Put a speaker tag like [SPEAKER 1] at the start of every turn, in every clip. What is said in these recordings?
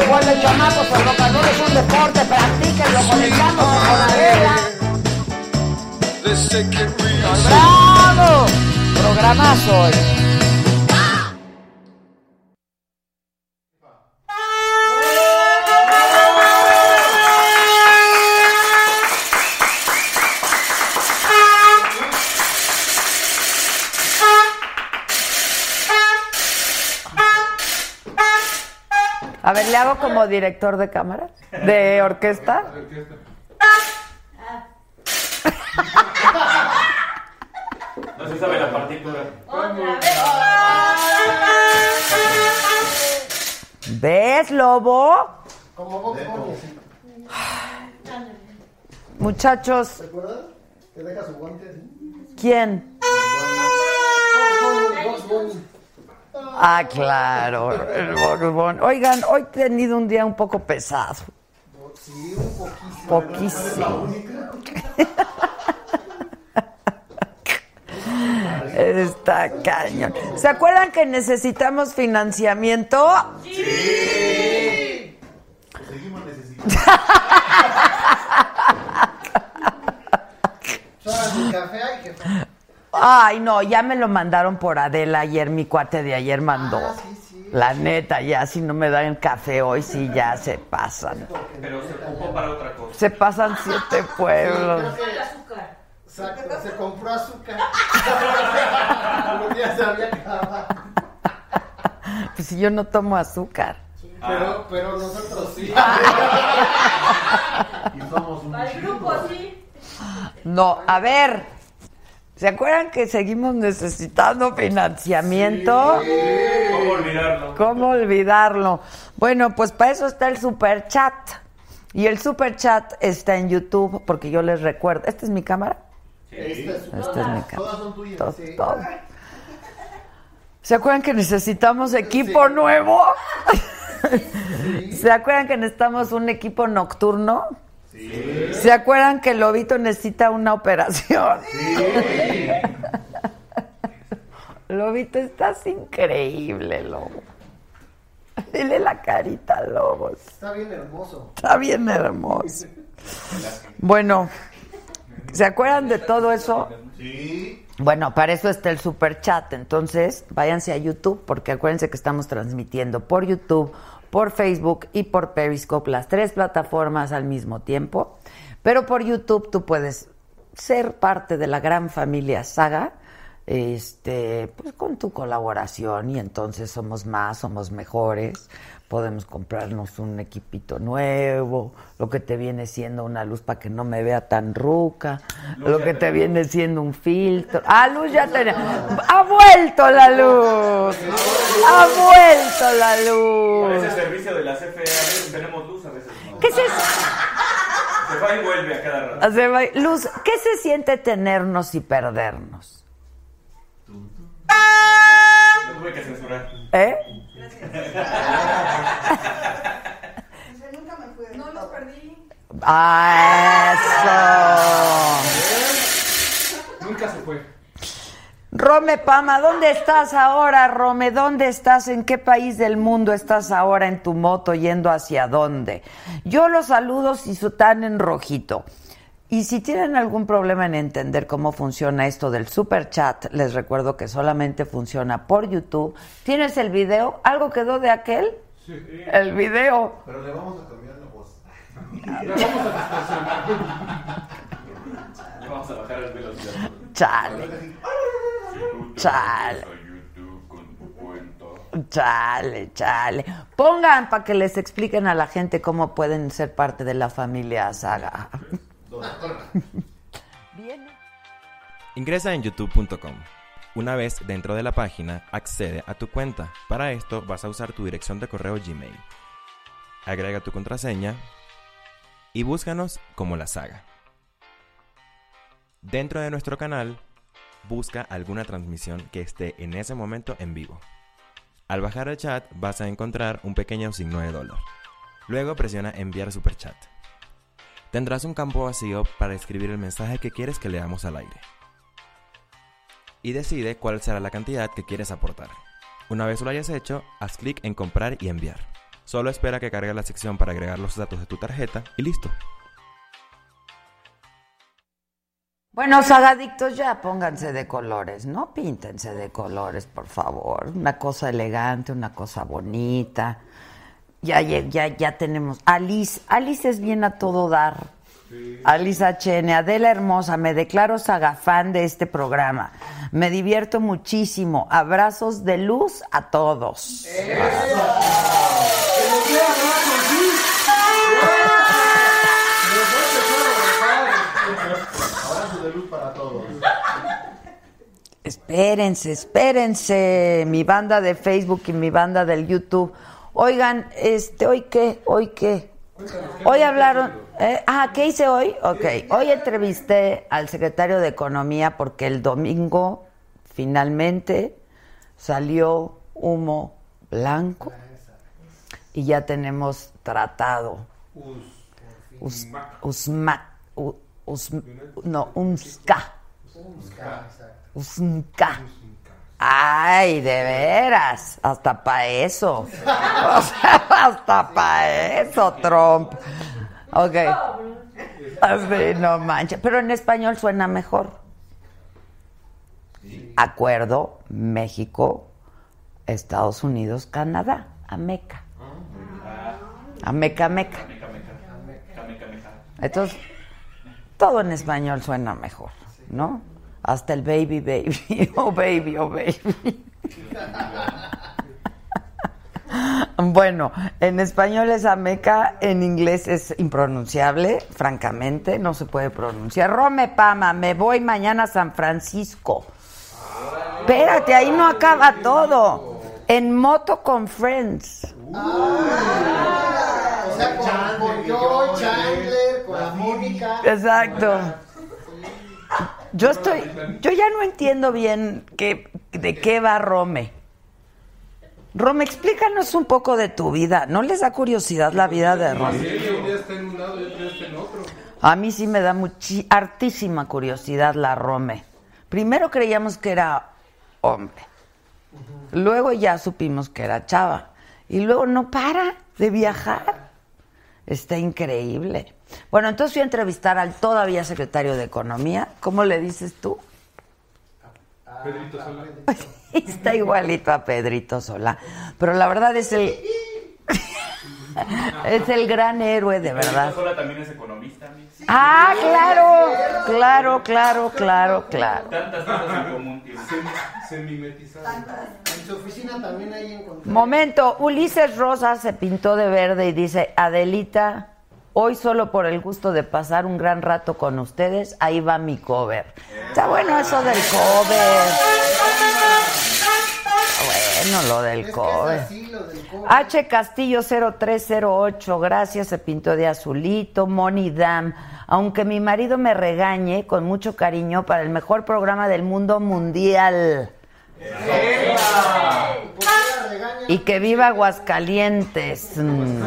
[SPEAKER 1] Recuerden, chamacos, el rock and roll es un deporte, practíquenlo, conectamos con la vela. ¡Bravo! Programazo hoy. A ver, le hago como director de cámara, de orquesta.
[SPEAKER 2] No se sabe la partitura.
[SPEAKER 1] ¿Ves, lobo? Muchachos. ¿Quién? Ah, claro, el Bugs Bunny. Oigan, hoy he tenido un día un poco pesado. Poquísimo. Está cañón. ¿Se acuerdan que necesitamos financiamiento? Sí. Ay, no, ya me lo mandaron por Adela ayer, mi cuate de ayer mandó.
[SPEAKER 2] Ah,
[SPEAKER 1] La neta, ya si no me dan café hoy, sí, ya se pasan.
[SPEAKER 2] Pero se ocupó para otra cosa.
[SPEAKER 1] Se pasan siete pueblos.
[SPEAKER 3] Exacto, se compró azúcar. Los días se había acabado.
[SPEAKER 1] Pues si yo no tomo azúcar.
[SPEAKER 3] Pero, pero nosotros sí.
[SPEAKER 1] No, a ver. ¿Se acuerdan que seguimos necesitando financiamiento?
[SPEAKER 2] ¿Cómo olvidarlo?
[SPEAKER 1] ¿Cómo olvidarlo? Bueno, pues para eso está el super chat. Y el super chat está en YouTube, porque yo les recuerdo. ¿Esta es mi cámara?
[SPEAKER 3] Esta es su-
[SPEAKER 1] Esta es mi
[SPEAKER 3] Todas
[SPEAKER 1] cámara.
[SPEAKER 3] son tuyas.
[SPEAKER 1] Todo,
[SPEAKER 3] sí.
[SPEAKER 1] todo. ¿Se acuerdan que necesitamos equipo nuevo? ¿Se acuerdan que necesitamos un equipo nocturno? ¿Se acuerdan que el lobito necesita una operación? lobito, estás increíble, lobo. Dile la carita, lobo.
[SPEAKER 3] Está bien hermoso.
[SPEAKER 1] Está bien hermoso. Bueno, ¿se acuerdan de todo eso?
[SPEAKER 3] Sí.
[SPEAKER 1] Bueno, para eso está el super chat. Entonces, váyanse a YouTube, porque acuérdense que estamos transmitiendo por YouTube, por Facebook y por Periscope, las tres plataformas al mismo tiempo. Pero por YouTube tú puedes ser parte de la gran familia Saga, este, pues con tu colaboración y entonces somos más, somos mejores, podemos comprarnos un equipito nuevo, lo que te viene siendo una luz para que no me vea tan ruca, lo que te viene siendo un filtro. Ah, luz ya tenía. Ha vuelto la luz. Ha vuelto la
[SPEAKER 2] Parece
[SPEAKER 1] luz.
[SPEAKER 2] servicio de la CFE. A veces tenemos luz, a veces no.
[SPEAKER 1] ¿Qué se
[SPEAKER 2] Se va y vuelve a cada rato.
[SPEAKER 1] O sea, va- Luz, ¿qué se siente tenernos y perdernos?
[SPEAKER 2] Lo tuve que censurar.
[SPEAKER 1] ¿Eh? ¡Ah, ¡Eso!
[SPEAKER 3] Nunca se fue.
[SPEAKER 1] Rome Pama, ¿dónde estás ahora, Rome? ¿Dónde estás? ¿En qué país del mundo estás ahora en tu moto yendo hacia dónde? Yo los saludo si están en rojito. Y si tienen algún problema en entender cómo funciona esto del super chat, les recuerdo que solamente funciona por YouTube. ¿Tienes el video? ¿Algo quedó de aquel? El video.
[SPEAKER 3] Pero le vamos a cambiar la voz.
[SPEAKER 2] Le vamos a bajar el velocidad.
[SPEAKER 1] Chale, Chale. chale, chale. Pongan para que les expliquen a la gente cómo pueden ser parte de la familia Saga. Bien.
[SPEAKER 4] Ingresa en youtube.com. Una vez dentro de la página, accede a tu cuenta. Para esto vas a usar tu dirección de correo Gmail. Agrega tu contraseña y búscanos como la saga. Dentro de nuestro canal, busca alguna transmisión que esté en ese momento en vivo. Al bajar el chat vas a encontrar un pequeño signo de dólar. Luego presiona enviar superchat. Tendrás un campo vacío para escribir el mensaje que quieres que leamos al aire y decide cuál será la cantidad que quieres aportar. Una vez lo hayas hecho, haz clic en comprar y enviar. Solo espera que cargue la sección para agregar los datos de tu tarjeta y listo.
[SPEAKER 1] Bueno, sagadictos, ya pónganse de colores, no píntense de colores, por favor. Una cosa elegante, una cosa bonita. Ya, ya, ya, ya tenemos. Alice, Alice es bien a todo dar. Alice HN, Adela Hermosa, me declaro sagafán de este programa. Me divierto muchísimo. Abrazos de luz a todos.
[SPEAKER 3] Abrazo de luz para todos.
[SPEAKER 1] Espérense, espérense, mi banda de Facebook y mi banda del YouTube. Oigan, este, hoy qué, hoy qué. Hoy hablaron, eh, ah, ¿qué hice hoy? Ok, hoy entrevisté al secretario de Economía porque el domingo finalmente salió humo blanco y ya tenemos tratado. Us- Usma, u- usm- no, UMSCA. Usnca. Ay, de veras, hasta para eso. O sea, hasta para eso, Trump. Ok. Así, no manches. Pero en español suena mejor. Acuerdo México, Estados Unidos, Canadá, Ameca. Ameca, Ah, Ameca. Entonces, todo en español suena mejor, ¿no? Hasta el baby, baby, oh baby, oh baby. Bueno, en español es ameca, en inglés es impronunciable, francamente, no se puede pronunciar. Rome Pama, me voy mañana a San Francisco. Espérate, ahí no acaba todo. En moto con friends.
[SPEAKER 3] O sea, con, con Joe, Chandler, con la Mónica.
[SPEAKER 1] Exacto. Yo estoy, yo ya no entiendo bien qué, de qué va Rome. Rome, explícanos un poco de tu vida. ¿No les da curiosidad la vida de Rome?
[SPEAKER 5] un día está en un lado y otro día está en otro.
[SPEAKER 1] A mí sí me da muchi- hartísima curiosidad la Rome. Primero creíamos que era hombre. Luego ya supimos que era chava. Y luego no para de viajar. Está increíble. Bueno, entonces fui a entrevistar al todavía secretario de Economía. ¿Cómo le dices tú?
[SPEAKER 5] Pedrito Sola.
[SPEAKER 1] Está igualito a Pedrito Sola. Pero la verdad es el. es el gran héroe, de verdad.
[SPEAKER 2] Sola también es economista, mi.
[SPEAKER 1] Ah, claro, claro, claro, claro, claro.
[SPEAKER 2] Tantas cosas en común, tío.
[SPEAKER 5] Semimetizado.
[SPEAKER 3] En su oficina también ahí encontré.
[SPEAKER 1] Momento, Ulises Rosa se pintó de verde y dice, Adelita, hoy solo por el gusto de pasar un gran rato con ustedes, ahí va mi cover. Está bueno eso del cover. Está bueno lo del
[SPEAKER 3] Es que
[SPEAKER 1] cover.
[SPEAKER 3] es así lo del cover.
[SPEAKER 1] H Castillo 0308, gracias, se pintó de azulito, Moni Dam. Aunque mi marido me regañe, con mucho cariño, para el mejor programa del mundo mundial.
[SPEAKER 3] ¿Por qué la regaña?
[SPEAKER 1] Y que viva Aguascalientes. Mm.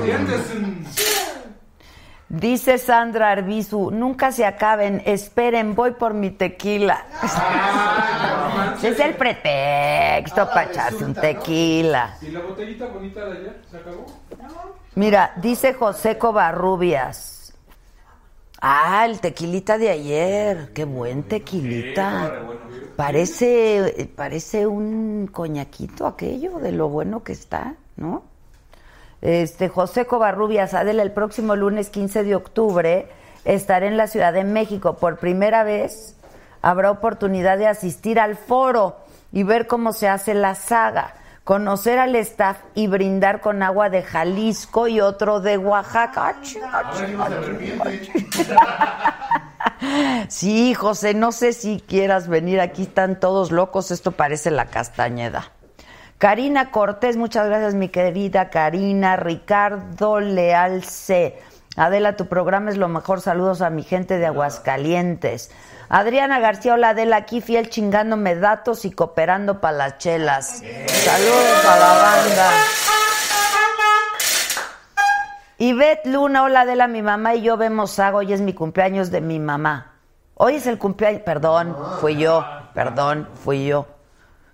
[SPEAKER 1] Dice Sandra Arbizu, nunca se acaben, esperen, voy por mi tequila.
[SPEAKER 3] Ah,
[SPEAKER 1] es el pretexto
[SPEAKER 3] Ahora
[SPEAKER 1] para echarse un
[SPEAKER 3] Ah, resulta, ¿no?
[SPEAKER 1] tequila.
[SPEAKER 5] ¿Y la botellita bonita de ayer se acabó?
[SPEAKER 1] Mira, dice José Covarrubias. Ah, el tequilita de ayer. Qué buen tequilita. Parece, eh, parece un coñaquito aquello de lo bueno que está, ¿no? Este, José Covarrubias, Adela, el próximo lunes 15 de octubre estaré en la Ciudad de México. Por primera vez habrá oportunidad de asistir al foro y ver cómo se hace la saga, conocer al staff y brindar con agua de Jalisco y otro de Oaxaca. Ah, chinga, chinga, chinga. Sí, José, no sé si quieras venir. Aquí están todos locos. Esto parece la castañeda. Karina Cortés, muchas gracias, mi querida Karina. Ricardo Leal C. Adela, tu programa es lo mejor. Saludos a mi gente de Aguascalientes. Adriana García, hola Adela, aquí fiel chingándome datos y cooperando para las chelas. Saludos a la banda. Ivette Luna, hola Adela, mi mamá y yo vemos Sago, hoy es mi cumpleaños de mi mamá. Hoy es el cumpleaños, perdón, fui yo, perdón, fui yo.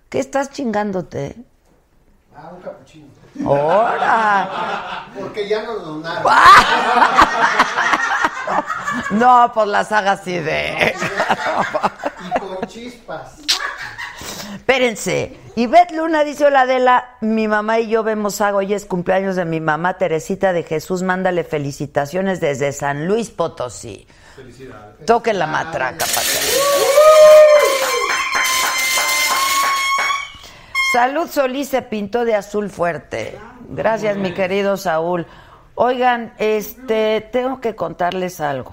[SPEAKER 1] ¿Qué estás chingándote?
[SPEAKER 3] Ah, un capuchino.
[SPEAKER 1] ¡Hora!
[SPEAKER 3] Porque ya nos donaron.
[SPEAKER 1] No, por las saga sí de.
[SPEAKER 3] Y con chispas.
[SPEAKER 1] Espérense. Ivette Luna dice, hola Adela, mi mamá y yo vemos algo, hoy es cumpleaños de mi mamá Teresita de Jesús, mándale felicitaciones desde San Luis Potosí. Felicidades. Toque la matraca, Patricia. Salud Solís se pintó de azul fuerte. Gracias, mi querido Saúl. Oigan, este, tengo que contarles algo.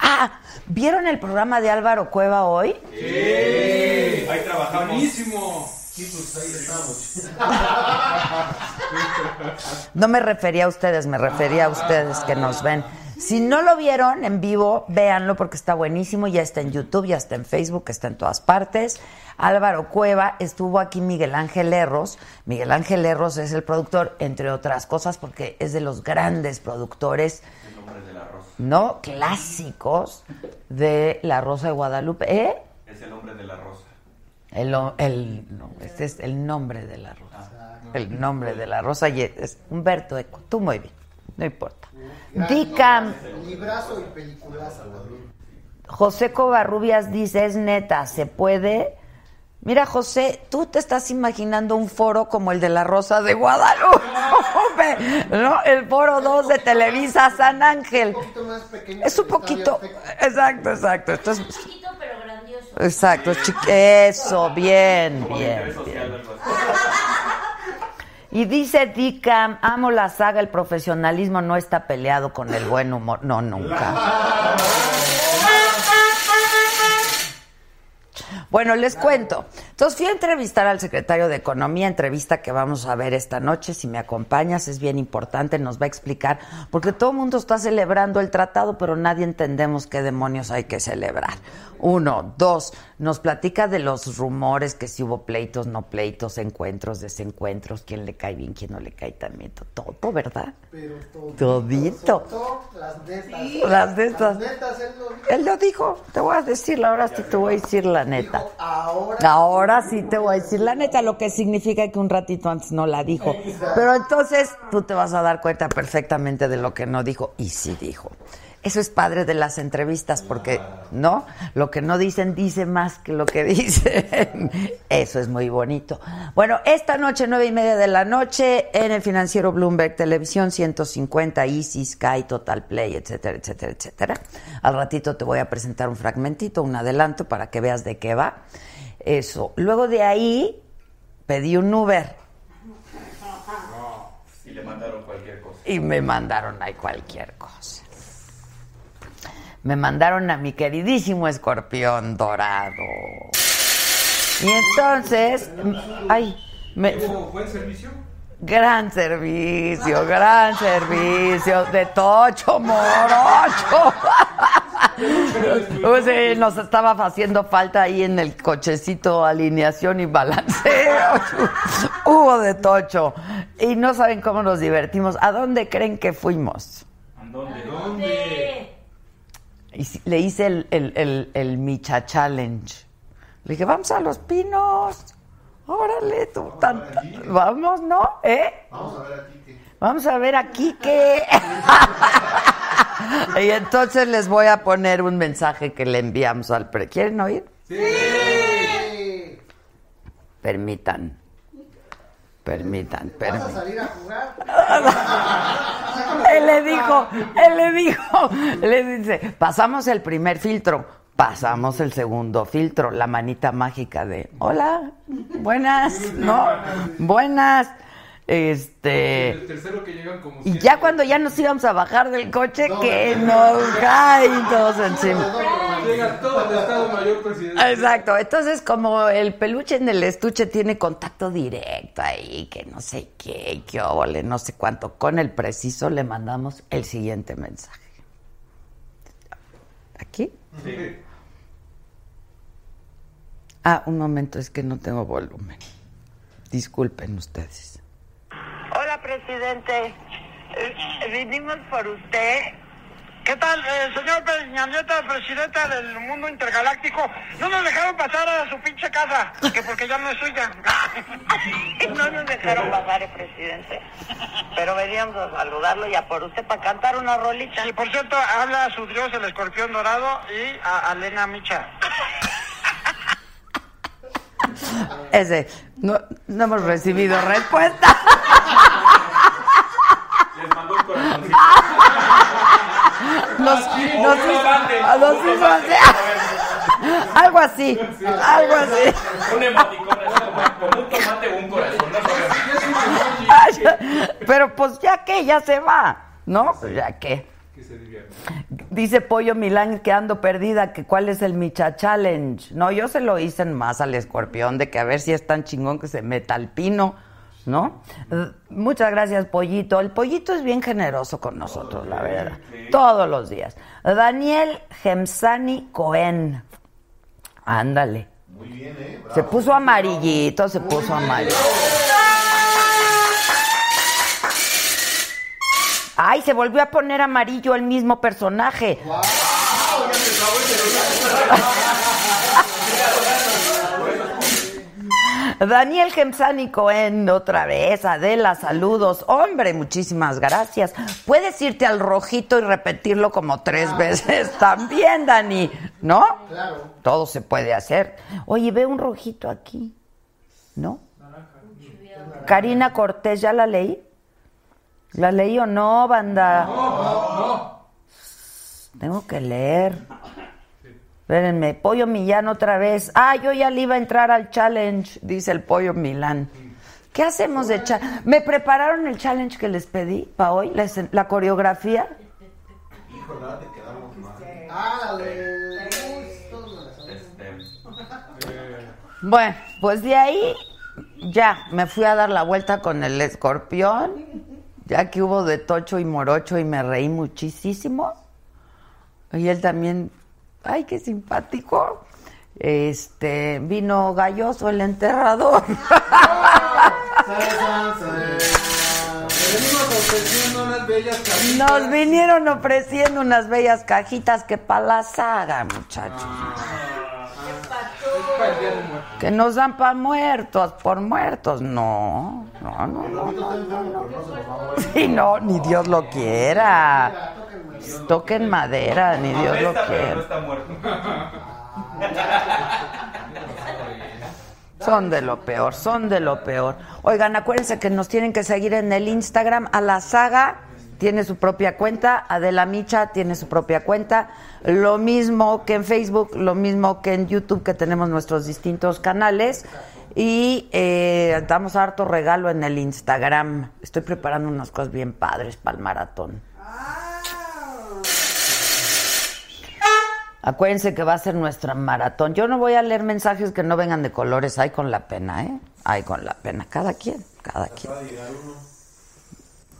[SPEAKER 1] Ah, ¿vieron el programa de Álvaro Cueva hoy?
[SPEAKER 2] Ahí trabajamos.
[SPEAKER 5] Buenísimo.
[SPEAKER 1] No me refería a ustedes, me refería a ustedes que nos ven. Si no lo vieron en vivo, véanlo porque está buenísimo. Ya está en YouTube, ya está en Facebook, está en todas partes. Álvaro Cueva, estuvo aquí Miguel Ángel Herros. Miguel Ángel Herros es el productor, entre otras cosas, porque es de los grandes productores, ¿no? Clásicos de La Rosa de Guadalupe. ¿Eh?
[SPEAKER 2] Es el hombre de la rosa.
[SPEAKER 1] El, o- el- no, este es el nombre de la
[SPEAKER 3] Ah,
[SPEAKER 1] rosa. El nombre de la rosa y es Humberto Eco. Tú muy bien, no importa. Dicam,
[SPEAKER 3] Librazo y peliculaza también.
[SPEAKER 1] José Covarrubias dice, es neta, ¿se puede? Mira, José, tú te estás imaginando un foro como el de la Rosa de Guadalupe, ¿no? El foro 2 de Televisa San Ángel.
[SPEAKER 3] Un poquito más pequeño.
[SPEAKER 1] Es un
[SPEAKER 3] pero está
[SPEAKER 1] poquito,
[SPEAKER 3] bien fe-
[SPEAKER 1] exacto, exacto. Esto es
[SPEAKER 6] Chiquito pero grandioso.
[SPEAKER 1] Exacto, chi- eso, bien, bien, bien. Y dice Dicam, amo la saga, el profesionalismo no está peleado con el buen humor. No, nunca. Bueno, les cuento. Entonces fui a entrevistar al secretario de Economía, entrevista que vamos a ver esta noche. Si me acompañas, es bien importante, nos va a explicar, porque todo el mundo está celebrando el tratado, pero nadie entendemos qué demonios hay que celebrar. Uno, dos, nos platica de los rumores que si hubo pleitos, no pleitos, encuentros, desencuentros, quién le cae bien, quién no le cae también, todo, ¿verdad?
[SPEAKER 3] Pero todo.
[SPEAKER 1] Todito.
[SPEAKER 3] Todo, las netas.
[SPEAKER 1] Las de estas.
[SPEAKER 3] Las netas, él lo dijo.
[SPEAKER 1] Él lo dijo, te voy a decir, la verdad sí te voy a decir la neta.
[SPEAKER 3] Dijo, Ahora.
[SPEAKER 1] Ahora sí te voy a decir la neta, lo que significa que un ratito antes no la dijo. Pero entonces tú te vas a dar cuenta perfectamente de lo que no dijo y sí dijo. Eso es padre de las entrevistas porque, ¿no? Lo que no dicen dice más que lo que dicen. Eso es muy bonito. Bueno, esta noche, nueve y media de la noche, en el financiero Bloomberg Televisión, 150, Easy, Sky, Total Play, etcétera, etcétera, etcétera. Al ratito te voy a presentar un fragmentito, un adelanto para que veas de qué va. Eso. Luego de ahí pedí un Uber
[SPEAKER 2] Y le mandaron cualquier cosa.
[SPEAKER 1] y me mandaron ahí cualquier cosa. Me mandaron a mi queridísimo escorpión dorado. Y entonces, ay, me,
[SPEAKER 5] ¿Hubo buen servicio?
[SPEAKER 1] gran servicio, gran servicio, de tocho morocho. Pues, eh, nos estaba haciendo falta ahí en el cochecito alineación y balanceo. Hubo de tocho. Y no saben cómo nos divertimos. ¿A dónde creen que fuimos?
[SPEAKER 2] ¿A dónde?
[SPEAKER 6] ¿Dónde?
[SPEAKER 1] Y si- le hice el, el, el- el Micha Challenge. Le dije, vamos a los pinos. Órale, tú. tan- vamos, ¿no? ¿Eh?
[SPEAKER 3] Vamos a ver aquí.
[SPEAKER 1] Vamos a ver a Quique. Y entonces les voy a poner un mensaje que le enviamos al pre. ¿Quieren oír? Permitan. Permitan,
[SPEAKER 3] ¿Vas a
[SPEAKER 1] permitan.
[SPEAKER 3] salir a jugar?
[SPEAKER 1] Él le dijo, él le dijo, le dice, pasamos el primer filtro, pasamos el segundo filtro, la manita mágica de, hola, buenas, no, buenas,
[SPEAKER 5] El
[SPEAKER 1] este,
[SPEAKER 5] tercero que llegan como
[SPEAKER 1] y
[SPEAKER 5] cien.
[SPEAKER 1] ya cuando ya nos íbamos a bajar del coche, que nos cae todos encima.
[SPEAKER 5] Llega todo el Estado Mayor Presidente.
[SPEAKER 1] Exacto, entonces como el peluche en el estuche tiene contacto directo ahí, que no sé qué, qué ole, no sé cuánto, con el preciso le mandamos el siguiente mensaje. ¿Aquí?
[SPEAKER 2] Sí.
[SPEAKER 1] Ah, un momento, es que no tengo volumen. Disculpen ustedes.
[SPEAKER 7] Hola, presidente. Eh, Vinimos por usted. ¿Qué tal, eh, señor Peña Nieto, presidenta del mundo intergaláctico? No nos dejaron pasar a su pinche casa, que porque ya no es suya. no nos dejaron pasar, eh, presidente. Pero veníamos a saludarlo y a por usted para cantar una rolita. Y por cierto, habla a su dios el escorpión dorado y a Elena Micha.
[SPEAKER 1] Ese, no, no hemos recibido respuesta.
[SPEAKER 2] Les mandó el corazoncito.
[SPEAKER 1] Nos,
[SPEAKER 5] Ah,
[SPEAKER 1] nos
[SPEAKER 2] un debate,
[SPEAKER 1] hizo, nos
[SPEAKER 2] un
[SPEAKER 1] hizo
[SPEAKER 2] debate.
[SPEAKER 1] así. algo así, algo así.
[SPEAKER 2] Un emoticón así como, como un tomate o un corazón. No sabemos.
[SPEAKER 1] Ay, Pero pues ya que, ya se va, ¿no? Pues, Ya que.
[SPEAKER 5] Que se diviertan.
[SPEAKER 1] Dice Pollo Milán que ando perdida, que cuál es el Micha Challenge. No, yo se lo hice en más al escorpión, de que a ver si es tan chingón que se meta al pino, ¿no? Eh, Muchas gracias, Pollito. El Pollito es bien generoso con nosotros, la verdad. Todos los días. Daniel Gemsani Cohen. Ándale.
[SPEAKER 3] Muy bien, ¿eh? Bravo.
[SPEAKER 1] Se puso amarillito, se puso amarillo. Ay, se volvió a poner amarillo el mismo personaje. Daniel Gemsani Cohen, otra vez. Adela, saludos. Hombre, muchísimas gracias. Puedes irte al rojito y repetirlo como tres veces también, Dani, ¿no?
[SPEAKER 3] Claro.
[SPEAKER 1] Todo se puede hacer. Oye, ve un rojito aquí, ¿no? Karina Cortés, ¿ya la leí? ¿La leí o no, banda? Tengo que leer. Espérenme, Pollo Millán otra vez. Ah, yo ya le iba a entrar al challenge, dice el Pollo Milán. ¿Qué hacemos de challenge? ¿Me prepararon el challenge que les pedí para hoy? ¿La, escen- la coreografía?
[SPEAKER 3] Ah, la de... Justo, no la sabes.
[SPEAKER 2] Este,
[SPEAKER 1] Bueno, pues de ahí ya me fui a dar la vuelta con el escorpión, ya que hubo de tocho y morocho y me reí muchísimo. Y él también, ay, qué simpático. Este, vino galloso el enterrador.
[SPEAKER 3] Sarasán, sarasán.
[SPEAKER 5] Venimos ofreciendo unas bellas caritas.
[SPEAKER 1] Nos vinieron ofreciendo unas bellas cajitas que pa' la saga, muchachos.
[SPEAKER 5] Para el día de muertos.
[SPEAKER 1] Que nos dan pa' muertos, por muertos. No, no, no, no.
[SPEAKER 3] Está enfermo, pero no se lo vamos a ver.
[SPEAKER 1] Sí, no, ni Dios lo quiera. Toquen madera, ni Dios lo
[SPEAKER 2] apesta, pero no
[SPEAKER 1] quiera.
[SPEAKER 2] está muerto.
[SPEAKER 1] Son de lo peor, son de lo peor. Oigan, acuérdense que nos tienen que seguir en el Instagram. A la saga tiene su propia cuenta, Adela Micha tiene su propia cuenta. Lo mismo que en Facebook, lo mismo que en YouTube, que tenemos nuestros distintos canales. Y eh, damos harto regalo en el Instagram. Estoy preparando unas cosas bien padres para el maratón. Acuérdense que va a ser nuestra maratón. Yo no voy a leer mensajes que no vengan de colores. Ay, con la pena, ¿eh? Ay, con la pena. Cada quien, cada quien.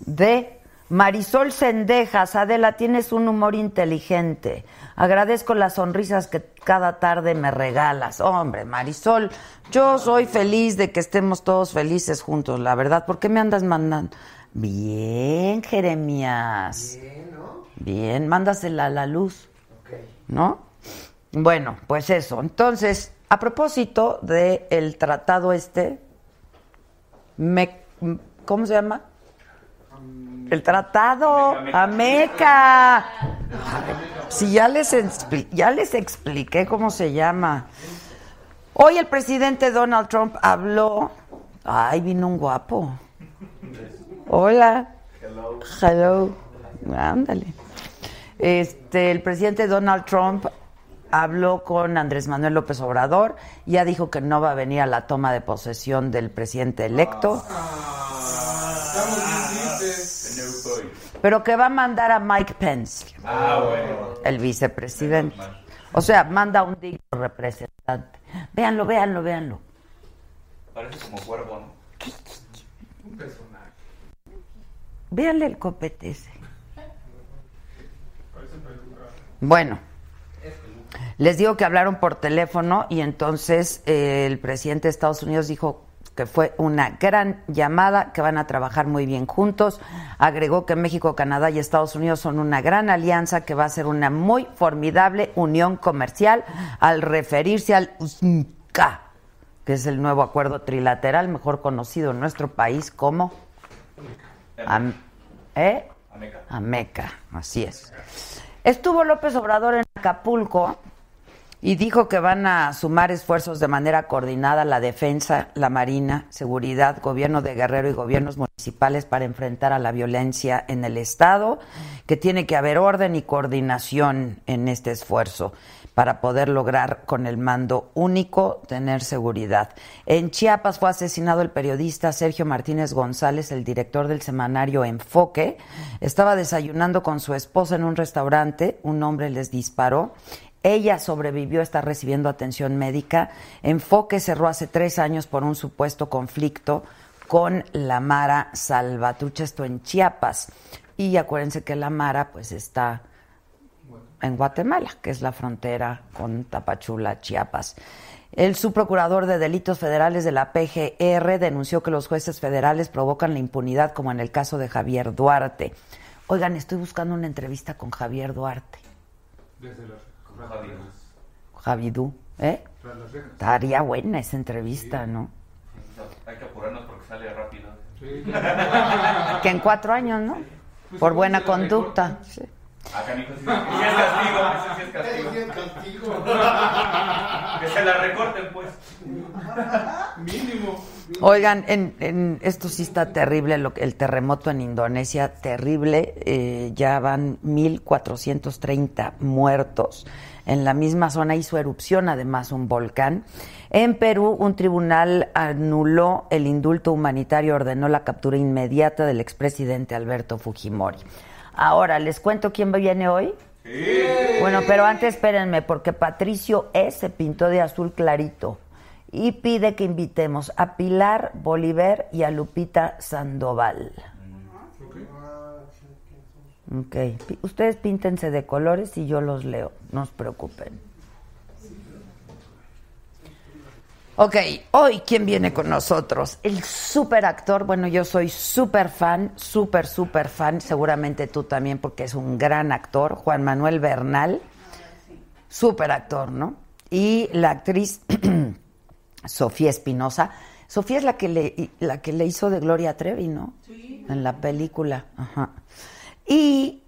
[SPEAKER 1] De Marisol Sendejas. Adela, tienes un humor inteligente. Agradezco las sonrisas que cada tarde me regalas. Hombre, Marisol, yo soy feliz de que estemos todos felices juntos, la verdad. ¿Por qué me andas mandando? Bien, Jeremías.
[SPEAKER 3] Bien, ¿no?
[SPEAKER 1] Bien, mándasela a la luz.
[SPEAKER 3] Ok.
[SPEAKER 1] ¿no? Bueno, pues eso. Entonces, a propósito del tratado este, me, ¿cómo se llama? El tratado Ameca. Si ya les, expli- ya les expliqué cómo se llama. Hoy el presidente Donald Trump habló. Ay, vino un guapo. Hola. Hello. Ándale. Este, el presidente Donald Trump habló con Andrés Manuel López Obrador. Ya dijo que no va a venir a la toma de posesión del presidente electo. Pero que va a mandar a Mike Pence, el vicepresidente. O sea, manda un digno representante. Véanlo, véanlo, véanlo.
[SPEAKER 2] Parece como cuervo, ¿no?
[SPEAKER 1] Véanle el copete ese. Bueno, les digo que hablaron por teléfono y entonces eh, el presidente de Estados Unidos dijo que fue una gran llamada, que van a trabajar muy bien juntos. Agregó que México, Canadá y Estados Unidos son una gran alianza que va a ser una muy formidable unión comercial al referirse al USMCA, que es el nuevo acuerdo trilateral mejor conocido en nuestro país como... Am- ¿Eh?
[SPEAKER 2] Ameca.
[SPEAKER 1] Ameca, así es. Estuvo López Obrador en Acapulco y dijo que van a sumar esfuerzos de manera coordinada la defensa, la marina, seguridad, gobierno de Guerrero y gobiernos municipales para enfrentar a la violencia en el Estado, que tiene que haber orden y coordinación en este esfuerzo para poder lograr con el mando único tener seguridad. En Chiapas fue asesinado el periodista Sergio Martínez González, el director del semanario Enfoque. Estaba desayunando con su esposa en un restaurante, un hombre les disparó. Ella sobrevivió, está recibiendo atención médica. Enfoque cerró hace tres años por un supuesto conflicto con la Mara Salvatrucha, esto en Chiapas. Y acuérdense que la Mara pues está en Guatemala, que es la frontera con Tapachula, Chiapas. El subprocurador de delitos federales de la PGR denunció que los jueces federales provocan la impunidad, como en el caso de Javier Duarte. Oigan, estoy buscando una entrevista con Javier Duarte.
[SPEAKER 5] Desde las
[SPEAKER 1] Javidú, ¿eh?
[SPEAKER 5] Tras las rejas.
[SPEAKER 1] Estaría buena esa entrevista, ¿no?
[SPEAKER 2] Hay que apurarnos porque sale rápido.
[SPEAKER 1] Que en cuatro años, ¿no? Por buena conducta. Sí.
[SPEAKER 2] Acá mi hijo sí sí es castigo, ese sí es castigo.
[SPEAKER 3] Ese sí es castigo.
[SPEAKER 2] Que se la recorten, pues.
[SPEAKER 5] Mínimo.
[SPEAKER 1] Oigan, en, en- esto sí está terrible, lo, que- el terremoto en Indonesia, terrible. eh, ya van 1.430 muertos. En la misma zona hizo erupción además un volcán. En Perú, un tribunal anuló el indulto humanitario, ordenó la captura inmediata del expresidente Alberto Fujimori. Ahora, les cuento quién viene hoy. Bueno, pero antes espérenme, porque Patricio E. se pintó de azul clarito y pide que invitemos a Pilar Bolívar y a Lupita Sandoval. Ok, pi- ustedes píntense de colores y yo los leo, no se preocupen. Ok, hoy quién viene con nosotros? El super actor, bueno, yo soy súper fan, súper, súper fan, seguramente tú también porque es un gran actor, Juan Manuel Bernal, súper actor, ¿no? Y la actriz Sofía Espinosa. Sofía es la que le la que le hizo de Gloria Trevi, ¿no? Sí. En la película. Ajá. Y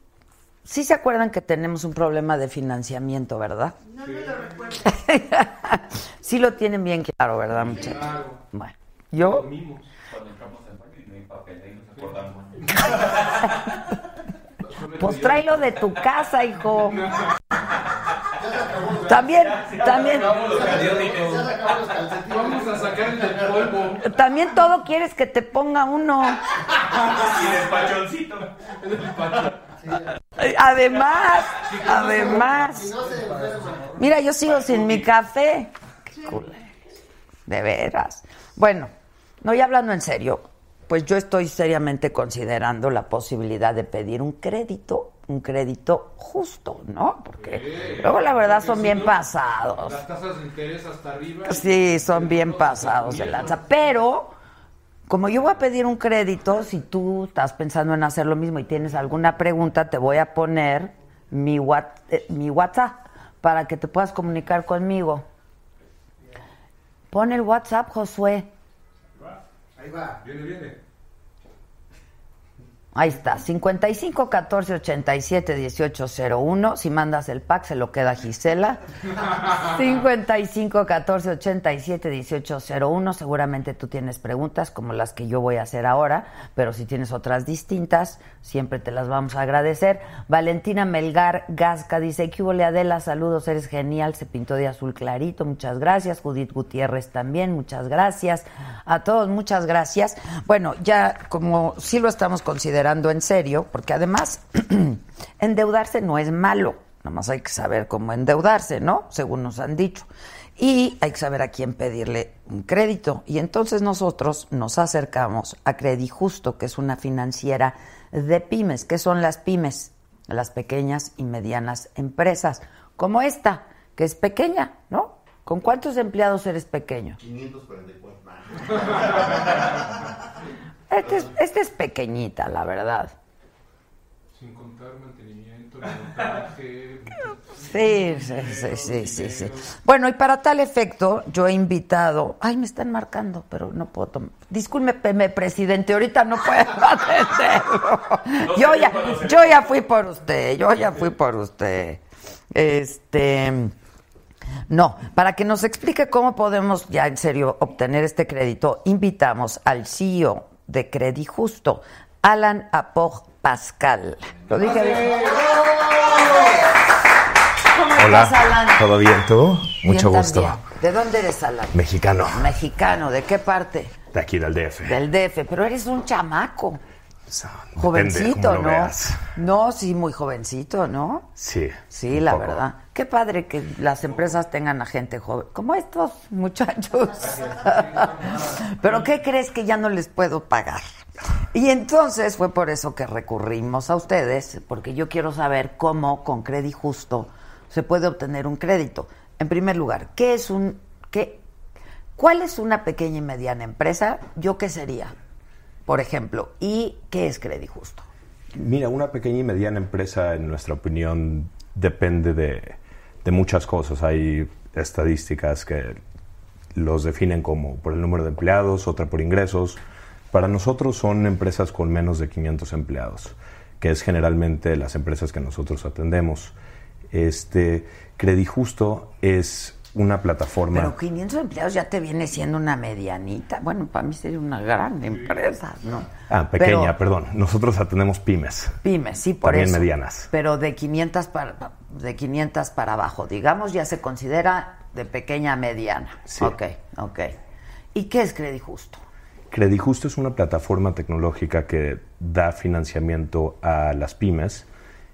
[SPEAKER 1] sí se acuerdan que tenemos un problema de financiamiento, ¿verdad? No me lo recuerdo. sí lo tienen bien claro, ¿verdad, muchachos? Bueno, yo
[SPEAKER 2] Cuando entramos en baño y no hay papel, ahí nos acordamos.
[SPEAKER 1] pues tráelo de tu casa, hijo. También, también,
[SPEAKER 3] Ya se acabaron los calcetines.
[SPEAKER 5] Vamos a sacar el del polvo.
[SPEAKER 1] también todo quieres que te ponga uno.
[SPEAKER 2] Y despachoncito.
[SPEAKER 1] Además, además. Mira, yo sigo sin mi café. Qué culeros. De veras. Bueno, no, y hablando en serio, pues yo estoy seriamente considerando la posibilidad de pedir un crédito, un crédito justo, ¿no? Porque luego la verdad son bien pasados.
[SPEAKER 5] Las tasas de interés hasta arriba.
[SPEAKER 1] Sí, son bien pasados de lanza. Pero, como yo voy a pedir un crédito, si tú estás pensando en hacer lo mismo y tienes alguna pregunta, te voy a poner mi, what- eh, mi WhatsApp para que te puedas comunicar conmigo. Pon el WhatsApp, Josué.
[SPEAKER 3] Ahí va.
[SPEAKER 5] Viene, viene.
[SPEAKER 1] Ahí está, 55 14 87 18 01. Si mandas el pack, se lo queda Gisela. 55 14 87 18 01. Seguramente tú tienes preguntas como las que yo voy a hacer ahora, pero si tienes otras distintas, siempre te las vamos a agradecer. Valentina Melgar Gasca dice: ¿Qué hubo, le, Adela? Saludos, eres genial. Se pintó de azul clarito, muchas gracias. Judith Gutiérrez también, muchas gracias. A todos, muchas gracias. Bueno, ya como sí lo estamos considerando en serio, porque además endeudarse no es malo, nada más hay que saber cómo endeudarse, ¿no? Según nos han dicho. Y hay que saber a quién pedirle un crédito. Y entonces nosotros nos acercamos a Credit Justo, que es una financiera de pymes. ¿Qué son las pymes? Las pequeñas y medianas empresas, como esta, que es pequeña, ¿no? ¿Con cuántos empleados eres pequeño?
[SPEAKER 3] 544.
[SPEAKER 1] Esta es, este es pequeñita, la verdad.
[SPEAKER 5] Sin contar mantenimiento, montaje.
[SPEAKER 1] Sí, sí, sí, sí, sí, sí. Bueno, y para tal efecto, yo he invitado. Ay, me están marcando, pero no puedo tomar. Discúlpeme, presidente, ahorita no puedo atenderlo. Yo ya, yo ya fui por usted, yo ya fui por usted. Este. No, para que nos explique cómo podemos ya en serio obtener este crédito, invitamos al CEO de Credit Justo, Alan Apog Pascal. Lo dije bien. ¿Cómo estás, Alan?
[SPEAKER 8] ¿todo bien tú?
[SPEAKER 1] Bien
[SPEAKER 8] Mucho gusto.
[SPEAKER 1] también. ¿De dónde eres, Alan?
[SPEAKER 8] Mexicano,
[SPEAKER 1] Mexicano, ¿de qué parte?
[SPEAKER 8] de aquí del DF.
[SPEAKER 1] Del DF, pero eres un chamaco,
[SPEAKER 8] So, depende
[SPEAKER 1] jovencito,
[SPEAKER 8] cómo lo
[SPEAKER 1] ¿no?
[SPEAKER 8] veas.
[SPEAKER 1] No, sí, muy jovencito, ¿no?
[SPEAKER 8] Sí.
[SPEAKER 1] Sí,
[SPEAKER 8] un
[SPEAKER 1] la
[SPEAKER 8] poco.
[SPEAKER 1] verdad. Qué padre que las empresas tengan a gente joven, como estos muchachos. Pero ¿qué crees que ya no les puedo pagar? Y entonces fue por eso que recurrimos a ustedes, porque yo quiero saber cómo con Crédito Justo se puede obtener un crédito. En primer lugar, ¿qué es un qué cuál es una pequeña y mediana empresa? ¿Yo qué sería? Por ejemplo, ¿y qué es Crédito Justo?
[SPEAKER 8] Mira, una pequeña y mediana empresa, en nuestra opinión, depende de, de muchas cosas. Hay estadísticas que los definen como por el número de empleados, otra por ingresos. Para nosotros son empresas con menos de 500 empleados, que es generalmente las empresas que nosotros atendemos. Este, Credijusto es una plataforma...
[SPEAKER 1] Pero 500 empleados ya te viene siendo una medianita. Bueno, para mí sería una gran empresa, ¿no?
[SPEAKER 8] Ah, pequeña,
[SPEAKER 1] Pero,
[SPEAKER 8] perdón. Nosotros atendemos pymes.
[SPEAKER 1] pymes, sí, por
[SPEAKER 8] También
[SPEAKER 1] eso.
[SPEAKER 8] medianas.
[SPEAKER 1] Pero de 500 para de 500 para abajo, digamos, ya se considera de pequeña a mediana.
[SPEAKER 8] Sí.
[SPEAKER 1] Ok, ok. ¿Y qué es Credit Justo?
[SPEAKER 8] Credijusto es una plataforma tecnológica que da financiamiento a las pymes.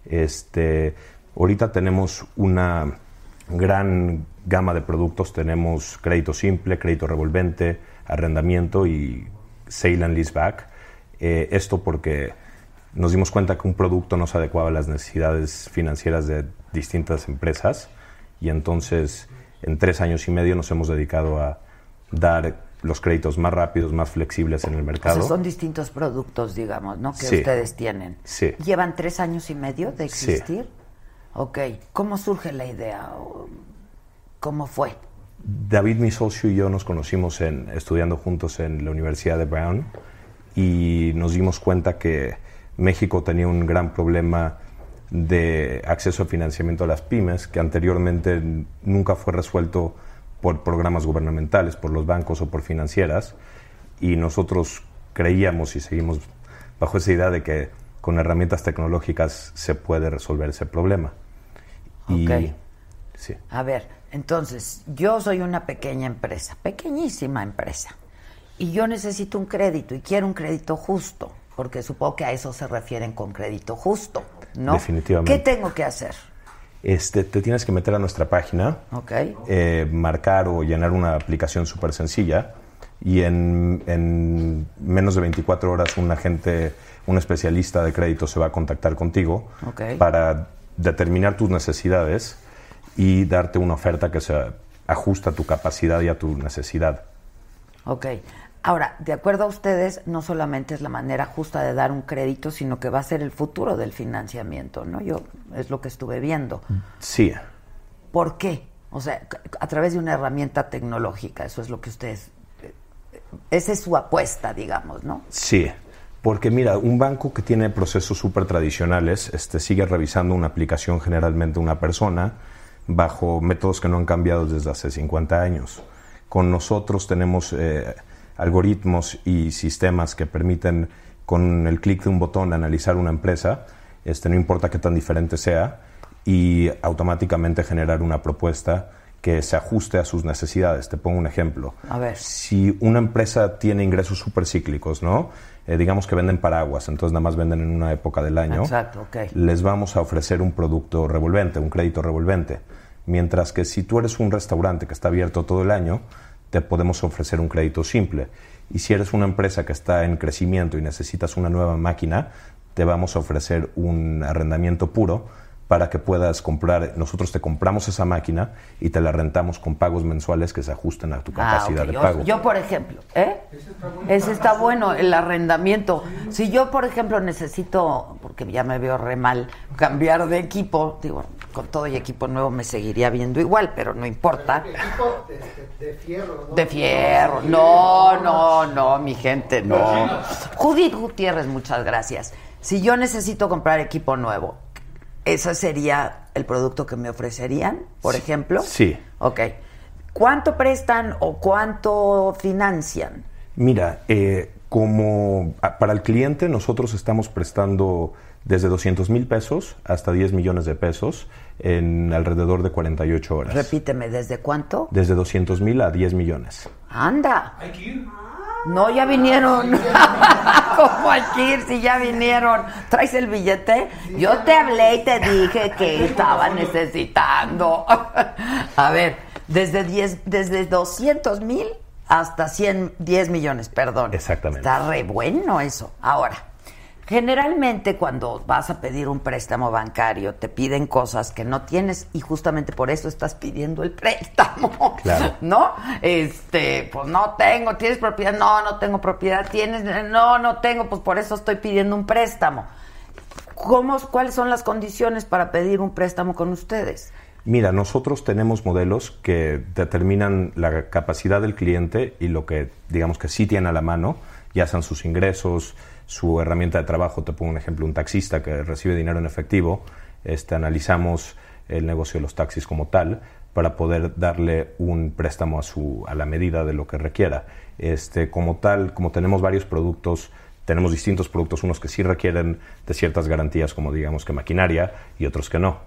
[SPEAKER 8] Este, ahorita tenemos una gran gama de productos. Tenemos crédito simple, crédito revolvente, arrendamiento y sale and leaseback. Eh, esto porque nos dimos cuenta que un producto no se adecuaba a las necesidades financieras de distintas empresas y entonces en tres años y medio nos hemos dedicado a dar los créditos más rápidos, más flexibles en el
[SPEAKER 1] O
[SPEAKER 8] mercado.
[SPEAKER 1] sea, Pues son distintos productos, digamos, ¿no? Que
[SPEAKER 8] Sí.
[SPEAKER 1] ustedes tienen.
[SPEAKER 8] Sí.
[SPEAKER 1] ¿Llevan tres años y medio de
[SPEAKER 8] Sí.
[SPEAKER 1] existir? Ok. ¿Cómo surge la idea? ¿O ¿Cómo fue?
[SPEAKER 8] David, mi socio y yo nos conocimos en, estudiando juntos en la Universidad de Brown y nos dimos cuenta que México tenía un gran problema de acceso a financiamiento a las pymes que anteriormente n- nunca fue resuelto por programas gubernamentales, por los bancos o por financieras y nosotros creíamos y seguimos bajo esa idea de que con herramientas tecnológicas se puede resolver ese problema.
[SPEAKER 1] Ok.
[SPEAKER 8] Y, sí.
[SPEAKER 1] A ver, entonces, yo soy una pequeña empresa, pequeñísima empresa, y yo necesito un crédito y quiero un crédito justo, porque supongo que a eso se refieren con crédito justo, ¿no?
[SPEAKER 8] Definitivamente.
[SPEAKER 1] ¿Qué tengo que hacer?
[SPEAKER 8] Este, te tienes que meter a nuestra página,
[SPEAKER 1] ¿Ok?
[SPEAKER 8] eh, marcar o llenar una aplicación súper sencilla y en, en menos de 24 horas un agente, un especialista de crédito se va a contactar contigo
[SPEAKER 1] Ok.
[SPEAKER 8] para determinar tus necesidades y darte una oferta que se ajusta a tu capacidad y a tu necesidad.
[SPEAKER 1] Ok. Ahora, de acuerdo a ustedes, no solamente es la manera justa de dar un crédito, sino que va a ser el futuro del financiamiento, ¿no? Yo es lo que estuve viendo.
[SPEAKER 8] Sí,
[SPEAKER 1] ¿Por qué? O sea, c- a través de una herramienta tecnológica, eso es lo que ustedes... eh, Esa es su apuesta, digamos, ¿no?
[SPEAKER 8] sí. Porque mira, un banco que tiene procesos súper tradicionales este, sigue revisando una aplicación generalmente una persona bajo métodos que no han cambiado desde hace 50 años. Con nosotros tenemos eh, algoritmos y sistemas que permiten con el clic de un botón analizar una empresa, este, no importa qué tan diferente sea, y automáticamente generar una propuesta que se ajuste a sus necesidades. Te pongo un ejemplo.
[SPEAKER 1] A ver.
[SPEAKER 8] Si una empresa tiene ingresos súper cíclicos, ¿no? Eh, digamos que venden paraguas, entonces nada más venden en una época del año.
[SPEAKER 1] Exacto, ok.
[SPEAKER 8] Les vamos a ofrecer un producto revolvente, un crédito revolvente. Mientras que si tú eres un restaurante que está abierto todo el año, te podemos ofrecer un crédito simple. Y si eres una empresa que está en crecimiento y necesitas una nueva máquina, te vamos a ofrecer un arrendamiento puro para que puedas comprar, nosotros te compramos esa máquina y te la rentamos con pagos mensuales que se ajusten a tu
[SPEAKER 1] Ah,
[SPEAKER 8] capacidad
[SPEAKER 1] ok.
[SPEAKER 8] de
[SPEAKER 1] Yo-
[SPEAKER 8] pago.
[SPEAKER 1] Yo, por ejemplo, ¿eh? Ese está bueno, el arrendamiento. Si yo, por ejemplo, necesito, porque ya me veo re mal, cambiar de equipo, digo, con todo y equipo nuevo me seguiría viendo igual, pero no importa.
[SPEAKER 3] Equipo de, de- de fierro, ¿no?
[SPEAKER 1] De fierro. No, no, no, mi gente, no. Judith Gutiérrez, muchas gracias. Si yo necesito comprar equipo nuevo, ¿ese sería el producto que me ofrecerían, por ejemplo?
[SPEAKER 8] Sí.
[SPEAKER 1] Ok. ¿Cuánto prestan o cuánto financian?
[SPEAKER 8] Mira, eh, como a- para el cliente nosotros estamos prestando desde 200 mil pesos hasta 10 millones de pesos en alrededor de 48 horas.
[SPEAKER 1] Repíteme, ¿desde cuánto?
[SPEAKER 8] Desde 200 mil a 10 millones.
[SPEAKER 1] Anda. No, ya vinieron. ¿Cómo hay que ir si ya vinieron? ¿Traes el billete? Yo te hablé y te dije que estaba necesitando. A ver, desde 10, desde 200 mil hasta 100, 10 millones, perdón.
[SPEAKER 8] Exactamente.
[SPEAKER 1] Está re bueno eso. Ahora, generalmente cuando vas a pedir un préstamo bancario, te piden cosas que no tienes y justamente por eso estás pidiendo el préstamo.
[SPEAKER 8] Claro.
[SPEAKER 1] ¿no? Este, pues no tengo, tienes propiedad, no, no tengo propiedad, tienes, no, no tengo, pues por eso estoy pidiendo un préstamo. ¿Cómo, ¿Cuáles son las condiciones para pedir un préstamo con ustedes?
[SPEAKER 8] Mira, nosotros tenemos modelos que determinan la capacidad del cliente y lo que, digamos que sí tiene a la mano, ya sean sus ingresos, su herramienta de trabajo. Te pongo un ejemplo, un taxista que recibe dinero en efectivo. Este, analizamos el negocio de los taxis como tal para poder darle un préstamo a, su, a la medida de lo que requiera. Este, como tal, como tenemos varios productos tenemos distintos productos, unos que sí requieren de ciertas garantías, como digamos que maquinaria, y otros que no.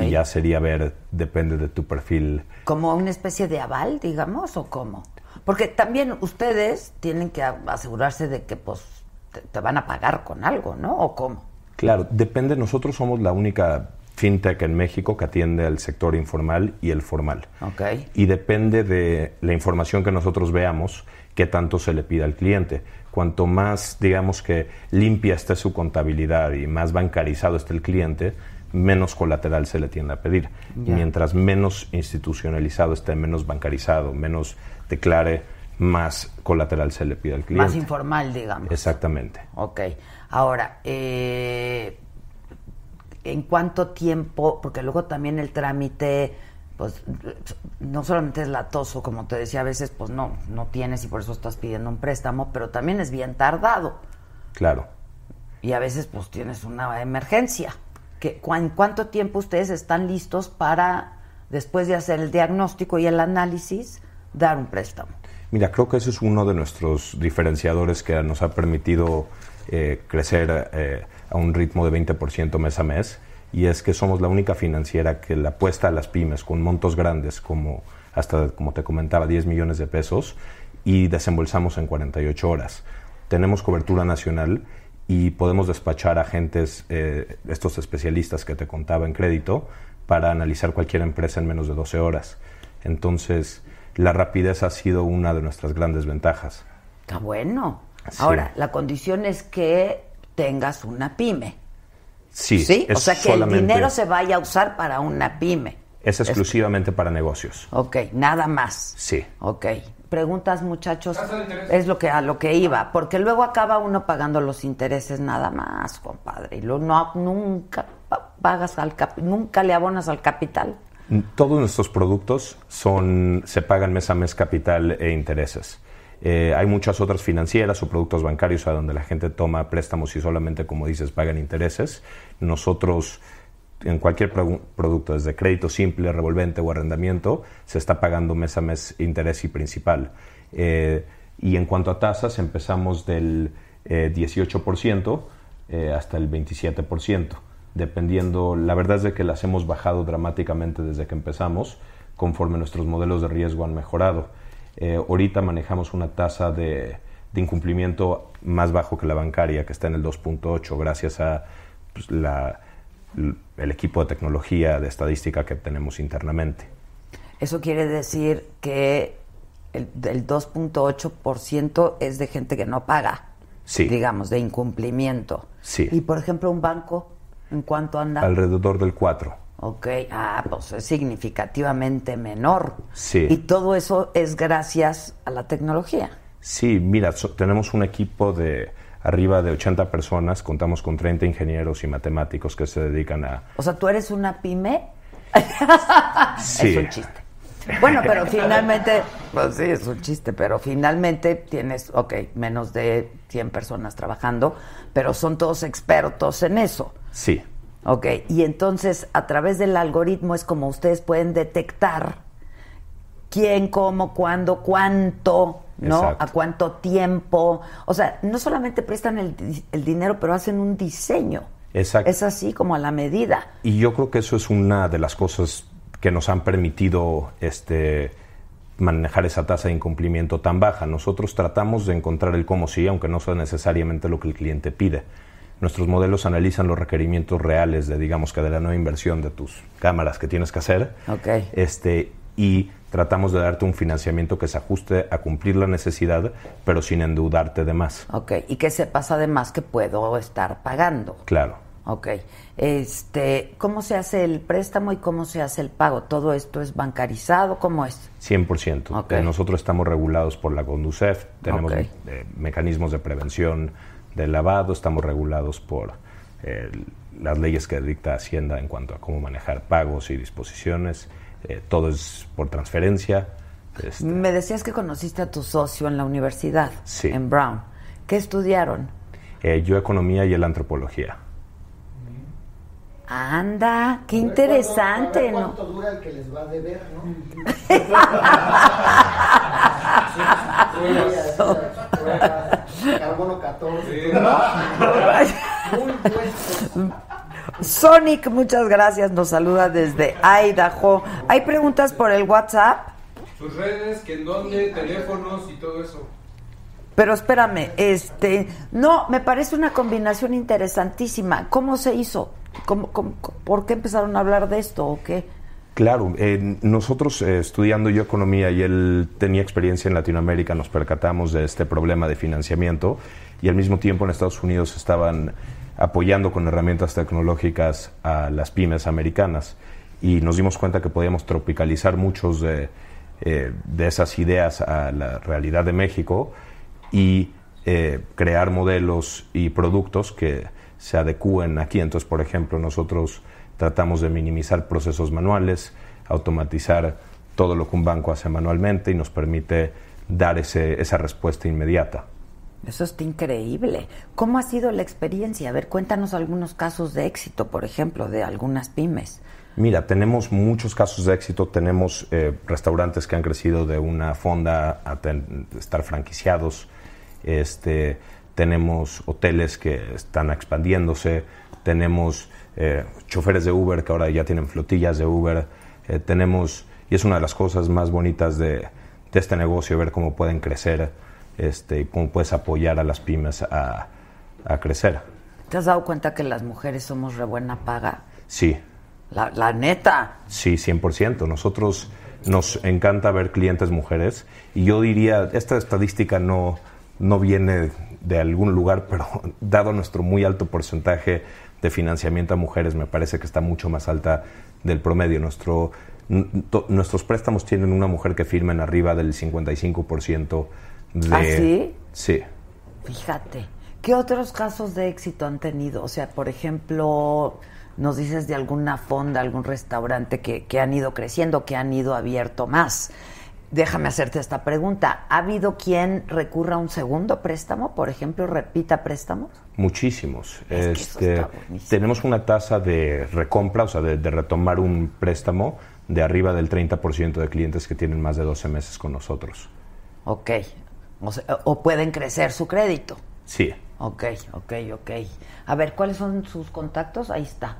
[SPEAKER 8] Y ya sería ver, depende de tu perfil.
[SPEAKER 1] ¿Como una especie de aval, digamos, o cómo? Porque también ustedes tienen que a- asegurarse de que pues te, te van a pagar con algo, ¿no? ¿O cómo?
[SPEAKER 8] Claro, depende, nosotros somos la única fintech en México que atiende al sector informal y el formal.
[SPEAKER 1] Ok.
[SPEAKER 8] Y depende de la información que nosotros veamos, qué tanto se le pida al cliente. Cuanto más, digamos que limpia esté su contabilidad y más bancarizado esté el cliente, menos colateral se le tiende a pedir.
[SPEAKER 4] Ya.
[SPEAKER 8] Mientras menos institucionalizado esté, menos bancarizado, menos declare, más colateral se le pide al cliente.
[SPEAKER 1] Más informal, digamos.
[SPEAKER 8] Exactamente.
[SPEAKER 1] Ok. Ahora, eh, ¿en cuánto tiempo? Porque luego también el trámite, pues, no solamente es latoso, como te decía, a veces, pues no, no tienes y por eso estás pidiendo un préstamo, pero también es bien tardado.
[SPEAKER 8] Claro.
[SPEAKER 1] Y a veces, pues, tienes una emergencia. ¿Qué, cu- ¿En cuánto tiempo ustedes están listos para, después de hacer el diagnóstico y el análisis, dar un préstamo?
[SPEAKER 8] Mira, creo que ese es uno de nuestros diferenciadores que nos ha permitido eh, crecer eh, a un ritmo de 20% mes a mes y es que somos la única financiera que le apuesta a las pymes con montos grandes como hasta, como te comentaba, 10 millones de pesos y desembolsamos en 48 horas. Tenemos cobertura nacional y podemos despachar agentes, eh, estos especialistas que te contaba en crédito, para analizar cualquier empresa en menos de 12 horas. Entonces, la rapidez ha sido una de nuestras grandes ventajas.
[SPEAKER 1] Está bueno.
[SPEAKER 8] Sí.
[SPEAKER 1] Ahora, la condición es que tengas una pyme.
[SPEAKER 8] Sí, es
[SPEAKER 1] o sea que el
[SPEAKER 8] solamente-
[SPEAKER 1] dinero se vaya a usar para una pyme.
[SPEAKER 8] es exclusivamente para negocios.
[SPEAKER 1] Ok, nada más.
[SPEAKER 8] Sí.
[SPEAKER 1] Ok. Preguntas, muchachos, es lo que a lo que iba, porque luego acaba uno pagando los intereses nada más, compadre. Y luego no nunca pa- pagas al cap- nunca le abonas al capital.
[SPEAKER 8] Todos nuestros productos son, se pagan mes a mes capital e intereses. Eh, hay muchas otras financieras o productos bancarios a donde la gente toma préstamos y solamente, como dices, pagan intereses. Nosotros, en cualquier produ- producto, desde crédito simple, revolvente o arrendamiento, se está pagando mes a mes interés y principal. Eh, y en cuanto a tasas, empezamos del eh, 18% eh, hasta el 27%, dependiendo, la verdad es de que las hemos bajado dramáticamente desde que empezamos, conforme nuestros modelos de riesgo han mejorado. Eh, ahorita manejamos una tasa de, de incumplimiento más bajo que la bancaria, que está en el 2.8, gracias a pues, la- l- el equipo de tecnología de estadística que tenemos internamente.
[SPEAKER 1] Eso quiere decir que el, el 2.8% es de gente que no paga,
[SPEAKER 8] Sí.
[SPEAKER 1] digamos, de incumplimiento.
[SPEAKER 8] Sí.
[SPEAKER 1] Y por ejemplo, un banco, ¿en cuánto anda?
[SPEAKER 8] Alrededor del 4.
[SPEAKER 1] Ok, ah, pues es significativamente menor.
[SPEAKER 8] Sí.
[SPEAKER 1] Y todo eso es gracias a la tecnología.
[SPEAKER 8] Sí, mira, so- tenemos un equipo de arriba de 80 personas, contamos con 30 ingenieros y matemáticos que se dedican a...
[SPEAKER 1] O sea, tú eres una pyme.
[SPEAKER 8] Sí.
[SPEAKER 1] Es un chiste. Bueno, pero finalmente, pues sí, es un chiste, pero finalmente tienes, ok, menos de 100 personas trabajando, pero son todos expertos en eso.
[SPEAKER 8] Sí,
[SPEAKER 1] Ok, y entonces a través del algoritmo es como ustedes pueden detectar quién, cómo, cuándo, cuánto, ¿no?
[SPEAKER 8] Exacto.
[SPEAKER 1] A cuánto tiempo. O sea, no solamente prestan el, di- el dinero, pero hacen un diseño.
[SPEAKER 8] exacto.
[SPEAKER 1] Es así como a la medida.
[SPEAKER 8] Y yo creo que eso es una de las cosas que nos han permitido este, manejar esa tasa de incumplimiento tan baja. Nosotros tratamos de encontrar el cómo sí, aunque no sea necesariamente lo que el cliente pide. Nuestros modelos analizan los requerimientos reales de, digamos que de la nueva inversión de tus cámaras que tienes que hacer.
[SPEAKER 1] Ok.
[SPEAKER 8] Este, y tratamos de darte un financiamiento que se ajuste a cumplir la necesidad, pero sin endeudarte de más.
[SPEAKER 1] Ok, y que sepas además que puedo estar pagando.
[SPEAKER 8] Claro.
[SPEAKER 1] Ok, este, ¿cómo se hace el préstamo y cómo se hace el pago? ¿Todo esto es bancarizado? ¿Cómo es?
[SPEAKER 8] 100%.
[SPEAKER 1] Ok.
[SPEAKER 8] Eh, Nosotros estamos regulados por la Conducef, tenemos
[SPEAKER 1] Ok.
[SPEAKER 8] eh, mecanismos de prevención del lavado, estamos regulados por eh, las leyes que dicta Hacienda en cuanto a cómo manejar pagos y disposiciones, eh, todo es por transferencia. es-
[SPEAKER 1] Me decías que conociste a tu socio en la universidad,
[SPEAKER 8] Sí.
[SPEAKER 1] en Brown. ¿Qué estudiaron?
[SPEAKER 8] eh, yo economía y él antropología.
[SPEAKER 1] Anda, qué interesante, ¿no?
[SPEAKER 3] ¿Cuánto dura el que les va a deber, no? Pruebas, pruebas, Carbono 14. Muy puestos.
[SPEAKER 1] Sonic, muchas gracias, nos saluda desde Idaho. ¿Hay preguntas por el WhatsApp?
[SPEAKER 5] Sus redes, que en dónde, teléfonos y todo eso.
[SPEAKER 1] Pero espérame, este, no, me parece una combinación interesantísima. ¿Cómo se hizo? ¿Cómo, cómo- cómo- por qué empezaron a hablar de esto o qué?
[SPEAKER 8] Claro, eh, nosotros eh, estudiando yo economía y él tenía experiencia en Latinoamérica, nos percatamos de este problema de financiamiento y al mismo tiempo en Estados Unidos estaban apoyando con herramientas tecnológicas a las pymes americanas y nos dimos cuenta que podíamos tropicalizar muchos de, eh, de esas ideas a la realidad de México y eh, crear modelos y productos que se adecúen aquí. Entonces, por ejemplo, nosotros tratamos de minimizar procesos manuales, automatizar todo lo que un banco hace manualmente y nos permite dar ese- esa respuesta inmediata.
[SPEAKER 1] Eso está increíble. ¿Cómo ha sido la experiencia? A ver, cuéntanos algunos casos de éxito, por ejemplo, de algunas pymes.
[SPEAKER 8] Mira, tenemos muchos casos de éxito. Tenemos eh, restaurantes que han crecido de una fonda a ten- estar franquiciados. Este, tenemos hoteles que están expandiéndose. Tenemos eh, choferes de Uber que ahora ya tienen flotillas de Uber. Eh, tenemos, y es una de las cosas más bonitas de, de este negocio, ver cómo pueden crecer este, y cómo puedes apoyar a las pymes a, a crecer.
[SPEAKER 1] ¿Te has dado cuenta que las mujeres somos re buena paga?
[SPEAKER 8] Sí,
[SPEAKER 1] La, la neta.
[SPEAKER 8] Sí, 100%. Nosotros nos encanta ver clientes mujeres y yo diría, esta estadística no, no viene de algún lugar, pero dado nuestro muy alto porcentaje de financiamiento a mujeres, me parece que está mucho más alta del promedio. Nuestro, n- to- nuestros préstamos tienen una mujer que firma en arriba del 55% de...
[SPEAKER 1] ¿Ah, sí?
[SPEAKER 8] Sí.
[SPEAKER 1] Fíjate. ¿Qué otros casos de éxito han tenido? O sea, por ejemplo, nos dices de alguna fonda, algún restaurante que, que han ido creciendo, que han ido abierto más. Déjame hacerte esta pregunta. ¿Ha habido quien recurra a un segundo préstamo, por ejemplo, repita préstamos?
[SPEAKER 8] Muchísimos.
[SPEAKER 1] que eso
[SPEAKER 8] Este,
[SPEAKER 1] está buenísimo.
[SPEAKER 8] tenemos una tasa de recompra, o sea, de, de retomar un préstamo de arriba del 30% de clientes que tienen más de 12 meses con nosotros.
[SPEAKER 1] Ok. O, sea, o pueden crecer su crédito.
[SPEAKER 8] Sí.
[SPEAKER 1] Ok, ok, ok. A ver, ¿cuáles son sus contactos? Ahí está.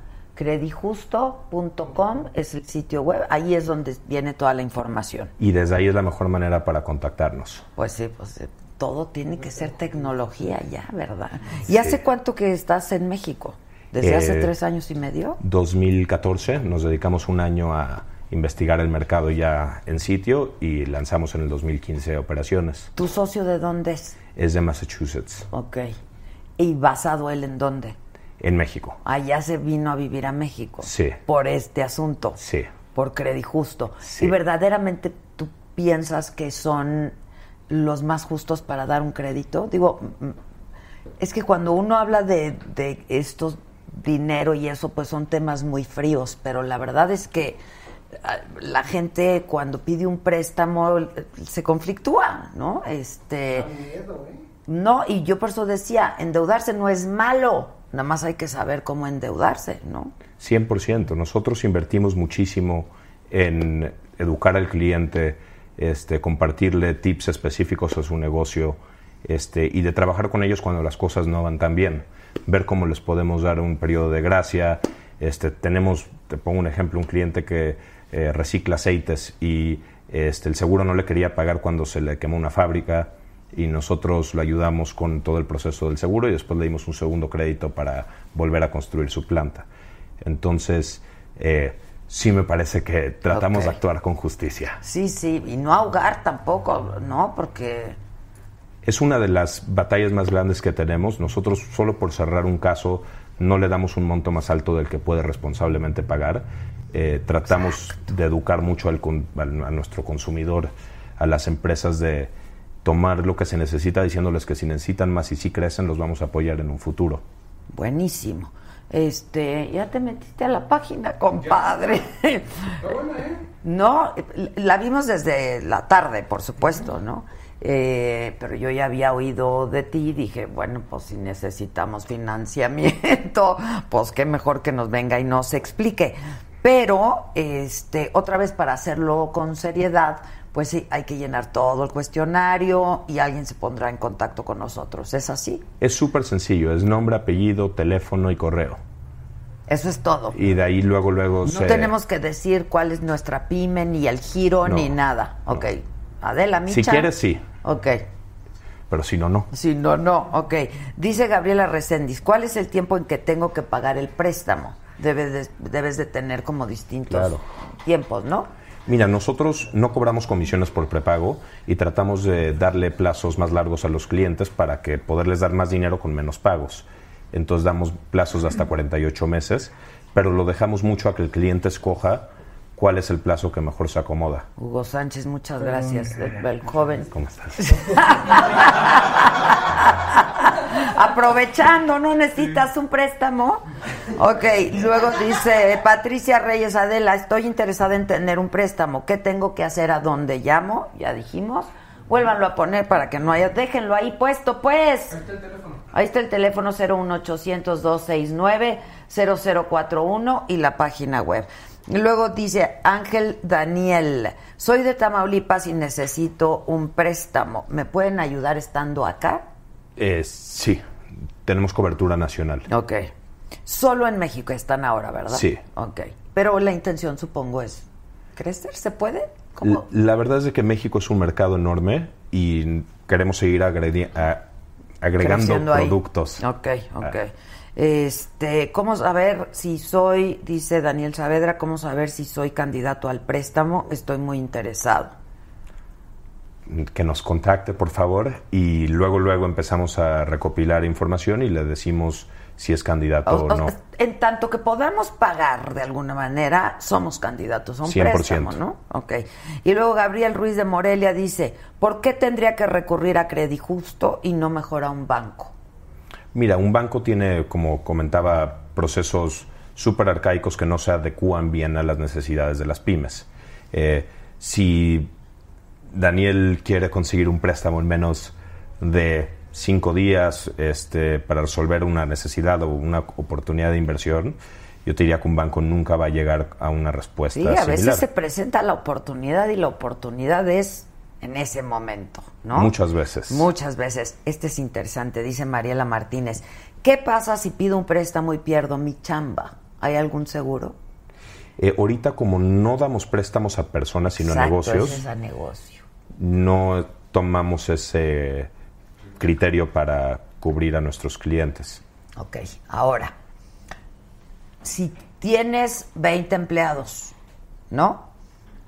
[SPEAKER 1] Credijusto.com es el sitio web. Ahí es donde viene toda la información.
[SPEAKER 8] Y desde ahí es la mejor manera para contactarnos.
[SPEAKER 1] Pues sí, pues eh, todo tiene que ser tecnología ya, ¿verdad? ¿Y hace cuánto que estás en México? ¿Desde hace
[SPEAKER 8] Eh,
[SPEAKER 1] tres años y medio?
[SPEAKER 8] 2014 nos dedicamos un año a investigar el mercado ya en sitio y lanzamos en el 2015 operaciones.
[SPEAKER 1] ¿Tu socio de dónde es?
[SPEAKER 8] Es de Massachusetts,
[SPEAKER 1] Ok. ¿Y basado él en dónde?
[SPEAKER 8] en México.
[SPEAKER 1] Allá se vino a vivir a México.
[SPEAKER 8] Sí.
[SPEAKER 1] Por este asunto.
[SPEAKER 8] Sí.
[SPEAKER 1] Por credijusto. Y verdaderamente tú piensas que son los más justos para dar un crédito. Digo, mm, es que cuando uno habla de, de estos dinero y eso, pues son temas muy fríos, pero la verdad es que ah, la gente cuando pide un préstamo eh, se conflictúa, ¿no? Este, no, y yo por eso decía, endeudarse no es malo, nada más hay que saber cómo endeudarse, ¿no?
[SPEAKER 8] 100%. Nosotros invertimos muchísimo en educar al cliente, este, compartirle tips específicos a su negocio este, y de trabajar con ellos cuando las cosas no van tan bien. Ver cómo les podemos dar un periodo de gracia. Este, tenemos, te pongo un ejemplo, un cliente que eh, recicla aceites y este, el seguro no le quería pagar cuando se le quemó una fábrica y nosotros lo ayudamos con todo el proceso del seguro y después le dimos un segundo crédito para volver a construir su planta. Entonces, eh, sí me parece que tratamos de actuar con justicia.
[SPEAKER 1] Sí, sí, y no ahogar tampoco, ¿no? Porque
[SPEAKER 8] Es una de las batallas más grandes que tenemos. Nosotros, solo por cerrar un caso, no le damos un monto más alto del que puede responsablemente pagar. Eh, tratamos de educar mucho al con- al- a nuestro consumidor, a las empresas de tomar lo que se necesita, diciéndoles que si necesitan más y si crecen, los vamos a apoyar en un futuro.
[SPEAKER 1] Buenísimo. este, ya te metiste a la página, compadre. No, la vimos desde la tarde, por supuesto, ¿no? Eh, pero yo ya había oído de ti y dije, bueno, pues si necesitamos financiamiento, pues qué mejor que nos venga y nos explique. Pero, este, otra vez para hacerlo con seriedad, pues sí, hay que llenar todo el cuestionario y alguien se pondrá en contacto con nosotros. ¿Es así?
[SPEAKER 8] Es súper sencillo, es nombre, apellido, teléfono y correo.
[SPEAKER 1] Eso es todo.
[SPEAKER 8] Y de ahí luego, luego
[SPEAKER 1] No tenemos que decir cuál es nuestra pyme, ni el giro,
[SPEAKER 8] No,
[SPEAKER 1] ni nada. Ok. Adela, Micha.
[SPEAKER 8] Si quieres, sí,
[SPEAKER 1] Ok.
[SPEAKER 8] pero si no, no.
[SPEAKER 1] Si no, no. Ok. Dice Gabriela Recendis, ¿cuál es el tiempo en que tengo que pagar el préstamo? Debes de, debes de tener como distintos
[SPEAKER 8] Claro.
[SPEAKER 1] tiempos, ¿no?
[SPEAKER 8] Mira, nosotros no cobramos comisiones por prepago y tratamos de darle plazos más largos a los clientes para que poderles dar más dinero con menos pagos. Entonces damos plazos de hasta 48 meses, pero lo dejamos mucho a que el cliente escoja cuál es el plazo que mejor se acomoda.
[SPEAKER 1] Hugo Sánchez, muchas gracias. El, el joven.
[SPEAKER 8] ¿Cómo estás?
[SPEAKER 1] Aprovechando, no necesitas un préstamo. Ok, luego dice Patricia Reyes Adela, estoy interesada en tener un préstamo. ¿Qué tengo que hacer? ¿A dónde llamo? Ya dijimos. Vuélvanlo a poner para que no haya... Déjenlo ahí puesto, pues. Ahí está el teléfono. Ahí está el teléfono 01800-269-0041 y la página web. Y Luego dice Ángel Daniel, soy de Tamaulipas y necesito un préstamo. ¿Me pueden ayudar estando acá?
[SPEAKER 8] Eh, sí, tenemos cobertura nacional.
[SPEAKER 1] Ok. Solo en México están ahora, ¿verdad?
[SPEAKER 8] Sí.
[SPEAKER 1] Ok. Pero la intención, supongo, es crecer. ¿Se puede?
[SPEAKER 8] L- La verdad es de que México es un mercado enorme y queremos seguir agredi- a- agregando
[SPEAKER 1] Creciendo ahí.
[SPEAKER 8] productos. Ah.
[SPEAKER 1] Ok, ok. Este, ¿cómo saber si soy, dice Daniel Saavedra, cómo saber si soy candidato al préstamo? Estoy muy interesado.
[SPEAKER 8] que nos contacte, por favor, y luego, luego empezamos a recopilar información y le decimos si es candidato o,
[SPEAKER 1] O- o-
[SPEAKER 8] no.
[SPEAKER 1] En tanto que podamos pagar de alguna manera, somos candidatos a un
[SPEAKER 8] 100%.
[SPEAKER 1] préstamo, ¿no? Ok. Y luego Gabriel Ruiz de Morelia dice, ¿por qué tendría que recurrir a Credijusto y no mejor a un banco?
[SPEAKER 8] Mira, un banco tiene, como comentaba, procesos súper arcaicos que no se adecúan bien a las necesidades de las pymes. Eh, si Daniel quiere conseguir un préstamo en menos de cinco días este, para resolver una necesidad o una oportunidad de inversión, yo te diría que un banco nunca va a llegar a una respuesta
[SPEAKER 1] Sí, a
[SPEAKER 8] similar.
[SPEAKER 1] veces se presenta la oportunidad y la oportunidad es en ese momento, ¿no?
[SPEAKER 8] Muchas veces.
[SPEAKER 1] Muchas veces. Este es interesante, dice Mariela Martínez. ¿Qué pasa si pido un préstamo y pierdo mi chamba? ¿Hay algún seguro?
[SPEAKER 8] Eh, ahorita como no damos préstamos a personas sino a
[SPEAKER 1] Exacto,
[SPEAKER 8] negocios,
[SPEAKER 1] ese es a negocio.
[SPEAKER 8] no tomamos ese criterio para cubrir a nuestros clientes.
[SPEAKER 1] Ok, ahora, si tienes 20 empleados, ¿no?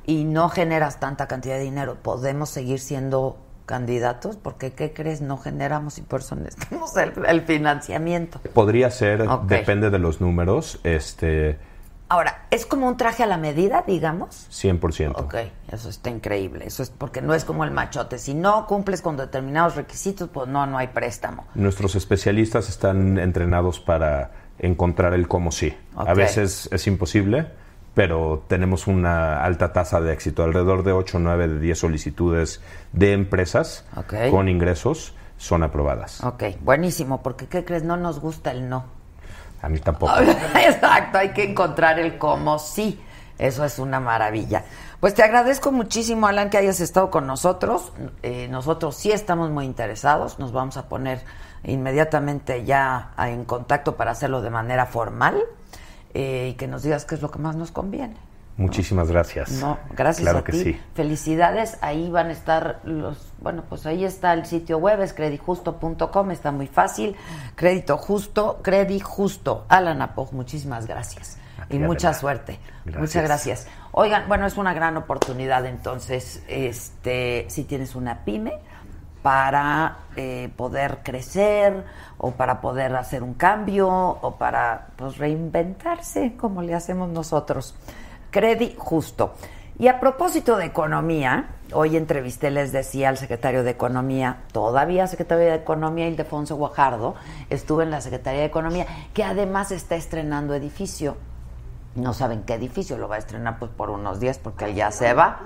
[SPEAKER 1] Y no generas tanta cantidad de dinero, ¿podemos seguir siendo candidatos? Porque, ¿qué crees? No generamos y por eso necesitamos el, el financiamiento.
[SPEAKER 8] Podría ser,
[SPEAKER 1] Ok.
[SPEAKER 8] depende de los números, este
[SPEAKER 1] Ahora, ¿es como un traje a la medida, digamos?
[SPEAKER 8] 100%.
[SPEAKER 1] Ok, eso está increíble. Eso es porque no es como el machote. Si no cumples con determinados requisitos, pues no, no hay préstamo.
[SPEAKER 8] Nuestros especialistas están entrenados para encontrar el cómo sí. A
[SPEAKER 1] Ok.
[SPEAKER 8] veces es imposible, pero tenemos una alta tasa de éxito, alrededor de 8, 9, de 10 solicitudes de empresas
[SPEAKER 1] Ok.
[SPEAKER 8] con ingresos son aprobadas.
[SPEAKER 1] Ok, buenísimo, porque ¿qué crees? No nos gusta el no.
[SPEAKER 8] A mí tampoco.
[SPEAKER 1] Exacto, hay que encontrar el cómo sí. Eso es una maravilla. Pues te agradezco muchísimo, Alan, que hayas estado con nosotros. Eh, nosotros sí estamos muy interesados. Nos vamos a poner inmediatamente ya a- en contacto para hacerlo de manera formal eh, y que nos digas qué es lo que más nos conviene.
[SPEAKER 8] Muchísimas gracias.
[SPEAKER 1] No, gracias
[SPEAKER 8] Claro
[SPEAKER 1] a
[SPEAKER 8] que
[SPEAKER 1] ti.
[SPEAKER 8] sí.
[SPEAKER 1] Felicidades. Ahí van a estar los. Bueno, pues ahí está el sitio web, es creditjusto.com. Está muy fácil. Crédito justo, Credit Justo. Alan Apog, muchísimas gracias.
[SPEAKER 8] ti,
[SPEAKER 1] Y mucha
[SPEAKER 8] Adela.
[SPEAKER 1] suerte.
[SPEAKER 8] Gracias.
[SPEAKER 1] Muchas gracias. Oigan, bueno, es una gran oportunidad entonces, este, si tienes una pyme, para eh, poder crecer o para poder hacer un cambio o para pues, reinventarse como le hacemos nosotros. Credit justo. Y a propósito de economía, hoy entrevisté, les decía, al secretario de Economía, todavía secretario de Economía, Ildefonso Guajardo, estuve en la Secretaría de Economía, que además está estrenando edificio. No saben qué edificio lo va a estrenar pues por unos días porque él ya se va.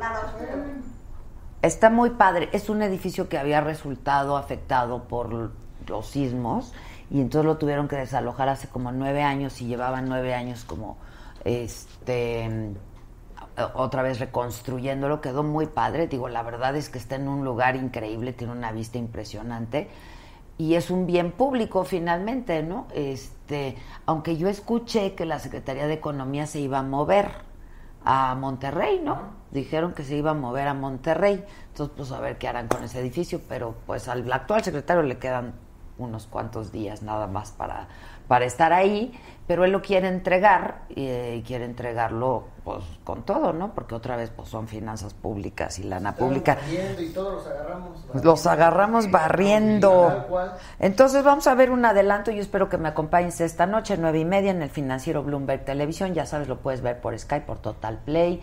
[SPEAKER 1] Está muy padre. Es un edificio que había resultado afectado por los sismos y entonces lo tuvieron que desalojar hace como nueve años y llevaban nueve años como este otra vez reconstruyéndolo, quedó muy padre. Digo, la verdad es que está en un lugar increíble, tiene una vista impresionante y es un bien público finalmente, ¿no? Este, aunque yo escuché que la Secretaría de Economía se iba a mover a Monterrey, ¿no? Dijeron que se iba a mover a Monterrey. Entonces, pues a ver qué harán con ese edificio, pero pues al actual secretario le quedan unos cuantos días nada más para, para estar ahí, pero él lo quiere entregar eh, y quiere entregarlo pues con todo, ¿no? Porque otra vez pues son finanzas públicas y lana pública.
[SPEAKER 3] Viendo y todos los agarramos.
[SPEAKER 1] Los agarramos barriendo.
[SPEAKER 3] Tal cual.
[SPEAKER 1] Entonces vamos a ver un adelanto. Yo espero que me acompañes esta noche, nueve y media, en el financiero Bloomberg Televisión. Ya sabes, lo puedes ver por Skype, por Total Play,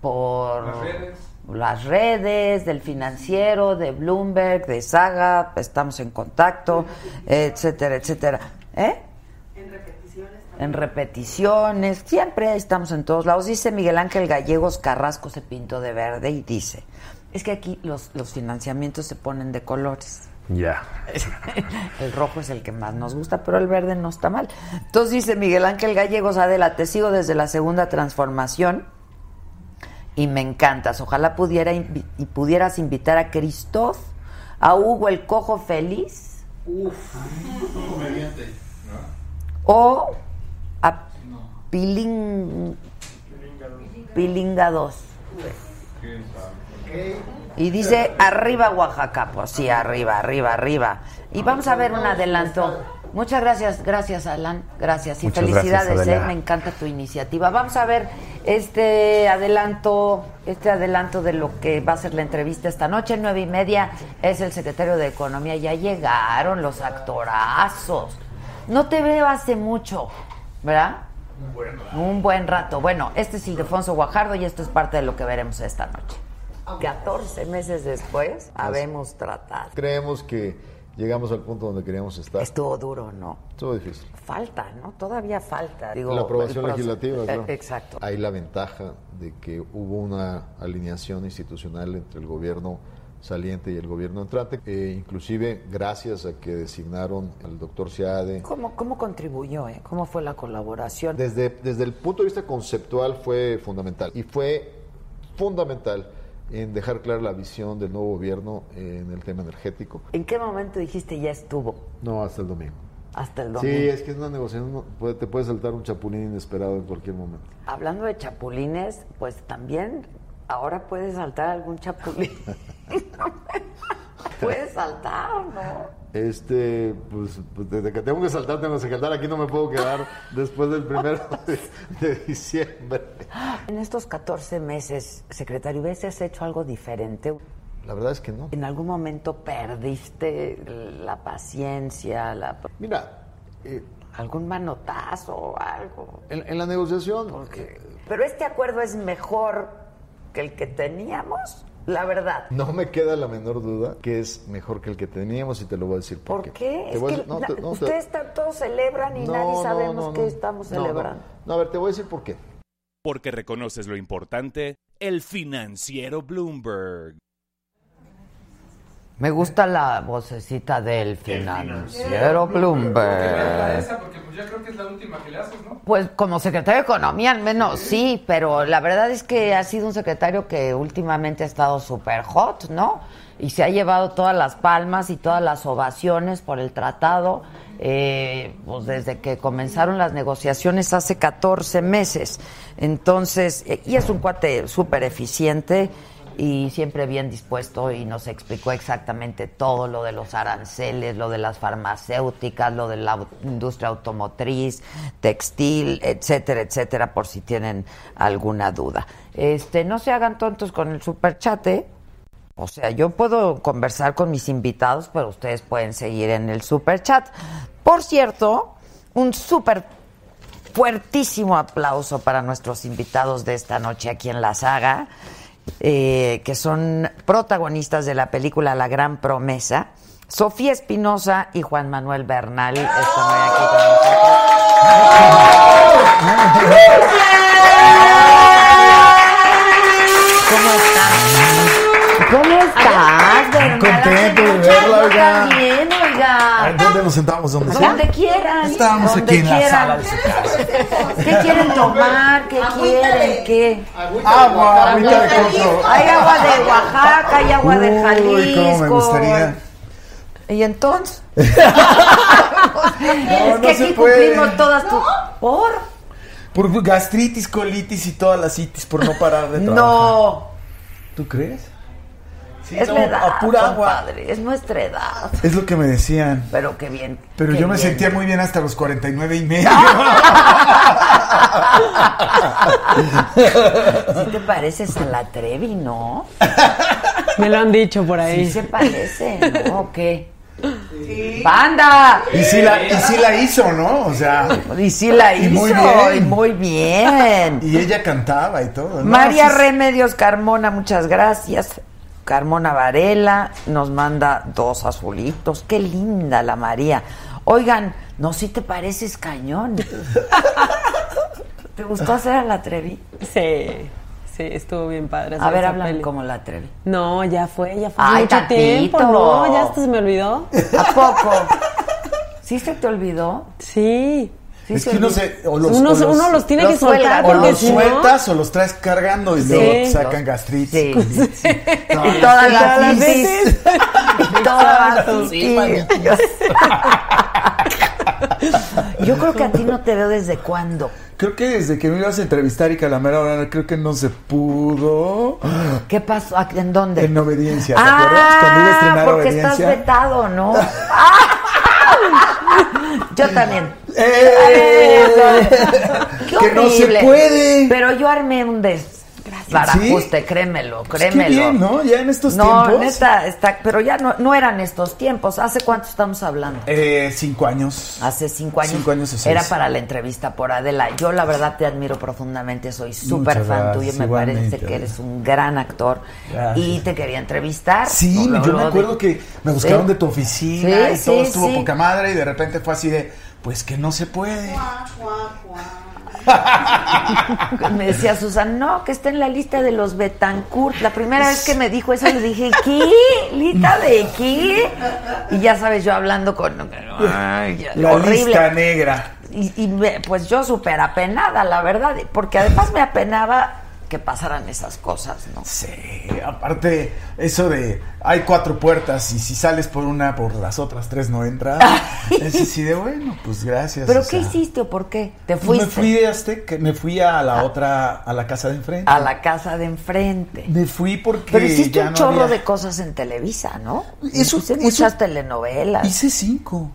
[SPEAKER 1] por
[SPEAKER 5] Las redes.
[SPEAKER 1] las redes del financiero, de Bloomberg, de Saga. Estamos en contacto, etcétera, etcétera. ¿Eh? en repeticiones, siempre estamos en todos lados. Dice Miguel Ángel Gallegos Carrasco se pintó de verde y dice, es que aquí los, los financiamientos se ponen de colores.
[SPEAKER 8] Ya.
[SPEAKER 1] El rojo es el que más nos gusta, pero el verde no está mal. Entonces dice Miguel Ángel Gallegos, Adela, te sigo desde la segunda transformación y me encantas. Ojalá pudiera invi- y pudieras invitar a Christoph, a Hugo el Cojo Feliz
[SPEAKER 5] Comediante.
[SPEAKER 1] o a Piling... Pilinga 2. Y dice arriba Oaxaca, pues sí, arriba, arriba, arriba. Y vamos a ver un adelanto. Muchas gracias, gracias Alan, gracias y
[SPEAKER 8] Muchas gracias,
[SPEAKER 1] felicidades, ¿eh?
[SPEAKER 8] Adela.
[SPEAKER 1] me encanta tu iniciativa. Vamos a ver este adelanto, este adelanto de lo que va a ser la entrevista esta noche, nueve y media, es el secretario de Economía, ya llegaron los actorazos. No te veo hace mucho, ¿verdad? Un buen rato. Bueno, este es Ildefonso Guajardo y esto es parte de lo que veremos esta noche. 14 meses después habemos tratado.
[SPEAKER 9] Creemos que llegamos al punto donde queríamos estar.
[SPEAKER 1] Estuvo duro, ¿no?
[SPEAKER 9] Estuvo difícil.
[SPEAKER 1] Falta, ¿no? Todavía falta. Digo,
[SPEAKER 9] la aprobación
[SPEAKER 1] el proce-
[SPEAKER 9] legislativa,
[SPEAKER 1] Eh,
[SPEAKER 9] claro.
[SPEAKER 1] Exacto.
[SPEAKER 9] Hay la ventaja de que hubo una alineación institucional entre el gobierno saliente y el gobierno entrante, e inclusive gracias a que designaron al doctor Seade.
[SPEAKER 1] ¿Cómo, cómo contribuyó? eh? ¿Cómo fue la colaboración?
[SPEAKER 9] Desde, desde el punto de vista conceptual fue fundamental y fue fundamental en dejar clara la visión del nuevo gobierno eh, en el tema energético.
[SPEAKER 1] ¿En qué momento dijiste ya estuvo?
[SPEAKER 9] No, hasta el domingo.
[SPEAKER 1] Hasta el
[SPEAKER 9] Sí,
[SPEAKER 1] domingo.
[SPEAKER 9] es que es una negociación, no- puede- te puede saltar un chapulín inesperado en cualquier momento.
[SPEAKER 1] Hablando de chapulines, pues también ahora puedes saltar algún chapulín. ¿Puedes saltar o no?
[SPEAKER 9] Este, pues, pues, desde que tengo que saltar, tengo que saltar, aquí no me puedo quedar después del primero de, de diciembre.
[SPEAKER 1] En estos 14 meses, secretario, ¿hubieses hecho algo diferente?
[SPEAKER 9] La verdad es que no.
[SPEAKER 1] ¿En algún momento perdiste la paciencia? La...
[SPEAKER 9] Mira, eh,
[SPEAKER 1] algún manotazo o algo.
[SPEAKER 9] En, en la negociación, eh,
[SPEAKER 1] Pero este acuerdo es mejor que el que teníamos, la verdad.
[SPEAKER 9] no me queda la menor duda que es mejor que el que teníamos y te lo voy a decir por,
[SPEAKER 1] ¿Por qué?
[SPEAKER 9] Te
[SPEAKER 1] Es
[SPEAKER 9] voy a
[SPEAKER 1] que
[SPEAKER 9] decir- no, te-
[SPEAKER 1] na-
[SPEAKER 9] no, te-
[SPEAKER 1] ustedes tan- todos celebran y
[SPEAKER 9] No,
[SPEAKER 1] nadie
[SPEAKER 9] no,
[SPEAKER 1] sabemos
[SPEAKER 9] no,
[SPEAKER 1] qué
[SPEAKER 9] no.
[SPEAKER 1] estamos
[SPEAKER 9] No, no.
[SPEAKER 1] celebrando.
[SPEAKER 9] No, a ver, te voy a decir por qué.
[SPEAKER 10] Porque reconoces lo importante, el financiero Bloomberg.
[SPEAKER 1] Me gusta la vocecita del financiero Bloomberg.
[SPEAKER 5] Esa, porque pues ya creo que es la última que le haces, ¿no?
[SPEAKER 1] Pues como secretario de Economía al menos sí, pero la verdad es que ha sido un secretario que últimamente ha estado súper hot, ¿no? Y se ha llevado todas las palmas y todas las ovaciones por el tratado, eh, pues desde que comenzaron las negociaciones hace 14 meses. Entonces, eh, y es un cuate súper eficiente y siempre bien dispuesto y nos explicó exactamente todo lo de los aranceles, lo de las farmacéuticas, lo de la au- industria automotriz, textil, etcétera, etcétera, por si tienen alguna duda. Este, no se hagan tontos con el superchate. O sea, yo puedo conversar con mis invitados, pero ustedes pueden seguir en el superchat. Por cierto, un súper fuertísimo aplauso para nuestros invitados de esta noche aquí en La Saga, eh, que son protagonistas de la película La Gran Promesa. Sofía Espinosa y Juan Manuel Bernal están hoy aquí con nosotros. ¿Cómo estás? ¿Cómo estás, Bernal?
[SPEAKER 11] Contento de
[SPEAKER 1] Hace mucho
[SPEAKER 11] verla,
[SPEAKER 1] no
[SPEAKER 11] oiga.
[SPEAKER 1] estás bien, oiga.
[SPEAKER 11] Ay, ¿Dónde nos sentamos? ¿Dónde
[SPEAKER 1] Donde quieran.
[SPEAKER 11] Estábamos
[SPEAKER 1] donde
[SPEAKER 11] aquí en la
[SPEAKER 1] quieran.
[SPEAKER 11] sala de su casa.
[SPEAKER 1] ¿Qué quieren tomar? ¿Qué quieren? ¿Qué?
[SPEAKER 11] Agua, agüita de coco.
[SPEAKER 1] Hay agua de Oaxaca, hay agua de Jalisco.
[SPEAKER 11] Uy, cómo me gustaría.
[SPEAKER 1] ¿Y entonces?
[SPEAKER 11] No,
[SPEAKER 1] es
[SPEAKER 11] no
[SPEAKER 1] que
[SPEAKER 11] se
[SPEAKER 1] aquí
[SPEAKER 11] puede.
[SPEAKER 1] cumplimos todas tus... ¿Por?
[SPEAKER 11] Por gastritis, colitis y todas las itis por no parar de trabajar.
[SPEAKER 1] No.
[SPEAKER 11] ¿Tú crees? Sí,
[SPEAKER 1] es
[SPEAKER 11] no,
[SPEAKER 1] la edad,
[SPEAKER 11] a pura agua.
[SPEAKER 1] compadre, Es nuestra edad.
[SPEAKER 11] Es lo que me decían.
[SPEAKER 1] Pero qué bien.
[SPEAKER 11] Pero
[SPEAKER 1] qué
[SPEAKER 11] yo me
[SPEAKER 1] bien.
[SPEAKER 11] sentía muy bien hasta los 49 y medio.
[SPEAKER 1] Sí te pareces a la Trevi, ¿no?
[SPEAKER 12] Me lo han dicho por ahí.
[SPEAKER 1] Sí se parece, ¿no? ¿O qué? ¡Banda!
[SPEAKER 11] Y sí la, y sí la hizo, ¿no? O sea.
[SPEAKER 1] Y sí la hizo,
[SPEAKER 11] muy
[SPEAKER 1] y
[SPEAKER 11] bien.
[SPEAKER 1] muy bien.
[SPEAKER 11] Y ella cantaba y todo. ¿no?
[SPEAKER 1] María
[SPEAKER 11] Así es.
[SPEAKER 1] Remedios Carmona, muchas gracias. Carmona Varela nos manda dos azulitos. Qué linda la María. Oigan, no, si te pareces cañón. ¿Te gustó hacer a la Trevi?
[SPEAKER 12] Sí, sí, estuvo bien padre.
[SPEAKER 1] A
[SPEAKER 12] hacer
[SPEAKER 1] ver,
[SPEAKER 12] esa
[SPEAKER 1] háblame
[SPEAKER 12] peli.
[SPEAKER 1] como la Trevi.
[SPEAKER 12] No, ya fue, ya fue. hace
[SPEAKER 1] Ay,
[SPEAKER 12] mucho
[SPEAKER 1] tantito.
[SPEAKER 12] tiempo, no, ya hasta se me olvidó.
[SPEAKER 1] ¿A poco? ¿Sí se te olvidó?
[SPEAKER 12] Sí.
[SPEAKER 11] Es que uno se. O los,
[SPEAKER 12] uno,
[SPEAKER 11] o los-
[SPEAKER 12] uno los tiene que
[SPEAKER 1] Ah,
[SPEAKER 12] soltar
[SPEAKER 11] O
[SPEAKER 12] porque
[SPEAKER 11] los
[SPEAKER 12] si no.
[SPEAKER 11] sueltas o los traes cargando y
[SPEAKER 12] Sí.
[SPEAKER 11] luego te sacan gastritis. colitis. No,
[SPEAKER 1] Y todas las
[SPEAKER 11] itis.
[SPEAKER 1] itis. Y todas
[SPEAKER 11] Exacto,
[SPEAKER 1] las
[SPEAKER 11] sí,
[SPEAKER 1] itis. Yo creo que a ti no te veo desde cuándo.
[SPEAKER 11] Creo que desde que me ibas a entrevistar y que a la mera hora creo que no se pudo.
[SPEAKER 1] ¿Qué pasó? ¿A- ¿En dónde?
[SPEAKER 11] En obediencia, ¿te acuerdas? Cuando iba a
[SPEAKER 1] Ah,
[SPEAKER 11] estrenar
[SPEAKER 1] porque estás
[SPEAKER 11] obediencia.
[SPEAKER 1] vetado, ¿no? Ah. Yo también.
[SPEAKER 11] ¡Eh!
[SPEAKER 1] Qué
[SPEAKER 11] Que no se
[SPEAKER 1] horrible.
[SPEAKER 11] puede.
[SPEAKER 1] Pero yo armé un des. Gracias. Barajuste, créemelo,
[SPEAKER 11] Pues qué
[SPEAKER 1] créemelo.
[SPEAKER 11] bien, ¿no? Ya en estos
[SPEAKER 1] no,
[SPEAKER 11] tiempos.
[SPEAKER 1] neta, está, pero ya no, no eran estos tiempos. ¿Hace cuánto estamos hablando?
[SPEAKER 11] Eh, cinco años.
[SPEAKER 1] Hace cinco años.
[SPEAKER 11] Cinco años o seis.
[SPEAKER 1] Era para la entrevista por Adela. Yo la verdad te admiro profundamente, soy súper
[SPEAKER 11] Muchas
[SPEAKER 1] fan
[SPEAKER 11] gracias,
[SPEAKER 1] tuyo, me
[SPEAKER 11] igualmente.
[SPEAKER 1] parece que eres un gran actor
[SPEAKER 11] Gracias.
[SPEAKER 1] y te quería entrevistar.
[SPEAKER 11] Sí,
[SPEAKER 1] Lo-
[SPEAKER 11] yo
[SPEAKER 1] lo
[SPEAKER 11] me
[SPEAKER 1] de-
[SPEAKER 11] acuerdo que me buscaron
[SPEAKER 1] Sí.
[SPEAKER 11] de tu oficina
[SPEAKER 1] Sí,
[SPEAKER 11] y todo
[SPEAKER 1] sí,
[SPEAKER 11] estuvo
[SPEAKER 1] sí.
[SPEAKER 11] poca madre y de repente fue así de, pues que no se puede.
[SPEAKER 1] Me decía Susan, no, que está en la lista de los Betancourt. La primera vez que me dijo eso le dije, ¿qué? ¿Lista de qué? Y ya sabes, yo hablando con... Ay, ya,
[SPEAKER 11] La
[SPEAKER 1] horrible.
[SPEAKER 11] lista negra.
[SPEAKER 1] Y, y me- pues yo súper apenada, la verdad, porque además me apenaba que pasaran esas cosas, ¿no?
[SPEAKER 11] Sí. Eh, aparte, eso de hay cuatro puertas y si sales por una, por las otras tres no entras. es así de bueno, pues gracias.
[SPEAKER 1] ¿Pero
[SPEAKER 11] o
[SPEAKER 1] qué
[SPEAKER 11] sea. pues
[SPEAKER 1] hiciste o por qué? ¿Te
[SPEAKER 11] Me
[SPEAKER 1] fuiste Ah.
[SPEAKER 11] fui de Azteca, me fui a la otra, a la casa de enfrente.
[SPEAKER 1] a la casa de enfrente?
[SPEAKER 11] Me fui porque.
[SPEAKER 1] Pero hiciste
[SPEAKER 11] ya
[SPEAKER 1] un
[SPEAKER 11] no
[SPEAKER 1] chorro
[SPEAKER 11] había-
[SPEAKER 1] de cosas en Televisa, ¿no?
[SPEAKER 11] Eso-
[SPEAKER 1] hiciste
[SPEAKER 11] eso-
[SPEAKER 1] muchas telenovelas.
[SPEAKER 11] Hice cinco.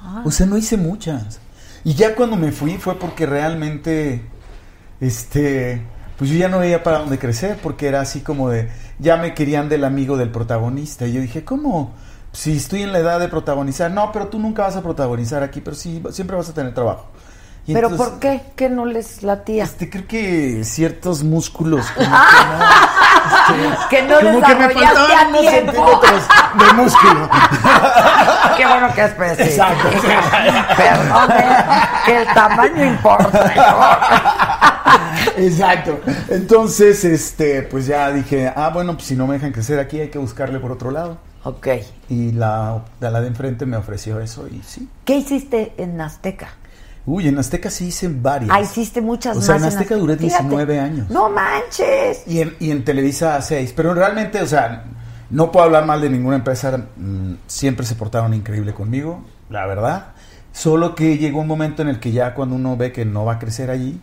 [SPEAKER 1] Ah.
[SPEAKER 11] O sea, no hice muchas. Y ya cuando me fui fue porque realmente, este, pues yo ya no veía para dónde crecer, porque era así como de, ya me querían del amigo del protagonista. Y yo dije, ¿cómo? Si estoy en la edad de protagonizar, no, pero tú nunca vas a protagonizar aquí, pero sí, siempre vas a tener trabajo. Y
[SPEAKER 1] ¿Pero
[SPEAKER 11] entonces,
[SPEAKER 1] por qué? ¿Qué no les latía?
[SPEAKER 11] Este, creo que ciertos músculos, como,
[SPEAKER 1] que no
[SPEAKER 11] como que me
[SPEAKER 1] desarrollaste
[SPEAKER 11] faltaban
[SPEAKER 1] a
[SPEAKER 11] unos
[SPEAKER 1] tiempo.
[SPEAKER 11] centímetros de músculo.
[SPEAKER 1] Qué bueno que es preciso.
[SPEAKER 11] Exacto.
[SPEAKER 1] Perdón, eh, que el tamaño importa.
[SPEAKER 11] Exacto. Entonces, este, pues ya dije, ah, bueno, pues si no me dejan crecer aquí, hay que buscarle por otro lado.
[SPEAKER 1] Ok.
[SPEAKER 11] Y la, de la de enfrente me ofreció eso y sí.
[SPEAKER 1] ¿Qué hiciste en Azteca?
[SPEAKER 11] Uy, en Azteca sí hice varias.
[SPEAKER 1] Ah, hiciste muchas
[SPEAKER 11] O sea,
[SPEAKER 1] más
[SPEAKER 11] en Azteca duré
[SPEAKER 1] Fíjate.
[SPEAKER 11] 19 años.
[SPEAKER 1] ¡No manches!
[SPEAKER 11] Y en, y en Televisa 6. Pero realmente, o sea, no puedo hablar mal de ninguna empresa. mm, Siempre se portaron increíble conmigo, la verdad. Solo que llegó un momento en el que ya cuando uno ve que no va a crecer allí,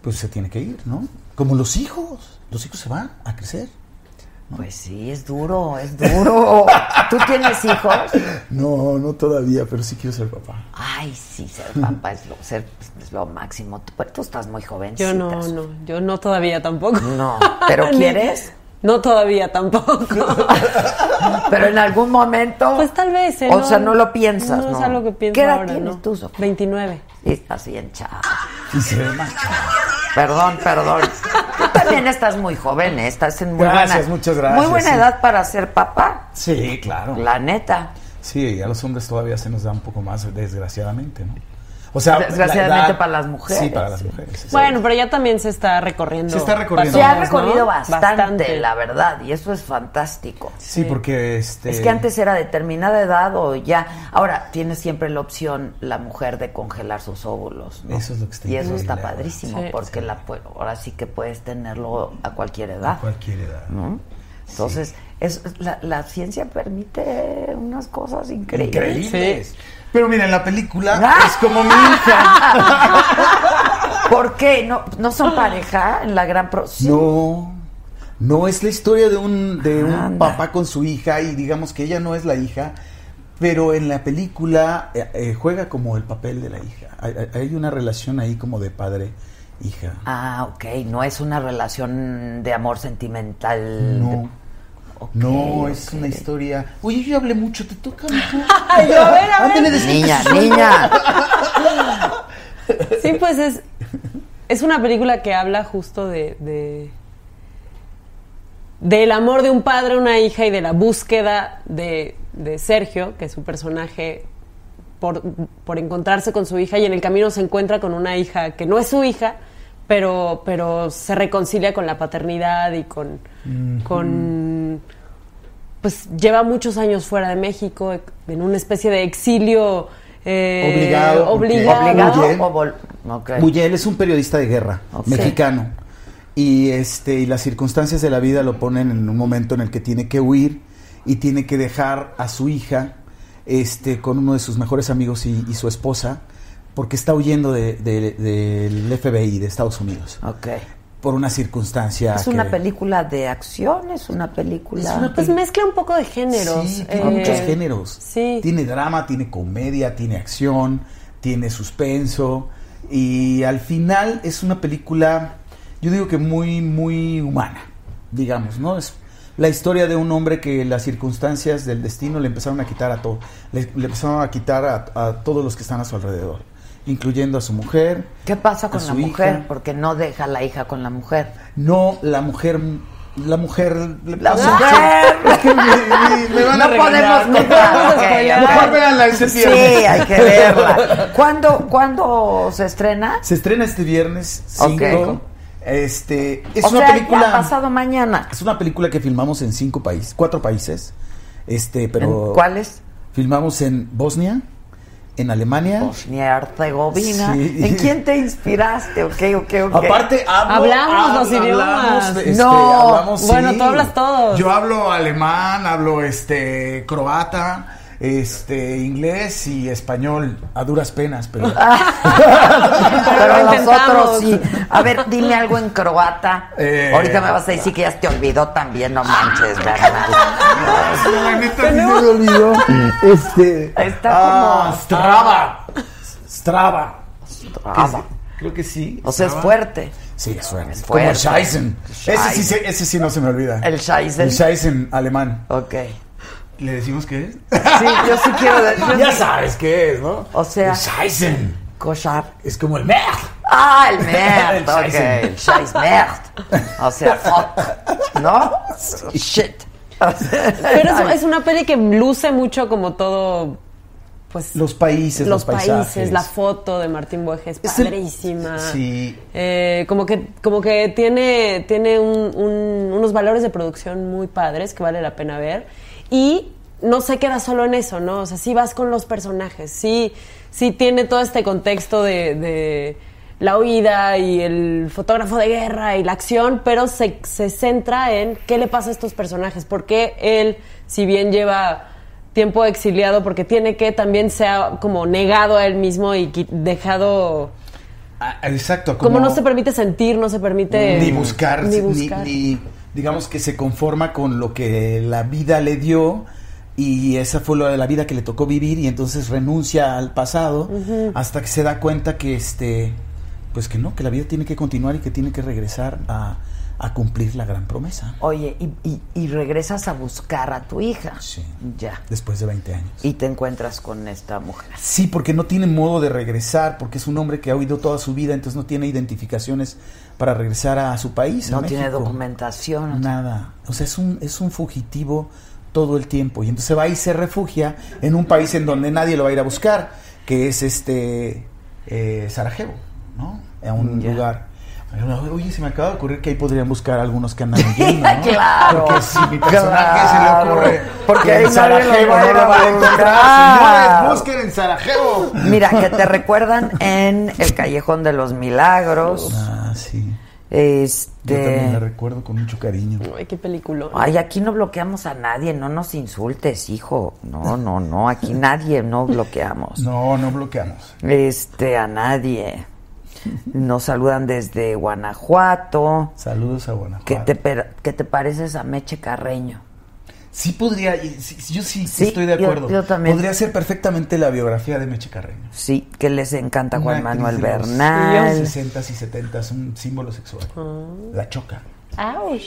[SPEAKER 11] pues se tiene que ir, ¿no? Como los hijos. Los hijos se van a crecer.
[SPEAKER 1] Pues sí, es duro, es duro. ¿Tú tienes hijos?
[SPEAKER 11] No, no todavía, pero sí quiero ser papá.
[SPEAKER 1] Ay, sí, ser papá es lo, ser, pues, es lo máximo. Tú, pero tú estás muy joven.
[SPEAKER 12] Yo no, no, yo no todavía tampoco.
[SPEAKER 1] No, ¿pero
[SPEAKER 12] Ni-
[SPEAKER 1] quieres?
[SPEAKER 12] No todavía tampoco.
[SPEAKER 1] Pero en algún momento.
[SPEAKER 12] Pues tal vez. ¿eh?
[SPEAKER 1] O sea, no lo piensas,
[SPEAKER 12] No,
[SPEAKER 1] ¿no?
[SPEAKER 12] es algo que pienso
[SPEAKER 1] ¿Qué edad
[SPEAKER 12] ahora,
[SPEAKER 1] tienes
[SPEAKER 12] no?
[SPEAKER 1] tú, Sofía?
[SPEAKER 12] 29.
[SPEAKER 1] Sí, estás bien chava.
[SPEAKER 11] Y se ve más.
[SPEAKER 1] Perdón, perdón. Tú también estás muy joven, ¿eh? estás en muy
[SPEAKER 11] Gracias,
[SPEAKER 1] buena,
[SPEAKER 11] muchas gracias,
[SPEAKER 1] Muy buena
[SPEAKER 11] sí.
[SPEAKER 1] edad para ser papá,
[SPEAKER 11] Sí, claro.
[SPEAKER 1] la neta.
[SPEAKER 11] Sí, a los hombres todavía se nos da un poco más, desgraciadamente, ¿no? O sea, la
[SPEAKER 1] Desgraciadamente
[SPEAKER 11] edad-
[SPEAKER 1] para las mujeres.
[SPEAKER 11] Sí, para las mujeres. sí.
[SPEAKER 12] Bueno, pero ya también se está recorriendo.
[SPEAKER 11] Se está recorriendo.
[SPEAKER 1] Se ha
[SPEAKER 12] pasos, ¿no?
[SPEAKER 1] recorrido bastante, la verdad, y eso es fantástico.
[SPEAKER 11] Sí, porque este.
[SPEAKER 1] Es que antes era determinada edad o ya. Ahora tiene siempre la opción la mujer de congelar sus óvulos. ¿no?
[SPEAKER 11] Eso es lo que está
[SPEAKER 1] Y eso
[SPEAKER 11] increíble
[SPEAKER 1] está
[SPEAKER 11] ahora.
[SPEAKER 1] padrísimo,
[SPEAKER 11] Sí.
[SPEAKER 1] porque la pu- ahora sí que puedes tenerlo a cualquier edad.
[SPEAKER 11] A cualquier edad.
[SPEAKER 1] ¿no? Entonces, es, la, la ciencia permite unas cosas increíbles.
[SPEAKER 11] Increíbles. Pero miren, la película
[SPEAKER 1] ¡Ah!
[SPEAKER 11] es como mi hija.
[SPEAKER 1] ¿Por qué? ¿No, ¿No son pareja en la gran pro? Sí.
[SPEAKER 11] No. No, es la historia de un, de un papá con su hija y digamos que ella no es la hija, pero en la película eh, eh, juega como el papel de la hija. Hay, hay- hay una relación ahí como de padre-hija.
[SPEAKER 1] Ah, ok. No es una relación de amor sentimental.
[SPEAKER 11] No. no,
[SPEAKER 1] ok,
[SPEAKER 11] es
[SPEAKER 1] ok.
[SPEAKER 11] una historia. Oye, yo ya hablé mucho, te toca, mijo.
[SPEAKER 12] Ay, yo, a ver, a ver.
[SPEAKER 11] Ándale,
[SPEAKER 1] de- Niña,
[SPEAKER 11] descansa.
[SPEAKER 1] niña.
[SPEAKER 12] Sí, pues es, es una película que habla justo de, de- del amor de un padre a una hija y de la búsqueda de, de Sergio, que es su personaje, por, por encontrarse con su hija y en el camino se encuentra con una hija que no es su hija, pero, pero se reconcilia con la paternidad y con, con pues lleva muchos años fuera de México, en una especie de exilio eh,
[SPEAKER 11] Obligado, porque-
[SPEAKER 12] obligado.
[SPEAKER 1] ¿Obligado
[SPEAKER 11] Muy bien.
[SPEAKER 1] o vol- ok.
[SPEAKER 11] Muyel es un periodista de guerra
[SPEAKER 1] Ok.
[SPEAKER 11] mexicano y este y las circunstancias de la vida lo ponen en un momento en el que tiene que huir y tiene que dejar a su hija este con uno de sus mejores amigos y, y su esposa porque está huyendo de- de- del FBI de Estados Unidos
[SPEAKER 1] Ok.
[SPEAKER 11] por una circunstancia
[SPEAKER 1] Ah. Es una
[SPEAKER 11] que-
[SPEAKER 1] película de acción, es una película.
[SPEAKER 11] Es una
[SPEAKER 12] Pues mezcla un poco de géneros.
[SPEAKER 11] Sí, tiene
[SPEAKER 12] eh,
[SPEAKER 11] muchos géneros.
[SPEAKER 12] sí.
[SPEAKER 11] Tiene drama, tiene comedia, tiene acción, tiene suspenso. Y al final es una película yo digo que muy, muy humana, digamos, ¿no? Es la historia de un hombre que las circunstancias del destino le empezaron a quitar a todo, le, le empezaron a quitar a, a todos los que están a su alrededor, incluyendo a su mujer.
[SPEAKER 1] ¿Qué pasa
[SPEAKER 11] a
[SPEAKER 1] con
[SPEAKER 11] su
[SPEAKER 1] la mujer?
[SPEAKER 11] hija.
[SPEAKER 1] Porque no deja la hija con la mujer.
[SPEAKER 11] No, la mujer, la mujer, le
[SPEAKER 1] ¡La
[SPEAKER 11] pasa-
[SPEAKER 1] mujer!
[SPEAKER 11] Es que me- me- me van a
[SPEAKER 1] no
[SPEAKER 11] regañar.
[SPEAKER 1] podemos contar. ok, a ver.
[SPEAKER 11] Mejor véanla ese
[SPEAKER 1] Sí,
[SPEAKER 11] viernes.
[SPEAKER 1] hay que verla. ¿Cuándo, ¿cuándo se estrena?
[SPEAKER 11] Se estrena este viernes 5.
[SPEAKER 1] Ok.
[SPEAKER 11] Este, es
[SPEAKER 1] o
[SPEAKER 11] una
[SPEAKER 1] sea, ya
[SPEAKER 11] película
[SPEAKER 1] pasado mañana.
[SPEAKER 11] es una película que filmamos en cinco países, cuatro países. Este, pero
[SPEAKER 1] ¿En cuáles?
[SPEAKER 11] Filmamos en Bosnia, en Alemania.
[SPEAKER 1] Ni Herzegovina.
[SPEAKER 11] Sí.
[SPEAKER 1] ¿En quién te inspiraste? Ok, ok, ok.
[SPEAKER 11] Aparte hablo,
[SPEAKER 12] Hablamos
[SPEAKER 11] hablo-
[SPEAKER 12] los idiomas.
[SPEAKER 11] hablamos, este,
[SPEAKER 12] No.
[SPEAKER 11] hablamos,
[SPEAKER 12] Bueno,
[SPEAKER 11] sí.
[SPEAKER 12] tú hablas todos.
[SPEAKER 11] Yo hablo alemán, hablo este croata, este inglés y español a duras penas, pero
[SPEAKER 1] Pero
[SPEAKER 11] lo intentamos.
[SPEAKER 1] nosotros sí. A ver, dime algo en croata.
[SPEAKER 11] Eh.
[SPEAKER 1] Ahorita me vas a decir que ya se te olvidó también, no manches, carnal.
[SPEAKER 11] Tenemos- Este.
[SPEAKER 1] Está
[SPEAKER 11] ah,
[SPEAKER 1] como-
[SPEAKER 11] Strava. Strava.
[SPEAKER 1] Strava.
[SPEAKER 11] Creo que sí.
[SPEAKER 1] Ah, O sea, es
[SPEAKER 11] Strava.
[SPEAKER 1] fuerte.
[SPEAKER 11] Sí, es fuerte.
[SPEAKER 1] Es
[SPEAKER 11] Como
[SPEAKER 1] fuerte.
[SPEAKER 11] el Scheisen. Ese sí,
[SPEAKER 1] Scheisen.
[SPEAKER 11] se- ese sí no se me olvida.
[SPEAKER 1] El Scheisen.
[SPEAKER 11] El Scheisen alemán.
[SPEAKER 1] Ok.
[SPEAKER 11] ¿Le decimos qué es?
[SPEAKER 1] Sí, yo sí quiero decir.
[SPEAKER 11] ya sabes qué es, ¿no?
[SPEAKER 1] O sea,
[SPEAKER 11] El Scheisen.
[SPEAKER 1] Koshar.
[SPEAKER 11] Es como el Mer.
[SPEAKER 1] Ah, el merd,
[SPEAKER 11] El
[SPEAKER 1] ok.
[SPEAKER 11] Scheisen.
[SPEAKER 1] El scheiß merd. O sea, fuck. ¿No? Shit.
[SPEAKER 12] Pero es, es una peli que luce mucho como todo, pues...
[SPEAKER 11] Los países, los,
[SPEAKER 12] los países,
[SPEAKER 11] paisajes.
[SPEAKER 12] la foto de Martín Bueje es
[SPEAKER 11] Es el-
[SPEAKER 12] padrísima.
[SPEAKER 11] Sí.
[SPEAKER 12] Eh, como que, como que tiene, tiene un- un- unos valores de producción muy padres que vale la pena ver. Y no se queda solo en eso, ¿no? O sea, sí vas con los personajes, sí, sí tiene todo este contexto de, de la huida y el fotógrafo de guerra y la acción, pero se, se centra en qué le pasa a estos personajes, porque él, si bien lleva tiempo exiliado, porque tiene que también sea como negado a él mismo y qui- dejado
[SPEAKER 11] Ah, Exacto.
[SPEAKER 12] como, no se permite sentir, no se permite
[SPEAKER 11] ni buscar,
[SPEAKER 12] ni
[SPEAKER 11] ni,
[SPEAKER 12] buscar.
[SPEAKER 11] ni- digamos que se conforma con lo que la vida le dio y esa fue lo de la vida que le tocó vivir y entonces renuncia al pasado
[SPEAKER 12] Ujú.
[SPEAKER 11] hasta que se da cuenta que este pues que no, que la vida tiene que continuar y que tiene que regresar a, a cumplir la gran promesa
[SPEAKER 1] Oye, y, y- y regresas a buscar a tu hija.
[SPEAKER 11] Sí.
[SPEAKER 1] Ya.
[SPEAKER 11] después de 20 años.
[SPEAKER 1] Y te encuentras con esta mujer.
[SPEAKER 11] Sí, porque no tiene modo de regresar, porque es un hombre que ha huido toda su vida, entonces no tiene identificaciones para regresar a su país. a
[SPEAKER 1] No tiene
[SPEAKER 11] México.
[SPEAKER 1] documentación.
[SPEAKER 11] Nada. O sea, es un, es un fugitivo todo el tiempo. Y entonces va y se refugia en un país en donde nadie lo va a ir a buscar, que es este eh, Sarajevo, ¿no? A un
[SPEAKER 1] Ya.
[SPEAKER 11] lugar. Oye, se me acaba de ocurrir que ahí podrían buscar algunos que andan huyendo, ¿no?
[SPEAKER 1] Claro.
[SPEAKER 11] Porque si mi personaje se
[SPEAKER 1] Claro.
[SPEAKER 11] le ocurre
[SPEAKER 1] Porque
[SPEAKER 11] que
[SPEAKER 1] ahí
[SPEAKER 11] en
[SPEAKER 1] nadie lo
[SPEAKER 11] Sarajevo
[SPEAKER 1] va a
[SPEAKER 11] no
[SPEAKER 1] ir
[SPEAKER 11] lo
[SPEAKER 1] a
[SPEAKER 11] van a
[SPEAKER 1] buscar.
[SPEAKER 11] encontrar, señores, busquen en Sarajevo.
[SPEAKER 1] Mira, que te recuerdan en El Callejón de los Milagros.
[SPEAKER 11] Ah, sí. Yo también la
[SPEAKER 1] Este.
[SPEAKER 11] recuerdo con mucho cariño.
[SPEAKER 12] Ay, qué película.
[SPEAKER 1] Ay, aquí no bloqueamos a nadie, no nos insultes, hijo. No, no, no, aquí nadie no bloqueamos.
[SPEAKER 11] No, no bloqueamos.
[SPEAKER 1] Este, a nadie. Nos saludan desde Guanajuato.
[SPEAKER 11] Saludos a Guanajuato.
[SPEAKER 1] Que te, per- que te pareces a Meche Carreño.
[SPEAKER 11] Sí podría, y sí- yo sí,
[SPEAKER 1] Sí,
[SPEAKER 11] estoy de
[SPEAKER 1] yo-
[SPEAKER 11] acuerdo.
[SPEAKER 1] yo también.
[SPEAKER 11] Podría ser perfectamente la biografía de Meche Carreño.
[SPEAKER 1] Sí, que les encanta Juan
[SPEAKER 11] Una
[SPEAKER 1] Manuel
[SPEAKER 11] actriz de los
[SPEAKER 1] Bernal. Ah.
[SPEAKER 11] 60s y 70s, un símbolo sexual. La choca.
[SPEAKER 12] Ouch.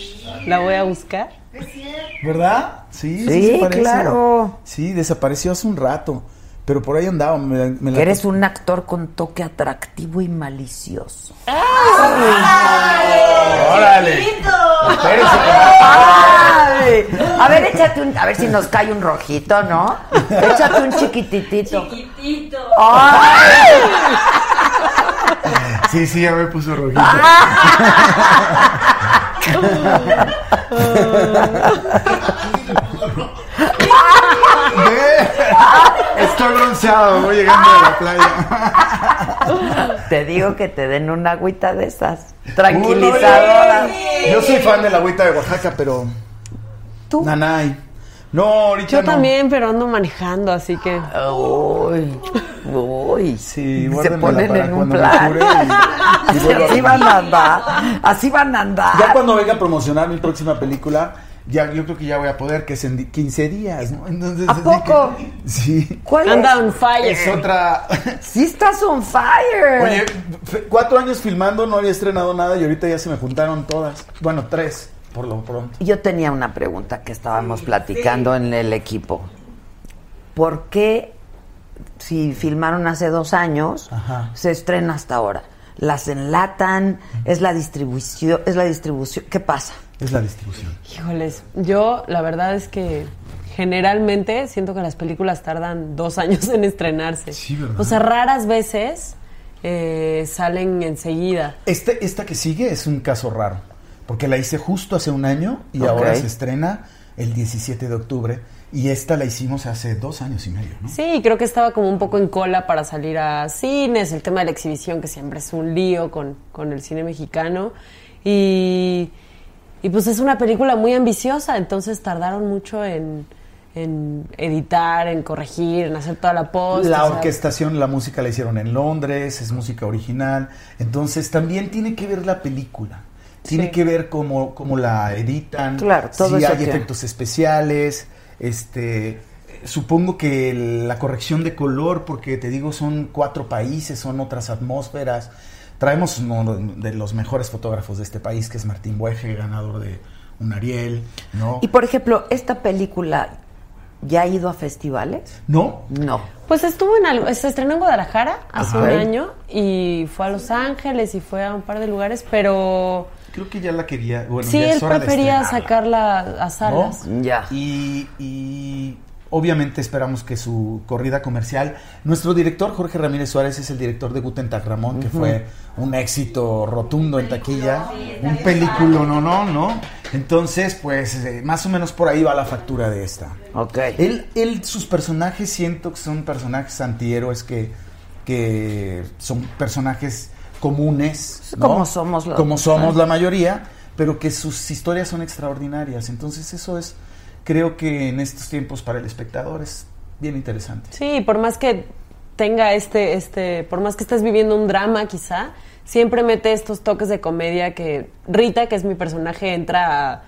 [SPEAKER 12] La voy a buscar.
[SPEAKER 11] ¿Verdad? Sí,
[SPEAKER 1] Sí,
[SPEAKER 11] se parece.
[SPEAKER 1] claro.
[SPEAKER 11] Sí, desapareció hace un rato, pero por ahí andaba. Me, la- me la-
[SPEAKER 1] Que eres un actor con toque atractivo y malicioso.
[SPEAKER 11] ¡Órale! Espérese.
[SPEAKER 1] ¡Ay! A ver, échate un. A ver si nos cae un rojito, ¿no? Échate un chiquititito.
[SPEAKER 6] Chiquitito.
[SPEAKER 1] ¡Ay!
[SPEAKER 11] Sí, sí, ya me puso rojito.
[SPEAKER 3] Ve, Estoy bronceado, voy llegando de la playa.
[SPEAKER 1] Te digo que te den una agüita de esas.
[SPEAKER 11] Tranquilizadora.
[SPEAKER 1] Tranquilizadora.
[SPEAKER 11] Yo soy fan de la agüita de Oaxaca, pero.
[SPEAKER 1] ¿Tú?
[SPEAKER 11] Nanay. No, ahorita
[SPEAKER 12] Yo
[SPEAKER 11] no.
[SPEAKER 12] también, pero ando manejando, así que.
[SPEAKER 1] Uy, uy.
[SPEAKER 11] Sí,
[SPEAKER 1] se
[SPEAKER 11] guárdamela
[SPEAKER 1] ponen
[SPEAKER 11] para
[SPEAKER 1] en un
[SPEAKER 11] cuando me
[SPEAKER 1] plan.
[SPEAKER 11] cure y- y
[SPEAKER 1] Sí,
[SPEAKER 11] vuelva a
[SPEAKER 1] así
[SPEAKER 11] venir.
[SPEAKER 1] van a andar. Así van a andar.
[SPEAKER 11] Ya cuando venga a promocionar mi próxima película, ya, yo creo que ya voy a poder, que es en di- 15 días, ¿no? Entonces,
[SPEAKER 1] ¿A
[SPEAKER 11] así
[SPEAKER 1] poco?
[SPEAKER 11] que- sí.
[SPEAKER 1] ¿Cuál Anda es? on fire.
[SPEAKER 11] Es otra...
[SPEAKER 1] Sí estás on fire.
[SPEAKER 11] Oye, f- cuatro años filmando, no había estrenado nada y ahorita ya se me juntaron todas. Bueno, tres, por lo pronto.
[SPEAKER 1] Yo tenía una pregunta que estábamos platicando en el equipo. ¿Por qué si filmaron hace dos años,
[SPEAKER 11] Ajá.
[SPEAKER 1] se estrena hasta ahora? ¿Las enlatan? ¿Es la distribución? ¿Es la distribución? ¿Qué pasa?
[SPEAKER 11] Es la distribución.
[SPEAKER 12] Híjoles, yo la verdad es que generalmente siento que las películas tardan dos años en estrenarse.
[SPEAKER 11] Sí, ¿verdad?
[SPEAKER 12] O sea, raras veces eh, salen enseguida.
[SPEAKER 11] Este, esta que sigue es un caso raro, porque la hice justo hace un año y
[SPEAKER 1] Ok.
[SPEAKER 11] ahora se estrena el 17 de octubre y esta la hicimos hace dos años y medio, ¿no?
[SPEAKER 12] Sí, y creo que estaba como un poco en cola para salir a cines, el tema de la exhibición que siempre es un lío con, con el cine mexicano. Y, y pues es una película muy ambiciosa, entonces tardaron mucho en, en editar, en corregir, en hacer toda la post.
[SPEAKER 11] La
[SPEAKER 12] o sea,
[SPEAKER 11] orquestación, la música la hicieron en Londres, es música original. Entonces también tiene que ver la película. Tiene
[SPEAKER 12] Sí.
[SPEAKER 11] que ver cómo, cómo la editan.
[SPEAKER 1] Claro, todo
[SPEAKER 11] Si
[SPEAKER 1] eso
[SPEAKER 11] hay
[SPEAKER 1] tiene.
[SPEAKER 11] efectos especiales. Este. Supongo que el- la corrección de color, porque te digo, son cuatro países, son otras atmósferas. Traemos uno de los mejores fotógrafos de este país, que es Martín Bueje, ganador de un Ariel, ¿no?
[SPEAKER 1] Y por ejemplo, esta película ya ha ido a festivales?
[SPEAKER 11] No,
[SPEAKER 1] No.
[SPEAKER 12] Pues estuvo en algo, se estrenó en Guadalajara hace
[SPEAKER 11] Ajá.
[SPEAKER 12] un año y fue a Los Ángeles y fue a un par de lugares, pero
[SPEAKER 11] creo que ya la quería. Bueno,
[SPEAKER 12] sí,
[SPEAKER 11] ya es
[SPEAKER 12] él
[SPEAKER 11] hora de
[SPEAKER 12] prefería
[SPEAKER 11] estrenarla.
[SPEAKER 12] sacarla a salas.
[SPEAKER 1] Ya.
[SPEAKER 11] Y, y obviamente esperamos que su corrida comercial. Nuestro director, Jorge Ramírez Suárez, es el director de Guten Tag Ramón, que
[SPEAKER 1] Ujú.
[SPEAKER 11] fue un éxito rotundo en taquilla. Un película, no, no, no. Entonces, pues, eh, más o menos por ahí va la factura de esta.
[SPEAKER 1] Ok.
[SPEAKER 11] Él, él, sus personajes siento que son personajes antihéroes que, que son personajes comunes. ¿no?
[SPEAKER 1] Como somos la-
[SPEAKER 11] Como somos
[SPEAKER 1] Ah.
[SPEAKER 11] la mayoría, pero que sus historias son extraordinarias. Entonces eso es, creo que en estos tiempos para el espectador es bien interesante.
[SPEAKER 12] Sí, por más que tenga este, este, por más que estés viviendo un drama quizá, siempre mete estos toques de comedia que Rita, que es mi personaje, entra a,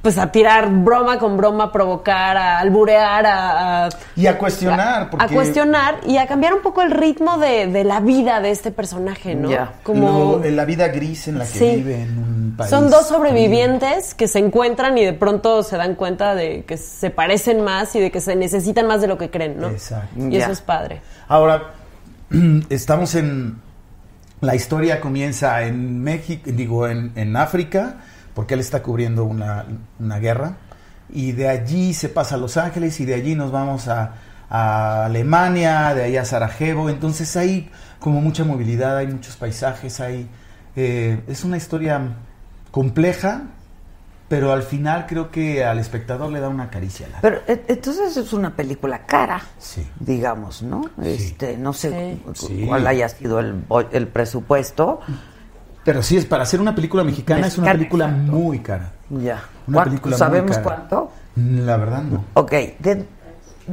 [SPEAKER 12] pues a tirar broma con broma, provocar, a alburear, a, a-
[SPEAKER 11] Y a cuestionar, porque...
[SPEAKER 12] a cuestionar y a cambiar un poco el ritmo de, de la vida de este personaje, ¿no?
[SPEAKER 11] Como...
[SPEAKER 12] Como
[SPEAKER 11] la vida gris en la que
[SPEAKER 12] Sí.
[SPEAKER 11] vive en un país.
[SPEAKER 12] son dos sobrevivientes que se encuentran y de pronto se dan cuenta de que se parecen más y de que se necesitan más de lo que creen, ¿no?
[SPEAKER 11] Exacto.
[SPEAKER 12] Y
[SPEAKER 11] Ya.
[SPEAKER 12] eso es padre.
[SPEAKER 11] Ahora, estamos en. La historia comienza en México, digo, en, en África, porque él está cubriendo una, una guerra. Y de allí se pasa a Los Ángeles y de allí nos vamos a, a Alemania, de ahí a Sarajevo. Entonces hay como mucha movilidad, hay muchos paisajes, hay. eh, es una historia compleja, pero al final creo que al espectador le da una caricia. a la-
[SPEAKER 1] Pero eh, entonces es una película cara, digamos, ¿no? Este, no sé cu-
[SPEAKER 11] Sí.
[SPEAKER 1] cuál haya sido el, bo- el presupuesto.
[SPEAKER 11] Pero sí, es para hacer una película mexicana, es una película
[SPEAKER 1] Mexicana,
[SPEAKER 11] muy cara.
[SPEAKER 1] Ya.
[SPEAKER 11] Una
[SPEAKER 1] ¿Cuánto-
[SPEAKER 11] película muy
[SPEAKER 1] ¿Sabemos
[SPEAKER 11] cara.
[SPEAKER 1] cuánto?
[SPEAKER 11] La verdad no.
[SPEAKER 1] Ok. de-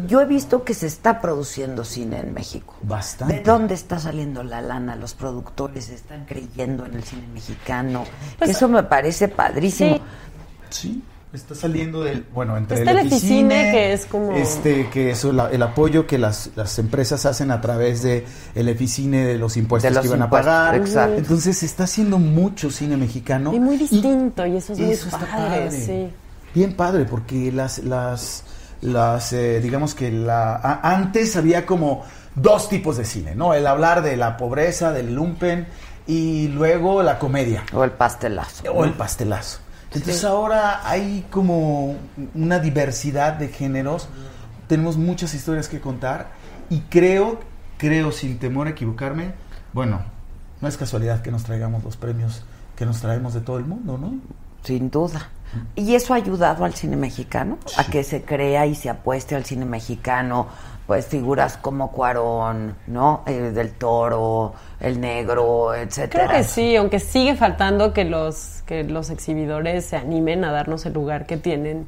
[SPEAKER 1] yo he visto que se está produciendo cine en México.
[SPEAKER 11] Bastante.
[SPEAKER 1] ¿De dónde está saliendo la lana? Los productores están creyendo en el cine mexicano.
[SPEAKER 12] Pues-
[SPEAKER 1] Eso me parece padrísimo.
[SPEAKER 12] Sí.
[SPEAKER 11] Sí, está saliendo del, bueno, entre
[SPEAKER 12] Está
[SPEAKER 11] el
[SPEAKER 12] el Eficine, que es como-
[SPEAKER 11] este que es la- el apoyo que las, las empresas hacen a través de el Eficine de los impuestos
[SPEAKER 1] De los
[SPEAKER 11] que iban
[SPEAKER 1] impuestos,
[SPEAKER 11] a pagar.
[SPEAKER 1] exacto.
[SPEAKER 11] Entonces se está haciendo mucho cine mexicano.
[SPEAKER 12] Y muy distinto, y, eso es muy
[SPEAKER 11] eso está
[SPEAKER 12] padre,
[SPEAKER 11] padre.
[SPEAKER 12] sí.
[SPEAKER 11] Bien padre, porque las, las, las eh, digamos que la, a- antes había como dos tipos de cine, ¿no? El hablar de la pobreza, del lumpen, y luego la comedia,
[SPEAKER 1] O el pastelazo.
[SPEAKER 11] o
[SPEAKER 1] ¿no?
[SPEAKER 11] el pastelazo. Entonces ahora hay como una diversidad de géneros, tenemos muchas historias que contar, y creo, creo sin temor a equivocarme, bueno, no es casualidad que nos traigamos los premios que nos traemos de todo el mundo, ¿no?
[SPEAKER 1] Sin duda. ¿Y eso ha ayudado al cine mexicano? A que se crea y se apueste al cine mexicano, pues figuras como Cuarón, ¿no? Eh, del Toro, El Negro, etcétera.
[SPEAKER 12] Creo que sí, aunque sigue faltando que los, que los exhibidores se animen a darnos el lugar que tienen,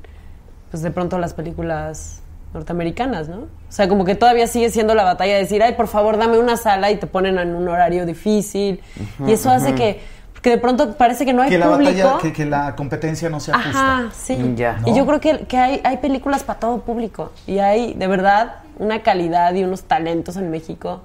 [SPEAKER 12] pues de pronto las películas norteamericanas, ¿no? O sea, como que todavía sigue siendo la batalla de decir, ay, por favor, dame una sala y te ponen en un horario difícil.
[SPEAKER 1] Ujú,
[SPEAKER 12] y eso hace
[SPEAKER 1] ujú.
[SPEAKER 12] que, que de pronto parece que no hay
[SPEAKER 11] que la
[SPEAKER 12] público.
[SPEAKER 11] batalla, que, que la competencia no sea justa.
[SPEAKER 12] Ajá, sí.
[SPEAKER 1] Mm,
[SPEAKER 11] Ya.
[SPEAKER 12] Y yo creo que, que hay, hay películas para todo público. Y hay, de verdad, una calidad y unos talentos en México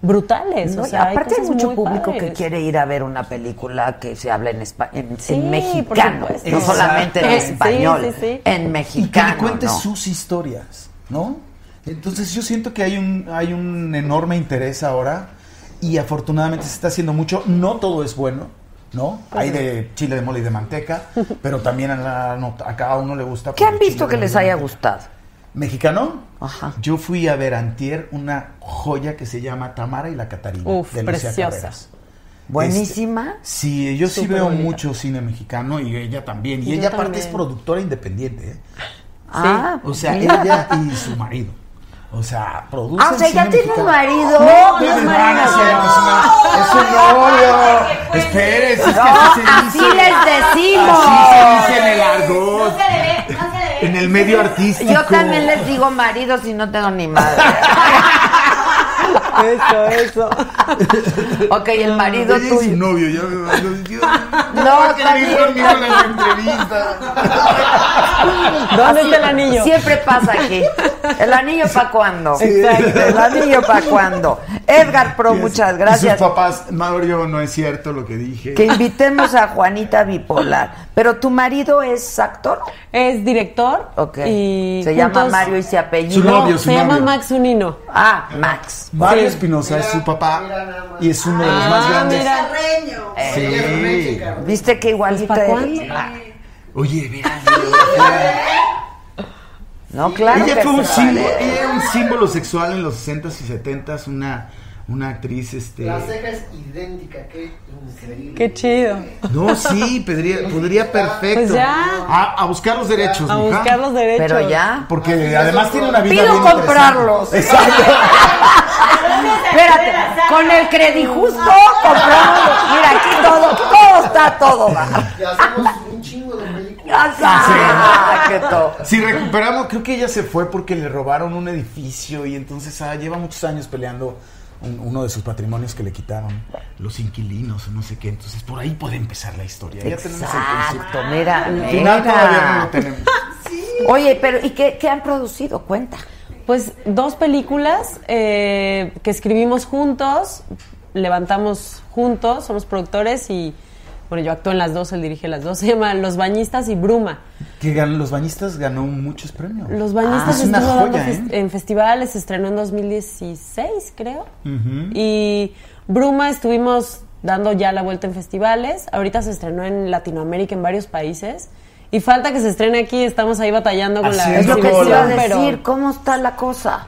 [SPEAKER 12] brutales.
[SPEAKER 1] No,
[SPEAKER 12] o
[SPEAKER 1] y
[SPEAKER 12] sea,
[SPEAKER 1] aparte hay
[SPEAKER 12] cosas
[SPEAKER 1] mucho
[SPEAKER 12] muy
[SPEAKER 1] público
[SPEAKER 12] padres.
[SPEAKER 1] que quiere ir a ver una película que se habla en, espa- en,
[SPEAKER 12] Sí,
[SPEAKER 1] en
[SPEAKER 12] por
[SPEAKER 1] mexicano,
[SPEAKER 12] supuesto.
[SPEAKER 1] no solamente en
[SPEAKER 12] Exactamente.
[SPEAKER 1] español,
[SPEAKER 12] Sí, sí, sí.
[SPEAKER 1] en mexicano.
[SPEAKER 11] Y que cuente
[SPEAKER 1] ¿no?
[SPEAKER 11] sus historias, ¿no? Entonces yo siento que hay un, hay un enorme interés ahora y afortunadamente se está haciendo mucho. No todo es bueno, ¿no?
[SPEAKER 1] Pues
[SPEAKER 11] hay
[SPEAKER 1] sí.
[SPEAKER 11] de chile de mole y de manteca, pero también a, la nota- a cada uno le gusta.
[SPEAKER 1] ¿Qué han visto que les haya
[SPEAKER 11] gustado? ¿Mexicano? Ajá. Yo fui a ver antier una joya que se llama Tamara y la Catarina.
[SPEAKER 1] Uf,
[SPEAKER 11] de Lucía
[SPEAKER 1] preciosa.
[SPEAKER 11] Carreras.
[SPEAKER 1] Buenísima.
[SPEAKER 11] Este, sí, yo sí
[SPEAKER 1] Súper
[SPEAKER 11] veo
[SPEAKER 1] bonita.
[SPEAKER 11] mucho cine mexicano y ella también. Y
[SPEAKER 1] Yo
[SPEAKER 11] ella aparte
[SPEAKER 1] también.
[SPEAKER 11] es productora independiente. ¿eh?
[SPEAKER 1] Ah,
[SPEAKER 11] o sea,
[SPEAKER 1] mira.
[SPEAKER 11] ella y su marido. O sea, produce.
[SPEAKER 1] Ah, o sea,
[SPEAKER 11] cine
[SPEAKER 1] ya tiene
[SPEAKER 11] mexicano.
[SPEAKER 1] un marido.
[SPEAKER 11] No,
[SPEAKER 1] No, no es
[SPEAKER 11] hermana,
[SPEAKER 1] marido.
[SPEAKER 11] señora, es una-
[SPEAKER 1] No.
[SPEAKER 11] es un novio. Espérese, es que así se
[SPEAKER 1] así
[SPEAKER 11] dice.
[SPEAKER 1] les decimos.
[SPEAKER 11] Así se dice en el argot. En el medio artístico.
[SPEAKER 1] Yo también les digo marido si no tengo ni madre.
[SPEAKER 12] Eso, eso.
[SPEAKER 1] Ok, el marido
[SPEAKER 11] Ella y
[SPEAKER 1] tuyo.
[SPEAKER 11] su novio, yo, yo- yo-
[SPEAKER 1] No,
[SPEAKER 11] ¿por qué
[SPEAKER 1] está
[SPEAKER 11] venís
[SPEAKER 1] bien.
[SPEAKER 11] conmigo a las entrevistas?
[SPEAKER 1] ¿Dónde está el anillo? Siempre pasa aquí. ¿El anillo para cuándo?
[SPEAKER 11] Sí.
[SPEAKER 1] Exacto. ¿El anillo para cuándo? Edgar Pro, muchas
[SPEAKER 11] Y sus
[SPEAKER 1] gracias.
[SPEAKER 11] papás, Mario, no es cierto lo que dije.
[SPEAKER 1] Que invitemos a Juanita Bipolar. Pero tu marido es actor.
[SPEAKER 12] Es director.
[SPEAKER 1] Ok.
[SPEAKER 12] Y
[SPEAKER 1] se llama
[SPEAKER 12] juntos-
[SPEAKER 1] Mario y se apellida.
[SPEAKER 11] Su novio, su
[SPEAKER 12] se llama
[SPEAKER 11] novio.
[SPEAKER 12] Max Unino.
[SPEAKER 1] Ah, Max.
[SPEAKER 11] Mario Espinosa es su papá y es uno de los más grandes. Sí.
[SPEAKER 1] ¿Viste que igualito
[SPEAKER 12] ¿Para
[SPEAKER 1] eres?
[SPEAKER 12] cuándo?
[SPEAKER 1] Ah,
[SPEAKER 11] Oye, mira.
[SPEAKER 1] No, claro.
[SPEAKER 11] ella
[SPEAKER 1] que
[SPEAKER 11] fue un
[SPEAKER 1] se
[SPEAKER 11] símbolo,
[SPEAKER 1] vale.
[SPEAKER 11] ella era un símbolo sexual en los 60s y 70s, una una actriz este
[SPEAKER 3] La ceja es idéntica, qué increíble.
[SPEAKER 12] Qué chido.
[SPEAKER 11] No, sí, podría, podría perfecto.
[SPEAKER 12] Pues ya.
[SPEAKER 11] A, a buscar los derechos,
[SPEAKER 12] A
[SPEAKER 11] mija.
[SPEAKER 12] buscar los derechos.
[SPEAKER 1] Pero ya.
[SPEAKER 11] Porque además tiene una vida
[SPEAKER 1] Pido
[SPEAKER 11] bien
[SPEAKER 1] comprarlos.
[SPEAKER 11] interesante. Exacto.
[SPEAKER 1] Espérate, con el credijusto compramos. Mira, aquí todo, todo está todo. va.
[SPEAKER 3] Y hacemos un chingo de películas.
[SPEAKER 1] Ah, qué todo.
[SPEAKER 11] Si recuperamos, creo que ella se fue porque le robaron un edificio y entonces ah, lleva muchos años peleando un- uno de sus patrimonios que le quitaron los inquilinos, no sé qué. Entonces por ahí puede empezar la historia. Ya tenemos el
[SPEAKER 1] Exacto,
[SPEAKER 11] concepto.
[SPEAKER 1] mira,
[SPEAKER 11] Al final todavía no
[SPEAKER 1] mira.
[SPEAKER 11] lo tenemos.
[SPEAKER 1] Oye, pero ¿y qué, qué han producido? Cuenta.
[SPEAKER 12] Pues dos películas eh, que escribimos juntos, levantamos juntos, somos productores y bueno, yo actúo en las dos, él dirige las dos, se llama Los Bañistas y Bruma.
[SPEAKER 11] Que gan- los bañistas ganó muchos premios.
[SPEAKER 12] Los Bañistas
[SPEAKER 11] es una
[SPEAKER 12] estuvo dando
[SPEAKER 11] joya,
[SPEAKER 12] fes-
[SPEAKER 11] ¿eh?
[SPEAKER 12] en festivales, se estrenó en 2016 creo.
[SPEAKER 11] Ujú.
[SPEAKER 12] Y Bruma estuvimos dando ya la vuelta en festivales, ahorita se estrenó en Latinoamérica, en varios países. Y falta que se estrene aquí, estamos ahí batallando con la
[SPEAKER 1] Es lo que te iba a
[SPEAKER 12] distribución, pero-
[SPEAKER 1] decir. ¿Cómo está la cosa?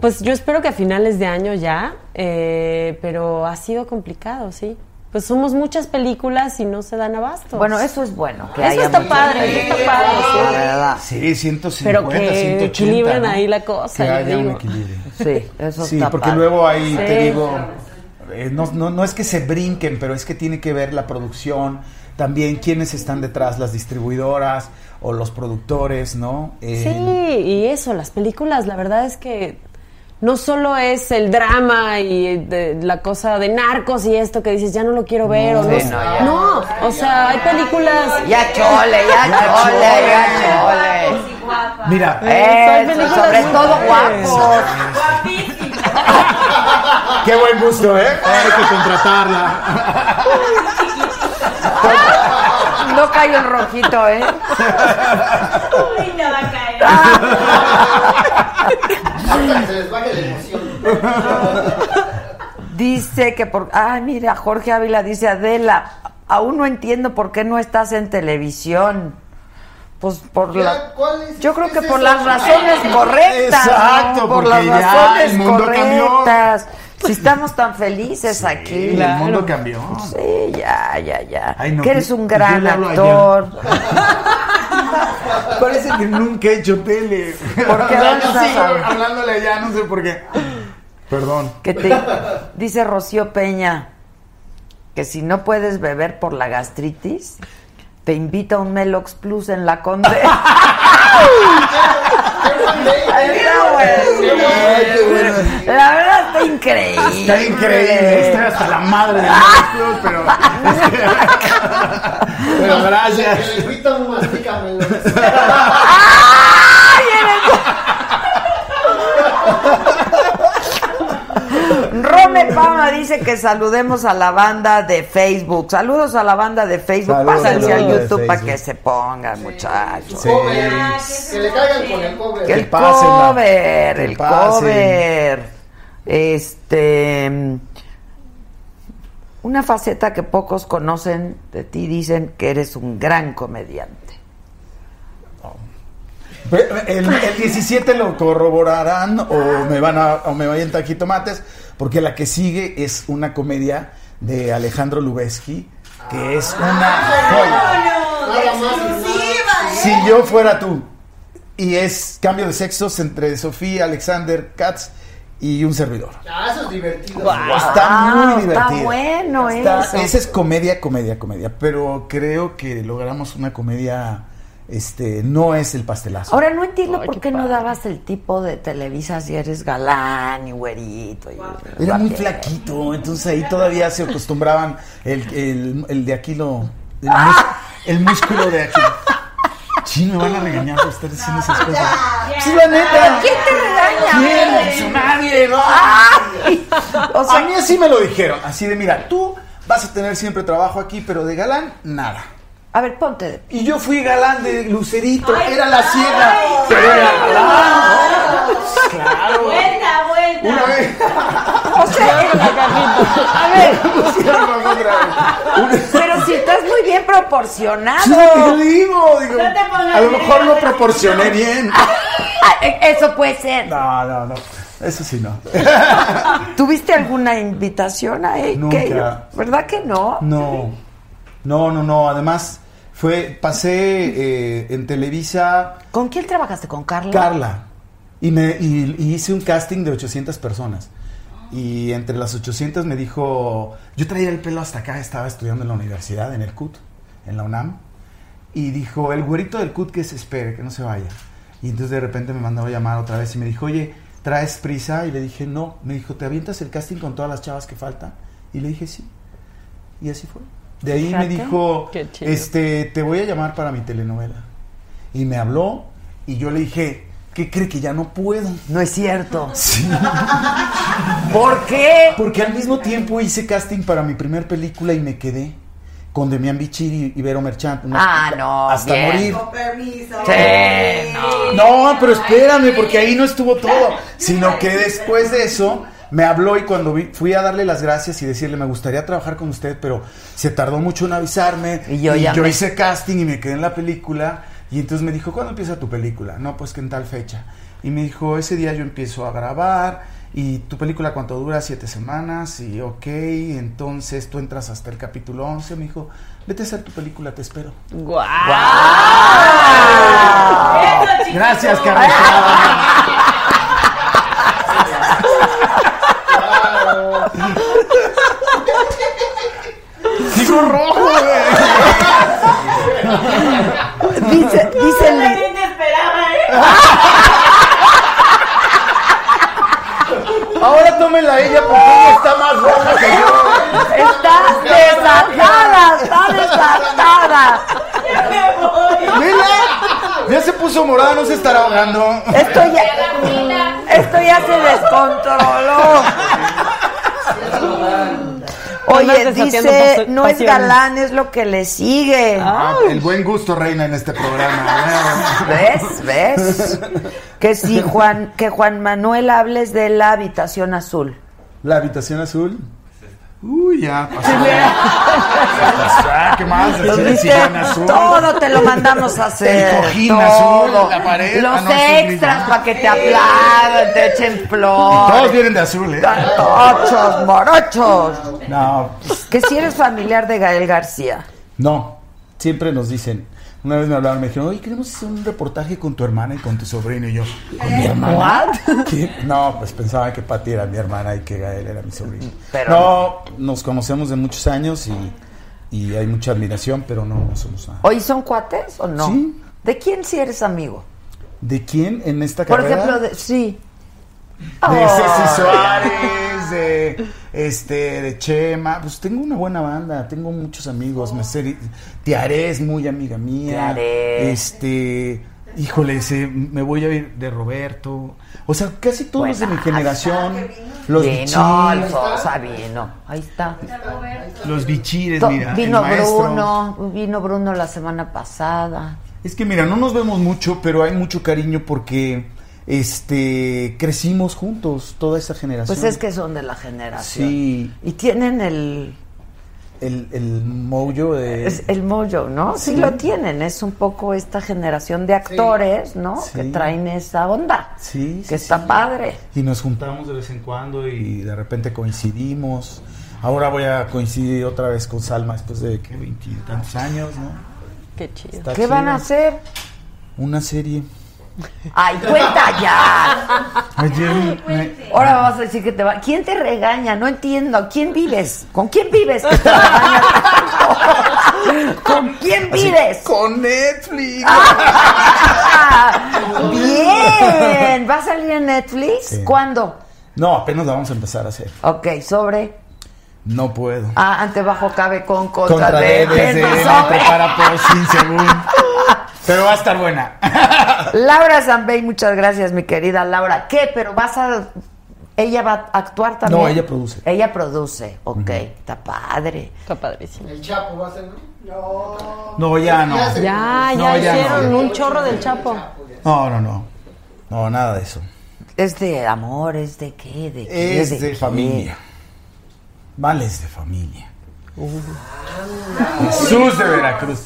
[SPEAKER 12] Pues yo espero que a finales de año ya, eh, pero ha sido complicado, sí. Pues somos muchas películas y no se dan abasto.
[SPEAKER 1] Bueno, eso es bueno. Que
[SPEAKER 12] Eso
[SPEAKER 1] haya
[SPEAKER 12] está
[SPEAKER 1] mucha
[SPEAKER 12] padre,
[SPEAKER 1] gente.
[SPEAKER 12] eso está padre, sí.
[SPEAKER 1] La verdad.
[SPEAKER 11] Sí, 150,
[SPEAKER 12] Pero que
[SPEAKER 11] 180.
[SPEAKER 12] equilibren
[SPEAKER 11] ¿no?
[SPEAKER 12] ahí la cosa,
[SPEAKER 11] Que
[SPEAKER 12] yo
[SPEAKER 11] haya un
[SPEAKER 12] digo.
[SPEAKER 11] equilibrio.
[SPEAKER 1] Sí, eso
[SPEAKER 11] Sí,
[SPEAKER 1] está
[SPEAKER 11] porque
[SPEAKER 1] padre.
[SPEAKER 11] luego ahí te
[SPEAKER 12] Sí.
[SPEAKER 11] digo, eh, no, no, no es que se brinquen, pero es que tiene que ver la producción, también quiénes están detrás, las distribuidoras o los productores, ¿no? Eh,
[SPEAKER 12] Sí, y eso, las películas, la verdad es que no solo es el drama y de- la cosa de narcos y esto que dices, ya no lo quiero ver. o
[SPEAKER 1] Sí,
[SPEAKER 12] no,
[SPEAKER 1] no, ya.
[SPEAKER 12] no, o sea, hay películas...
[SPEAKER 1] Ya chole, ya
[SPEAKER 11] Ya
[SPEAKER 1] chole, ya
[SPEAKER 11] chole.
[SPEAKER 1] chole.
[SPEAKER 11] Mira,
[SPEAKER 12] Hay
[SPEAKER 1] Eso,
[SPEAKER 12] películas
[SPEAKER 1] sobre
[SPEAKER 12] muy
[SPEAKER 1] todo
[SPEAKER 12] padres.
[SPEAKER 1] guapos.
[SPEAKER 11] qué buen gusto, ¿eh? Hay que contratarla.
[SPEAKER 1] No cayó el rojito, ¿eh? Ah.
[SPEAKER 3] Hasta que se les baje la emoción.
[SPEAKER 1] Dice que por. Ah, mira, Jorge Ávila dice: Adela, aún no entiendo por qué no estás en televisión. Pues por la.
[SPEAKER 3] Ya, ¿cuál es-
[SPEAKER 1] Yo creo
[SPEAKER 3] qué
[SPEAKER 1] que
[SPEAKER 3] es
[SPEAKER 1] por
[SPEAKER 3] eso?
[SPEAKER 1] las razones correctas.
[SPEAKER 11] Exacto,
[SPEAKER 1] ¿no? por
[SPEAKER 11] porque
[SPEAKER 1] las
[SPEAKER 11] ya
[SPEAKER 1] razones
[SPEAKER 11] el mundo cambió.
[SPEAKER 1] correctas. Si estamos tan felices aquí.
[SPEAKER 11] Y El mundo cambió.
[SPEAKER 1] Sí, ya, ya, ya.
[SPEAKER 11] Ay, no,
[SPEAKER 1] que eres
[SPEAKER 11] yo-
[SPEAKER 1] un
[SPEAKER 11] yo
[SPEAKER 1] gran
[SPEAKER 11] le hablo allá.
[SPEAKER 1] actor.
[SPEAKER 11] Parece que nunca he hecho tele.
[SPEAKER 1] ¿Por qué
[SPEAKER 11] O sea,
[SPEAKER 1] no
[SPEAKER 11] yo
[SPEAKER 1] estás
[SPEAKER 11] sigo
[SPEAKER 1] hablando?
[SPEAKER 11] hablándole ya, no sé por qué. Perdón.
[SPEAKER 1] Que te dice Rocío Peña que si no puedes beber por la gastritis, te invita a un Melox Plus en la Conde. Está bueno. La verdad está increíble.
[SPEAKER 11] Está increíble, estoy hasta la madre de músculos, pero. pero gracias.
[SPEAKER 3] El elefito mastícamelo.
[SPEAKER 1] Rome Pama dice que saludemos a la banda de Facebook. Saludos a la banda de Facebook.
[SPEAKER 3] Saludos,
[SPEAKER 1] Pásense a
[SPEAKER 3] saludos de
[SPEAKER 1] YouTube para
[SPEAKER 3] Facebook.
[SPEAKER 1] que se pongan, muchachos.
[SPEAKER 3] Sí. Cover, Que le caigan con el cover.
[SPEAKER 1] Que el
[SPEAKER 3] Pásenla.
[SPEAKER 1] cover,
[SPEAKER 3] Que
[SPEAKER 1] el
[SPEAKER 3] pasen.
[SPEAKER 1] cover. Este. Una faceta que pocos conocen de ti dicen que eres un gran comediante.
[SPEAKER 11] El, el 17 lo corroborarán o me van a o me vayan taquitomates, porque la que sigue es una comedia de Alejandro Lubeski, que es
[SPEAKER 3] Ah,
[SPEAKER 11] una joya.
[SPEAKER 3] ¿eh?
[SPEAKER 11] Si yo fuera tú. Y es cambio de sexos entre Sofía, Alexander, Katz y un servidor.
[SPEAKER 3] Ah, eso es divertido.
[SPEAKER 11] Está muy divertido.
[SPEAKER 1] Está bueno
[SPEAKER 11] Está-
[SPEAKER 1] eso.
[SPEAKER 11] Esa es comedia, comedia, comedia. Pero creo que logramos una comedia. Este, no es el pastelazo.
[SPEAKER 1] Ahora no entiendo por qué no dabas el tipo de Televisa si eres galán y güerito. y-
[SPEAKER 11] Era muy flaquito, entonces ahí todavía se acostumbraban el, el, el de aquí lo. El, mus- el músculo de aquí. Sí, me van a regañar por estar diciendo esas cosas. Sí, la neta.
[SPEAKER 1] ¿Quién te regaña? Ah.
[SPEAKER 11] ¿Quién? Pues nadie, ¿no? O sea, a mí así me lo dijeron. Así de, mira, tú vas a tener siempre trabajo aquí, pero de galán, nada.
[SPEAKER 1] A ver, ponte de
[SPEAKER 11] Y yo fui galán de lucerito,
[SPEAKER 3] Ay,
[SPEAKER 11] era la
[SPEAKER 3] ay,
[SPEAKER 11] sierra.
[SPEAKER 3] ay,
[SPEAKER 11] Pero era
[SPEAKER 3] ay,
[SPEAKER 11] galán, ¿no? Claro.
[SPEAKER 13] Buena, buena.
[SPEAKER 11] Una vez.
[SPEAKER 1] O sea, a ver. Pero si estás muy bien proporcionado.
[SPEAKER 11] Sí, lo que digo, digo,
[SPEAKER 1] No te pongas
[SPEAKER 11] a lo mejor no
[SPEAKER 1] bien.
[SPEAKER 11] proporcioné bien.
[SPEAKER 1] Ah, eh, Eso puede ser.
[SPEAKER 11] No, no, no. Eso sí no.
[SPEAKER 1] ¿Tuviste alguna invitación a él?
[SPEAKER 11] Nunca.
[SPEAKER 1] Que yo- ¿Verdad que no?
[SPEAKER 11] No, no, no, no. Además, fue, pasé eh, en Televisa.
[SPEAKER 1] ¿Con quién trabajaste? ¿Con Carla?
[SPEAKER 11] Carla. Y, me, y- y hice un casting de 800 personas. Y entre las 800 me dijo, yo traía el pelo hasta acá, estaba estudiando en la universidad, en el CUT, en la UNAM. Y dijo, el güerito del CUT que se espere, que no se vaya. Y entonces de repente me mandaba a llamar otra vez y me dijo, oye, ¿traes prisa? Y le dije, no. Me dijo, ¿te avientas el casting con todas las chavas que faltan? Y le dije, sí. Y así fue. De ahí
[SPEAKER 14] Fíjate.
[SPEAKER 11] me dijo,
[SPEAKER 14] Qué chido.
[SPEAKER 11] este, te voy a llamar para mi telenovela. Y me habló y yo le dije, ¿qué cree que ya no puedo?
[SPEAKER 1] No es cierto.
[SPEAKER 11] Sí.
[SPEAKER 1] ¿Por qué?
[SPEAKER 11] Porque al mismo tiempo hice casting para mi primer película y me quedé con Demian Bichir y Vero Merchant. unas-
[SPEAKER 1] Ah, no.
[SPEAKER 11] Hasta
[SPEAKER 1] bien.
[SPEAKER 11] morir.
[SPEAKER 13] permiso.
[SPEAKER 1] Sí, no.
[SPEAKER 11] No, pero espérame, porque ahí no estuvo todo. Sino que después de eso me habló y cuando vi- fui a darle las gracias y decirle, me gustaría trabajar con usted, pero se tardó mucho en avisarme. Y
[SPEAKER 1] yo ya me-
[SPEAKER 11] hice casting y me quedé en la película. Y entonces me dijo, ¿cuándo empieza tu película? No, pues que en tal fecha. Y me dijo, ese día yo empiezo a grabar. ¿Y tu película cuánto dura? Siete semanas. Y ok, entonces tú entras hasta el capítulo 11. Me dijo, vete a hacer tu película, te espero. Gracias, Carlos. Sigo rojo,
[SPEAKER 1] Dice, dice el-
[SPEAKER 11] Ahora tómela ella porque ella está más roja que yo.
[SPEAKER 1] Está desatada, está desatada.
[SPEAKER 11] Vela, Ya se puso morada, no se estará ahogando.
[SPEAKER 1] Esto ya, esto ya se descontroló. Oye,
[SPEAKER 11] Andas desafiando
[SPEAKER 1] dice,
[SPEAKER 11] pas-
[SPEAKER 1] no es
[SPEAKER 11] pasiones.
[SPEAKER 1] galán, es lo que le sigue.
[SPEAKER 11] Ah, el buen gusto reina en este programa.
[SPEAKER 1] ¿Ves? ¿Ves? Que si Juan, que Juan Manuel hables de la habitación azul.
[SPEAKER 11] La habitación azul. Uy, ya pasó. Ah, ¿Qué más?
[SPEAKER 1] ¿Lo
[SPEAKER 11] El
[SPEAKER 1] viste?
[SPEAKER 11] sillón azul.
[SPEAKER 1] Todo te lo mandamos a hacer.
[SPEAKER 11] El cojín
[SPEAKER 1] todo.
[SPEAKER 11] azul, la pared.
[SPEAKER 1] Los
[SPEAKER 11] Ah, no, azul
[SPEAKER 1] extras para que te aplaudan, te echen flores.
[SPEAKER 11] Todos vienen de azul, ¿eh?
[SPEAKER 1] Catochos, morochos.
[SPEAKER 11] No,
[SPEAKER 1] Que si eres familiar de Gael García.
[SPEAKER 11] No, siempre nos dicen. Una vez me hablaron, me dijeron, oye, queremos hacer un reportaje con tu hermana y con tu sobrino. Y yo, ¿con mi hermana? ¿Qué? No, pues pensaba que Pati era mi hermana y que Gael era mi sobrino.
[SPEAKER 1] Pero-
[SPEAKER 11] no, nos conocemos de muchos años y, y hay mucha admiración, pero no, no somos nada.
[SPEAKER 1] ¿Hoy son cuates o no?
[SPEAKER 11] Sí.
[SPEAKER 1] ¿De quién si eres amigo?
[SPEAKER 11] ¿De quién en esta
[SPEAKER 1] Por
[SPEAKER 11] carrera?
[SPEAKER 1] ejemplo, de- sí.
[SPEAKER 11] de
[SPEAKER 1] Oh.
[SPEAKER 11] Ceci Suárez, de, este, de Chema. Pues tengo una buena banda, tengo muchos amigos. Me sé- Tiaré es muy amiga mía.
[SPEAKER 1] Tiaré.
[SPEAKER 11] Este, híjole, se- me voy a ir de Roberto. O sea, casi todos
[SPEAKER 1] Pues
[SPEAKER 11] los de
[SPEAKER 1] ah,
[SPEAKER 11] mi generación. Los
[SPEAKER 1] vino,
[SPEAKER 11] bichis,
[SPEAKER 1] Alfonso vino. Ahí está.
[SPEAKER 11] los bichires,
[SPEAKER 1] To-
[SPEAKER 11] mira. el
[SPEAKER 1] vino
[SPEAKER 11] maestro.
[SPEAKER 1] Bruno, vino Bruno la semana pasada.
[SPEAKER 11] Es que mira, no nos vemos mucho, pero hay mucho cariño porque este crecimos juntos, toda esa generación.
[SPEAKER 1] Pues es que son de la generación.
[SPEAKER 11] Sí.
[SPEAKER 1] Y tienen el...
[SPEAKER 11] El, el mojo de...
[SPEAKER 1] Es el mojo, ¿no? Sí. lo tienen, es un poco esta generación de actores, ¿no?
[SPEAKER 11] Sí.
[SPEAKER 1] Que traen esa onda.
[SPEAKER 11] Sí,
[SPEAKER 1] Que está padre.
[SPEAKER 11] Y nos juntamos de vez en cuando y de repente coincidimos. Ahora voy a coincidir otra vez con Salma después de que veintitantos años, ¿no?
[SPEAKER 12] Qué chido.
[SPEAKER 11] Está
[SPEAKER 1] ¿Qué van a
[SPEAKER 11] chido.
[SPEAKER 1] hacer?
[SPEAKER 11] Una serie.
[SPEAKER 1] ¡Ay, cuenta ya!
[SPEAKER 11] Ayer me-
[SPEAKER 1] Ahora me vas a decir que te va. ¿Quién te regaña? No entiendo. ¿Quién vives? ¿Con quién vives? que te regaña tanto? ¿Con quién
[SPEAKER 11] Así,
[SPEAKER 1] vives?
[SPEAKER 11] Con Netflix.
[SPEAKER 1] Ah. Bien. ¿Va a salir en Netflix?
[SPEAKER 11] Sí.
[SPEAKER 1] ¿Cuándo?
[SPEAKER 11] No, apenas la vamos a empezar a hacer.
[SPEAKER 1] Ok, sobre.
[SPEAKER 11] No puedo.
[SPEAKER 1] Ah, ante bajo cabe con contra,
[SPEAKER 11] Contra D,
[SPEAKER 1] de-
[SPEAKER 11] desde
[SPEAKER 1] de-
[SPEAKER 11] D, me
[SPEAKER 1] sobre.
[SPEAKER 11] prepara por sin según. Pero va a estar buena.
[SPEAKER 1] Laura Zambey, muchas gracias, mi querida Laura. ¿Qué? Pero vas a. Ella va a actuar también.
[SPEAKER 11] No, ella produce.
[SPEAKER 1] Ella produce, ok. Está padre.
[SPEAKER 12] Está padrísimo.
[SPEAKER 3] El Chapo va a ser, ¿no? No.
[SPEAKER 11] No, ya no.
[SPEAKER 3] Ya,
[SPEAKER 12] Ya,
[SPEAKER 11] No,
[SPEAKER 12] ya
[SPEAKER 11] ya no.
[SPEAKER 12] hicieron un chorro del Chapo.
[SPEAKER 11] No, no, no. No, nada de eso.
[SPEAKER 1] ¿Es de amor? ¿Es de qué? ¿De qué?
[SPEAKER 11] Es de
[SPEAKER 1] qué?
[SPEAKER 11] familia. Uh. Vales de familia. Jesús de Veracruz.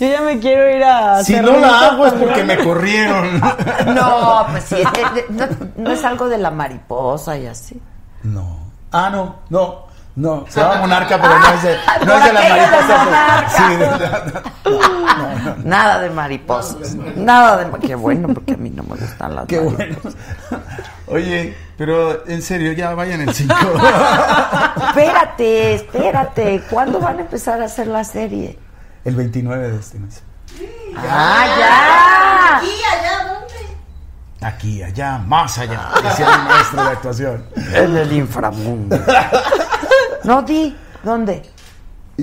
[SPEAKER 12] Yo ya me quiero ir a.
[SPEAKER 11] Si
[SPEAKER 12] hacer
[SPEAKER 11] no la
[SPEAKER 12] rolitas
[SPEAKER 11] hago es
[SPEAKER 12] con-
[SPEAKER 11] porque me corrieron.
[SPEAKER 1] No, pues sí. es de- de- no, no es algo de la mariposa y así.
[SPEAKER 11] No. Ah, no, no. No, se llama monarca, pero no es de, no
[SPEAKER 1] por
[SPEAKER 11] es de la
[SPEAKER 1] aquello de
[SPEAKER 11] mariposa. pues.
[SPEAKER 1] Monarca.
[SPEAKER 11] Sí, de verdad.
[SPEAKER 1] Nada de mariposas. Nada de. Qué bueno, porque a mí no me gustan las
[SPEAKER 11] Qué
[SPEAKER 1] mariposas.
[SPEAKER 11] bueno. Oye, pero en serio, ya vayan el 5.
[SPEAKER 1] Espérate, espérate. ¿Cuándo van a empezar a hacer la serie?
[SPEAKER 11] El 29 de este mes.
[SPEAKER 1] ¡Ah, ya!
[SPEAKER 6] Aquí, allá, ¿dónde?
[SPEAKER 11] Aquí, allá, más allá. Decía mi maestro de actuación.
[SPEAKER 1] En el inframundo. No di. ¿Dónde?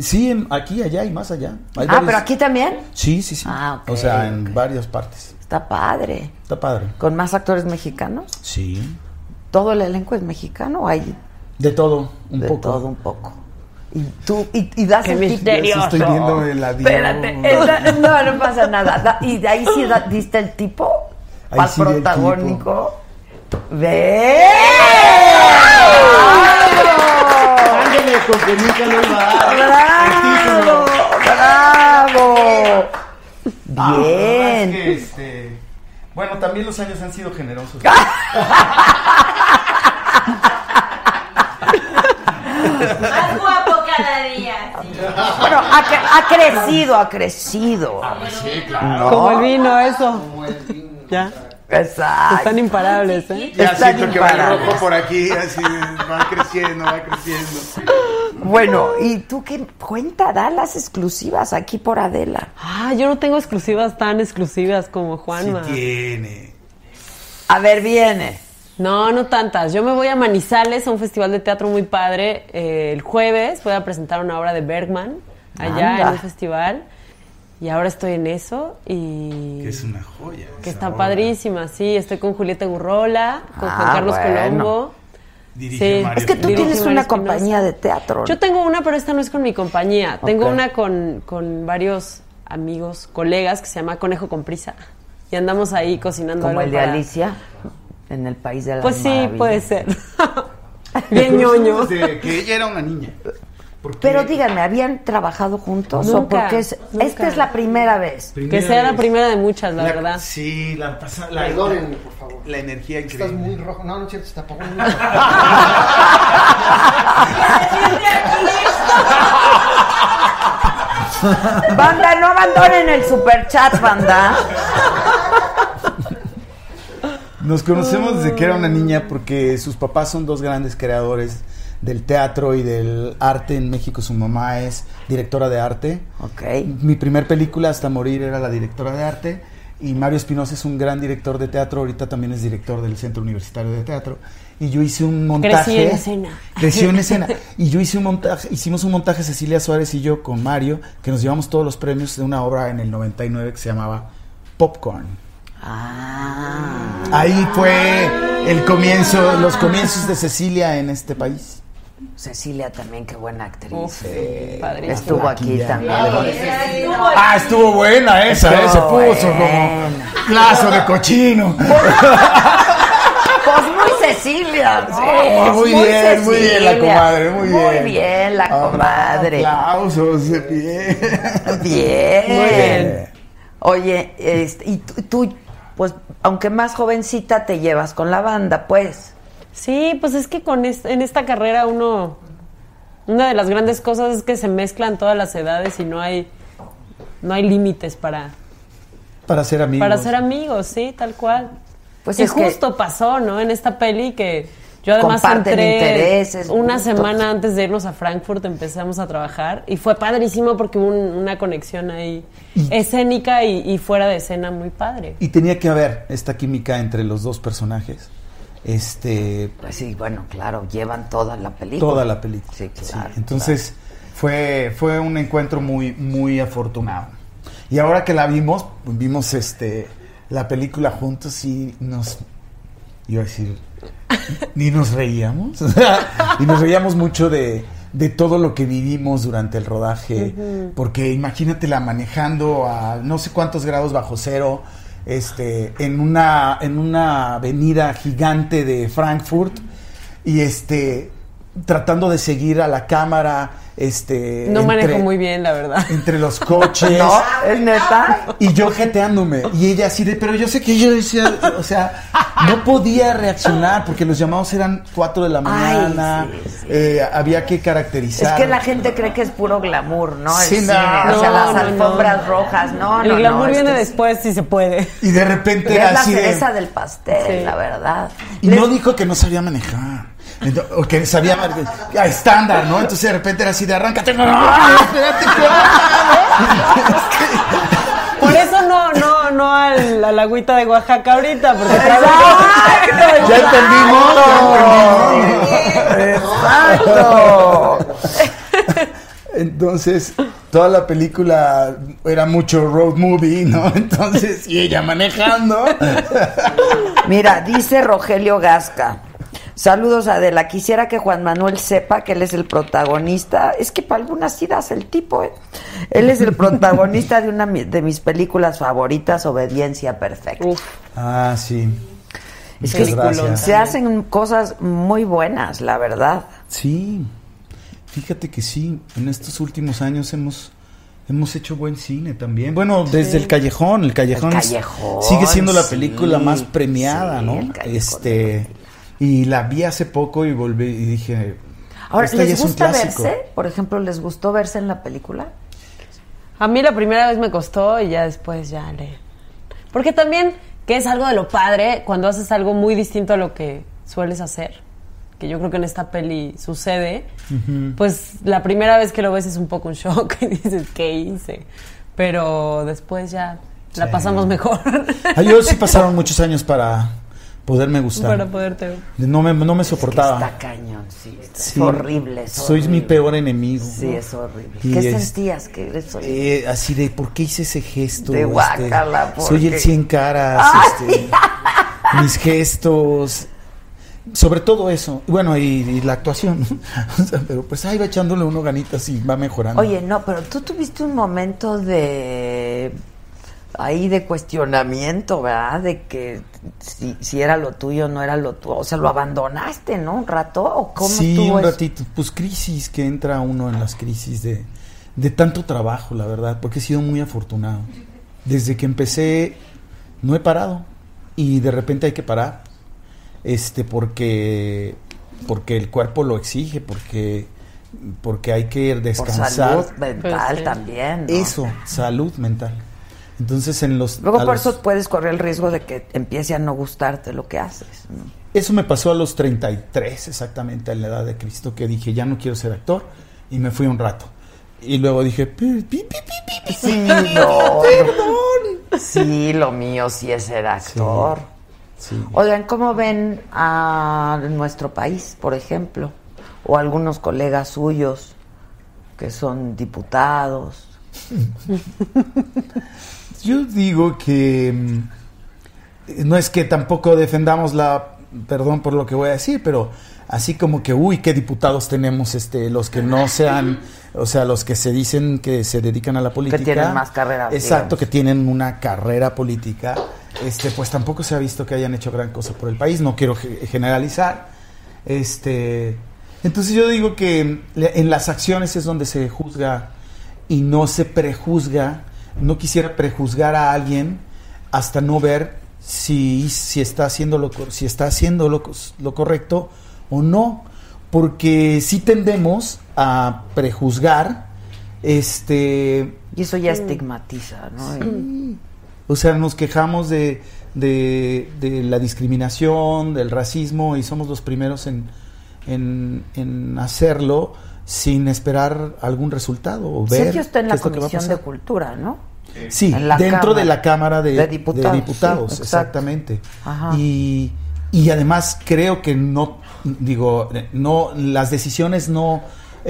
[SPEAKER 11] Sí, en- aquí, allá y más allá. Hay
[SPEAKER 1] Ah,
[SPEAKER 11] varios-
[SPEAKER 1] pero aquí también.
[SPEAKER 11] Sí, sí, sí.
[SPEAKER 1] Ah, ok,
[SPEAKER 11] O sea, en
[SPEAKER 1] ok.
[SPEAKER 11] varias partes.
[SPEAKER 1] Está padre.
[SPEAKER 11] Está padre.
[SPEAKER 1] ¿Con más actores mexicanos?
[SPEAKER 11] Sí.
[SPEAKER 1] ¿Todo el elenco es mexicano? Hay
[SPEAKER 11] De todo, un
[SPEAKER 1] de
[SPEAKER 11] poco.
[SPEAKER 1] todo un poco. Y tú, y, y das
[SPEAKER 12] Qué
[SPEAKER 1] el tip.
[SPEAKER 12] misterioso.
[SPEAKER 11] Estoy viendo el adiós.
[SPEAKER 1] Espérate, esa- no, no pasa nada. Da- y de ahí sí da- diste el tipo
[SPEAKER 11] Ahí
[SPEAKER 1] al
[SPEAKER 11] sí di el
[SPEAKER 1] protagónico. ¡Ve!
[SPEAKER 11] Ándale, porque nunca lo iba a dar.
[SPEAKER 1] ¡Bravo! ¡Bravo!
[SPEAKER 11] El título. Es
[SPEAKER 1] Bien.
[SPEAKER 11] que, este, Bueno, también los años han sido generosos.
[SPEAKER 12] Ah,
[SPEAKER 6] Más guapo cada día. sí.
[SPEAKER 1] Bueno, ha, cre- ha crecido, ha crecido. No.
[SPEAKER 12] Como el vino, eso. Ya.
[SPEAKER 1] Exacto.
[SPEAKER 12] Están imparables, ¿eh?
[SPEAKER 11] Ya
[SPEAKER 1] Están
[SPEAKER 11] siento que va el
[SPEAKER 1] imparables.
[SPEAKER 11] rojo por aquí, así va creciendo, va creciendo.
[SPEAKER 1] Bueno, ¿y tú qué cuenta? Da las exclusivas aquí por Adela.
[SPEAKER 12] Ah, yo no tengo exclusivas tan exclusivas como Juanma.
[SPEAKER 11] Sí tiene.
[SPEAKER 1] A ver, viene.
[SPEAKER 12] No, no tantas. Yo me voy a Manizales, a un festival de teatro muy padre. Eh, el jueves voy a presentar una obra de Bergman allá
[SPEAKER 1] Anda.
[SPEAKER 12] en un festival. Y ahora estoy en eso y...
[SPEAKER 11] Que es una joya.
[SPEAKER 12] que
[SPEAKER 11] esa
[SPEAKER 12] está
[SPEAKER 11] obra.
[SPEAKER 12] padrísima, sí. Estoy con Julieta Gurrola, con Juan
[SPEAKER 1] Ah,
[SPEAKER 12] Carlos
[SPEAKER 1] bueno.
[SPEAKER 12] Colombo.
[SPEAKER 11] Dirige
[SPEAKER 12] Sí.
[SPEAKER 11] Mario
[SPEAKER 1] Es que tú
[SPEAKER 12] Dirige
[SPEAKER 1] tienes
[SPEAKER 12] Mario
[SPEAKER 1] una
[SPEAKER 12] Espinosa.
[SPEAKER 1] compañía de teatro. ¿no?
[SPEAKER 12] Yo tengo una, pero esta no es con mi compañía. Tengo
[SPEAKER 1] Ok.
[SPEAKER 12] una con, con varios amigos, colegas, que se llama Conejo con Prisa. Y andamos ahí cocinando algo
[SPEAKER 1] Como el de
[SPEAKER 12] para-
[SPEAKER 1] Alicia, en el país de las
[SPEAKER 12] Pues sí,
[SPEAKER 1] maravillas.
[SPEAKER 12] puede ser. Bien ñoño.
[SPEAKER 11] Desde que ella era una niña. Porque
[SPEAKER 1] Pero díganme, ¿habían trabajado juntos? o
[SPEAKER 12] Nunca,
[SPEAKER 1] porque es-
[SPEAKER 12] nunca.
[SPEAKER 1] esta es la primera vez.
[SPEAKER 12] Que sea la primera de muchas, la, verdad.
[SPEAKER 11] Sí, la pasa. La,
[SPEAKER 3] Perdónenme, por favor.
[SPEAKER 11] La energía increíble.
[SPEAKER 3] Estás muy rojo. No, no es cierto, se te apagó el
[SPEAKER 1] Banda, no abandonen el superchat, banda.
[SPEAKER 11] Nos conocemos desde que era
[SPEAKER 12] Mm.
[SPEAKER 11] una niña porque sus papás son dos grandes creadores del teatro y del arte en México. Su mamá es directora de arte.
[SPEAKER 1] Ok.
[SPEAKER 11] Mi primer película hasta morir era la directora de arte Y Mario Espinosa es un gran director de teatro, ahorita también es director del Centro Universitario de Teatro. Y yo hice un montaje.
[SPEAKER 12] Crecí en escena.
[SPEAKER 11] Creció en escena. Y yo hice un montaje, hicimos un montaje Cecilia Suárez y yo con Mario, que nos llevamos todos los premios de una obra en el 99 que se llamaba Popcorn.
[SPEAKER 1] Ah,
[SPEAKER 11] Ahí fue el comienzo, los comienzos de Cecilia en este país.
[SPEAKER 1] Cecilia también, qué buena actriz.
[SPEAKER 12] Uf,
[SPEAKER 11] padrísimo.
[SPEAKER 1] Estuvo aquí
[SPEAKER 11] Aquí ya.
[SPEAKER 1] también.
[SPEAKER 11] Ah, estuvo buena esa, ¿eh? se
[SPEAKER 1] Estuvo
[SPEAKER 11] puso como lazo de cochino.
[SPEAKER 1] Pues muy Cecilia. ¿no?
[SPEAKER 11] Oh, muy bien, muy bien la comadre, muy bien.
[SPEAKER 1] Pues, Muy bien la comadre.
[SPEAKER 11] Aplausos de pie.
[SPEAKER 1] Bien.
[SPEAKER 11] Muy bien.
[SPEAKER 1] Oye, este, y tú, tú, pues, aunque más jovencita, te llevas con la banda, pues.
[SPEAKER 12] Sí, pues es que con es- en esta carrera uno una de las grandes cosas es que se mezclan todas las edades y no hay no hay límites para
[SPEAKER 11] Para ser amigos.
[SPEAKER 12] para ser amigos, sí, tal cual.
[SPEAKER 1] Pues
[SPEAKER 12] y
[SPEAKER 1] es que-
[SPEAKER 12] justo pasó, ¿no? En esta peli que yo además
[SPEAKER 1] Comparten
[SPEAKER 12] entré
[SPEAKER 1] intereses,
[SPEAKER 12] una
[SPEAKER 1] gustos.
[SPEAKER 12] semana antes de irnos a Frankfurt empezamos a trabajar y fue padrísimo porque hubo un- una conexión ahí escénica y, y fuera de escena muy padre.
[SPEAKER 11] Y tenía que haber esta química entre los dos personajes. Este,
[SPEAKER 1] Pues sí, bueno, claro, llevan toda la película.
[SPEAKER 11] toda la película.
[SPEAKER 1] Sí, claro.
[SPEAKER 11] Entonces, fue, fue un encuentro muy, muy afortunado. Y ahora que la vimos, vimos este la película juntos y nos iba a decir ni nos reíamos. y nos reíamos mucho de, de todo lo que vivimos durante el rodaje.
[SPEAKER 15] Ujú.
[SPEAKER 11] Porque imagínatela manejando a no sé cuántos grados bajo cero. Este, en una, en una avenida gigante de Frankfurt. Y este. tratando de seguir a la cámara. Este.
[SPEAKER 12] No manejo
[SPEAKER 11] entre-
[SPEAKER 12] muy bien, la verdad.
[SPEAKER 11] entre los coches.
[SPEAKER 12] No,
[SPEAKER 1] es neta.
[SPEAKER 11] Y yo jeteándome. Y ella así de, pero yo sé que yo decía, o sea, no podía reaccionar porque los llamados eran 4 de la mañana. eh, había que
[SPEAKER 1] Es
[SPEAKER 11] caracterizar.
[SPEAKER 1] que la gente cree que es puro glamour, ¿no? El
[SPEAKER 11] Sí, no.
[SPEAKER 1] cine, o sea,
[SPEAKER 11] No,
[SPEAKER 1] las
[SPEAKER 11] no, no.
[SPEAKER 1] alfombras rojas, no,
[SPEAKER 12] El
[SPEAKER 1] no,
[SPEAKER 12] glamour
[SPEAKER 1] no,
[SPEAKER 12] viene
[SPEAKER 1] esto es-
[SPEAKER 12] después si se puede.
[SPEAKER 11] Y de repente
[SPEAKER 1] es la
[SPEAKER 11] así de-
[SPEAKER 1] cereza del pastel,
[SPEAKER 11] Sí. eh.
[SPEAKER 1] la verdad.
[SPEAKER 11] Y no dijo que no sabía manejar. Ento- o que sabía mar- a estándar, ¿no? Entonces de repente era así de arráncate. No, no, espérate,
[SPEAKER 12] Por eso no, no, no al, a la agüita de Oaxaca ahorita, porque
[SPEAKER 11] Ya entendimos, ya
[SPEAKER 1] ¡Exacto!
[SPEAKER 11] Entonces, toda la película era mucho road movie, ¿no? Entonces, y ella manejando.
[SPEAKER 1] Mira, dice Rogelio Gasca. Saludos Adela, quisiera que Juan Manuel sepa que él es el protagonista, es que para algunas sí das el tipo, ¿eh? Él es el protagonista de una mi- de mis películas favoritas, Obediencia Perfecta.
[SPEAKER 11] Ah, sí.
[SPEAKER 1] es que
[SPEAKER 11] Muchas gracias.
[SPEAKER 1] se hacen cosas muy buenas, la verdad.
[SPEAKER 11] Sí. Fíjate que sí, en estos últimos años hemos hemos hecho buen cine también. Bueno, desde
[SPEAKER 1] Sí.
[SPEAKER 11] el Callejón, el Callejón,
[SPEAKER 1] El
[SPEAKER 11] es-
[SPEAKER 1] Callejón,
[SPEAKER 11] sigue siendo la
[SPEAKER 1] sí,
[SPEAKER 11] película más premiada,
[SPEAKER 1] sí, el
[SPEAKER 11] ¿no?
[SPEAKER 1] Callejón.
[SPEAKER 11] Este y la vi hace poco y volví y dije,
[SPEAKER 1] Ahora,
[SPEAKER 11] esta Este ya
[SPEAKER 1] ¿les
[SPEAKER 11] es un
[SPEAKER 1] gusta
[SPEAKER 11] clásico.
[SPEAKER 1] verse? Por ejemplo, ¿les gustó verse en la película?
[SPEAKER 12] A mí la primera vez me costó y ya después ya le. Porque también, que es algo de lo padre, cuando haces algo muy distinto a lo que sueles hacer, que yo creo que en esta peli sucede, pues la primera vez que lo ves es un poco un shock y dices, ¿qué hice? Pero después ya la
[SPEAKER 11] Sí.
[SPEAKER 12] pasamos mejor
[SPEAKER 11] Ah, yo sí pasaron muchos años para poderme gustar.
[SPEAKER 12] para poderte.
[SPEAKER 11] No me, no me soportaba.
[SPEAKER 1] Cañón, sí. Es
[SPEAKER 11] Sí.
[SPEAKER 1] horrible. es
[SPEAKER 11] Soy mi
[SPEAKER 1] horrible.
[SPEAKER 11] peor enemigo.
[SPEAKER 1] Sí, es horrible.
[SPEAKER 11] Y
[SPEAKER 1] ¿Qué
[SPEAKER 11] es-
[SPEAKER 1] sentías que eres horrible?
[SPEAKER 11] Eh, así de, ¿por qué hice ese gesto?
[SPEAKER 1] De
[SPEAKER 11] Este,
[SPEAKER 1] guácala, ¿por
[SPEAKER 11] soy
[SPEAKER 1] qué?
[SPEAKER 11] el cien caras, este, mis gestos, sobre todo eso. Y Bueno, y, y la actuación. O sea, pero pues ahí va echándole uno ganitas y va mejorando.
[SPEAKER 1] Oye, no, pero tú tuviste un momento de ahí de cuestionamiento, ¿verdad? De que si, si era lo tuyo, no era lo tuyo. O sea, lo abandonaste, ¿no? Un rato o cómo
[SPEAKER 11] sí,
[SPEAKER 1] estuvo
[SPEAKER 11] un
[SPEAKER 1] eso?
[SPEAKER 11] ratito. Pues crisis, que entra uno en las crisis de, de tanto trabajo, la verdad, porque he sido muy afortunado. Desde que empecé, no he parado. Y de repente hay que parar. Este, porque, porque el cuerpo lo exige, porque, porque hay que
[SPEAKER 1] Por
[SPEAKER 11] descansar.
[SPEAKER 1] salud mental también. ¿no?
[SPEAKER 11] Eso, salud mental. Entonces, en los. a
[SPEAKER 1] Luego por
[SPEAKER 11] los-
[SPEAKER 1] eso puedes correr el riesgo de que empiece a no gustarte lo que haces. ¿no?
[SPEAKER 11] Eso me pasó a los 33, exactamente a la edad de Cristo, que dije, ya no quiero ser actor, y me fui un rato. Y luego dije, "Pi, pi, pi, pi, pi, pi,
[SPEAKER 1] Sí, no.
[SPEAKER 11] perdón,
[SPEAKER 1] Sí, lo mío sí es ser actor. Oigan, ¿cómo ven a nuestro país, por ejemplo? O algunos colegas suyos que son diputados.
[SPEAKER 11] Yo digo que mm, no es que tampoco defendamos la, perdón por lo que voy a decir, pero así como que, uy, qué diputados tenemos, este, los que no sean, o sea, los que se dicen que se dedican a la política.
[SPEAKER 1] tienen más carrera,
[SPEAKER 11] Exacto,
[SPEAKER 1] digamos.
[SPEAKER 11] que tienen una carrera política. Este, pues tampoco se ha visto que hayan hecho gran cosa por el país. No quiero ge- generalizar. Este, entonces yo digo que le- en las acciones es donde se juzga y no se prejuzga. No quisiera prejuzgar a alguien hasta no ver si, si está haciendo, lo, cor- si está haciendo lo, cos- lo correcto o no. Porque sí tendemos a prejuzgar. Este,
[SPEAKER 1] y eso ya estigmatiza, ¿no?
[SPEAKER 11] Sí. O sea, nos quejamos de, de- de la discriminación, del racismo y somos los primeros en, en- en hacerlo sin esperar algún resultado o ver
[SPEAKER 1] Sergio está en
[SPEAKER 11] qué
[SPEAKER 1] la
[SPEAKER 11] es lo que va a
[SPEAKER 1] Comisión de
[SPEAKER 11] pasar.
[SPEAKER 1] Cultura, ¿no?
[SPEAKER 11] Sí,
[SPEAKER 1] En la
[SPEAKER 11] dentro de
[SPEAKER 1] Cámara.
[SPEAKER 11] la Cámara de,
[SPEAKER 1] De Diputados,
[SPEAKER 11] de Diputados,
[SPEAKER 1] sí, exacto.
[SPEAKER 11] exactamente.
[SPEAKER 1] Ajá.
[SPEAKER 11] Y, y además creo que no, digo, no, las decisiones no,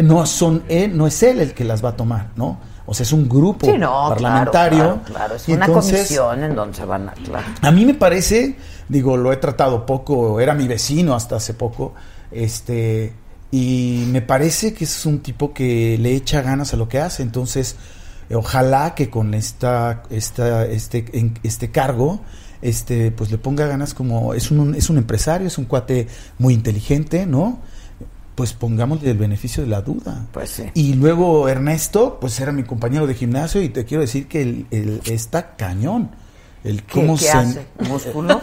[SPEAKER 11] no son él, no es él el que las va a tomar, ¿no? O sea, es un grupo
[SPEAKER 1] Sí, no, claro,
[SPEAKER 11] parlamentario.
[SPEAKER 1] Claro, claro. es
[SPEAKER 11] Y
[SPEAKER 1] una
[SPEAKER 11] entonces,
[SPEAKER 1] comisión en donde se van a. Claro.
[SPEAKER 11] a mí me parece, digo, lo he tratado poco, era mi vecino hasta hace poco, este, y me parece que es un tipo que le echa ganas a lo que hace, entonces, eh, ojalá que con esta, esta, este, en- este cargo, este, pues le ponga ganas como, es un, es un empresario, es un cuate muy inteligente, ¿no? Pues pongámosle el beneficio de la duda.
[SPEAKER 1] Pues sí.
[SPEAKER 11] Y luego Ernesto, pues era mi compañero de gimnasio y te quiero decir que el, el- está cañón. El
[SPEAKER 1] ¿Qué,
[SPEAKER 11] cómo
[SPEAKER 1] qué
[SPEAKER 11] se-
[SPEAKER 1] hace? ¿Músculo?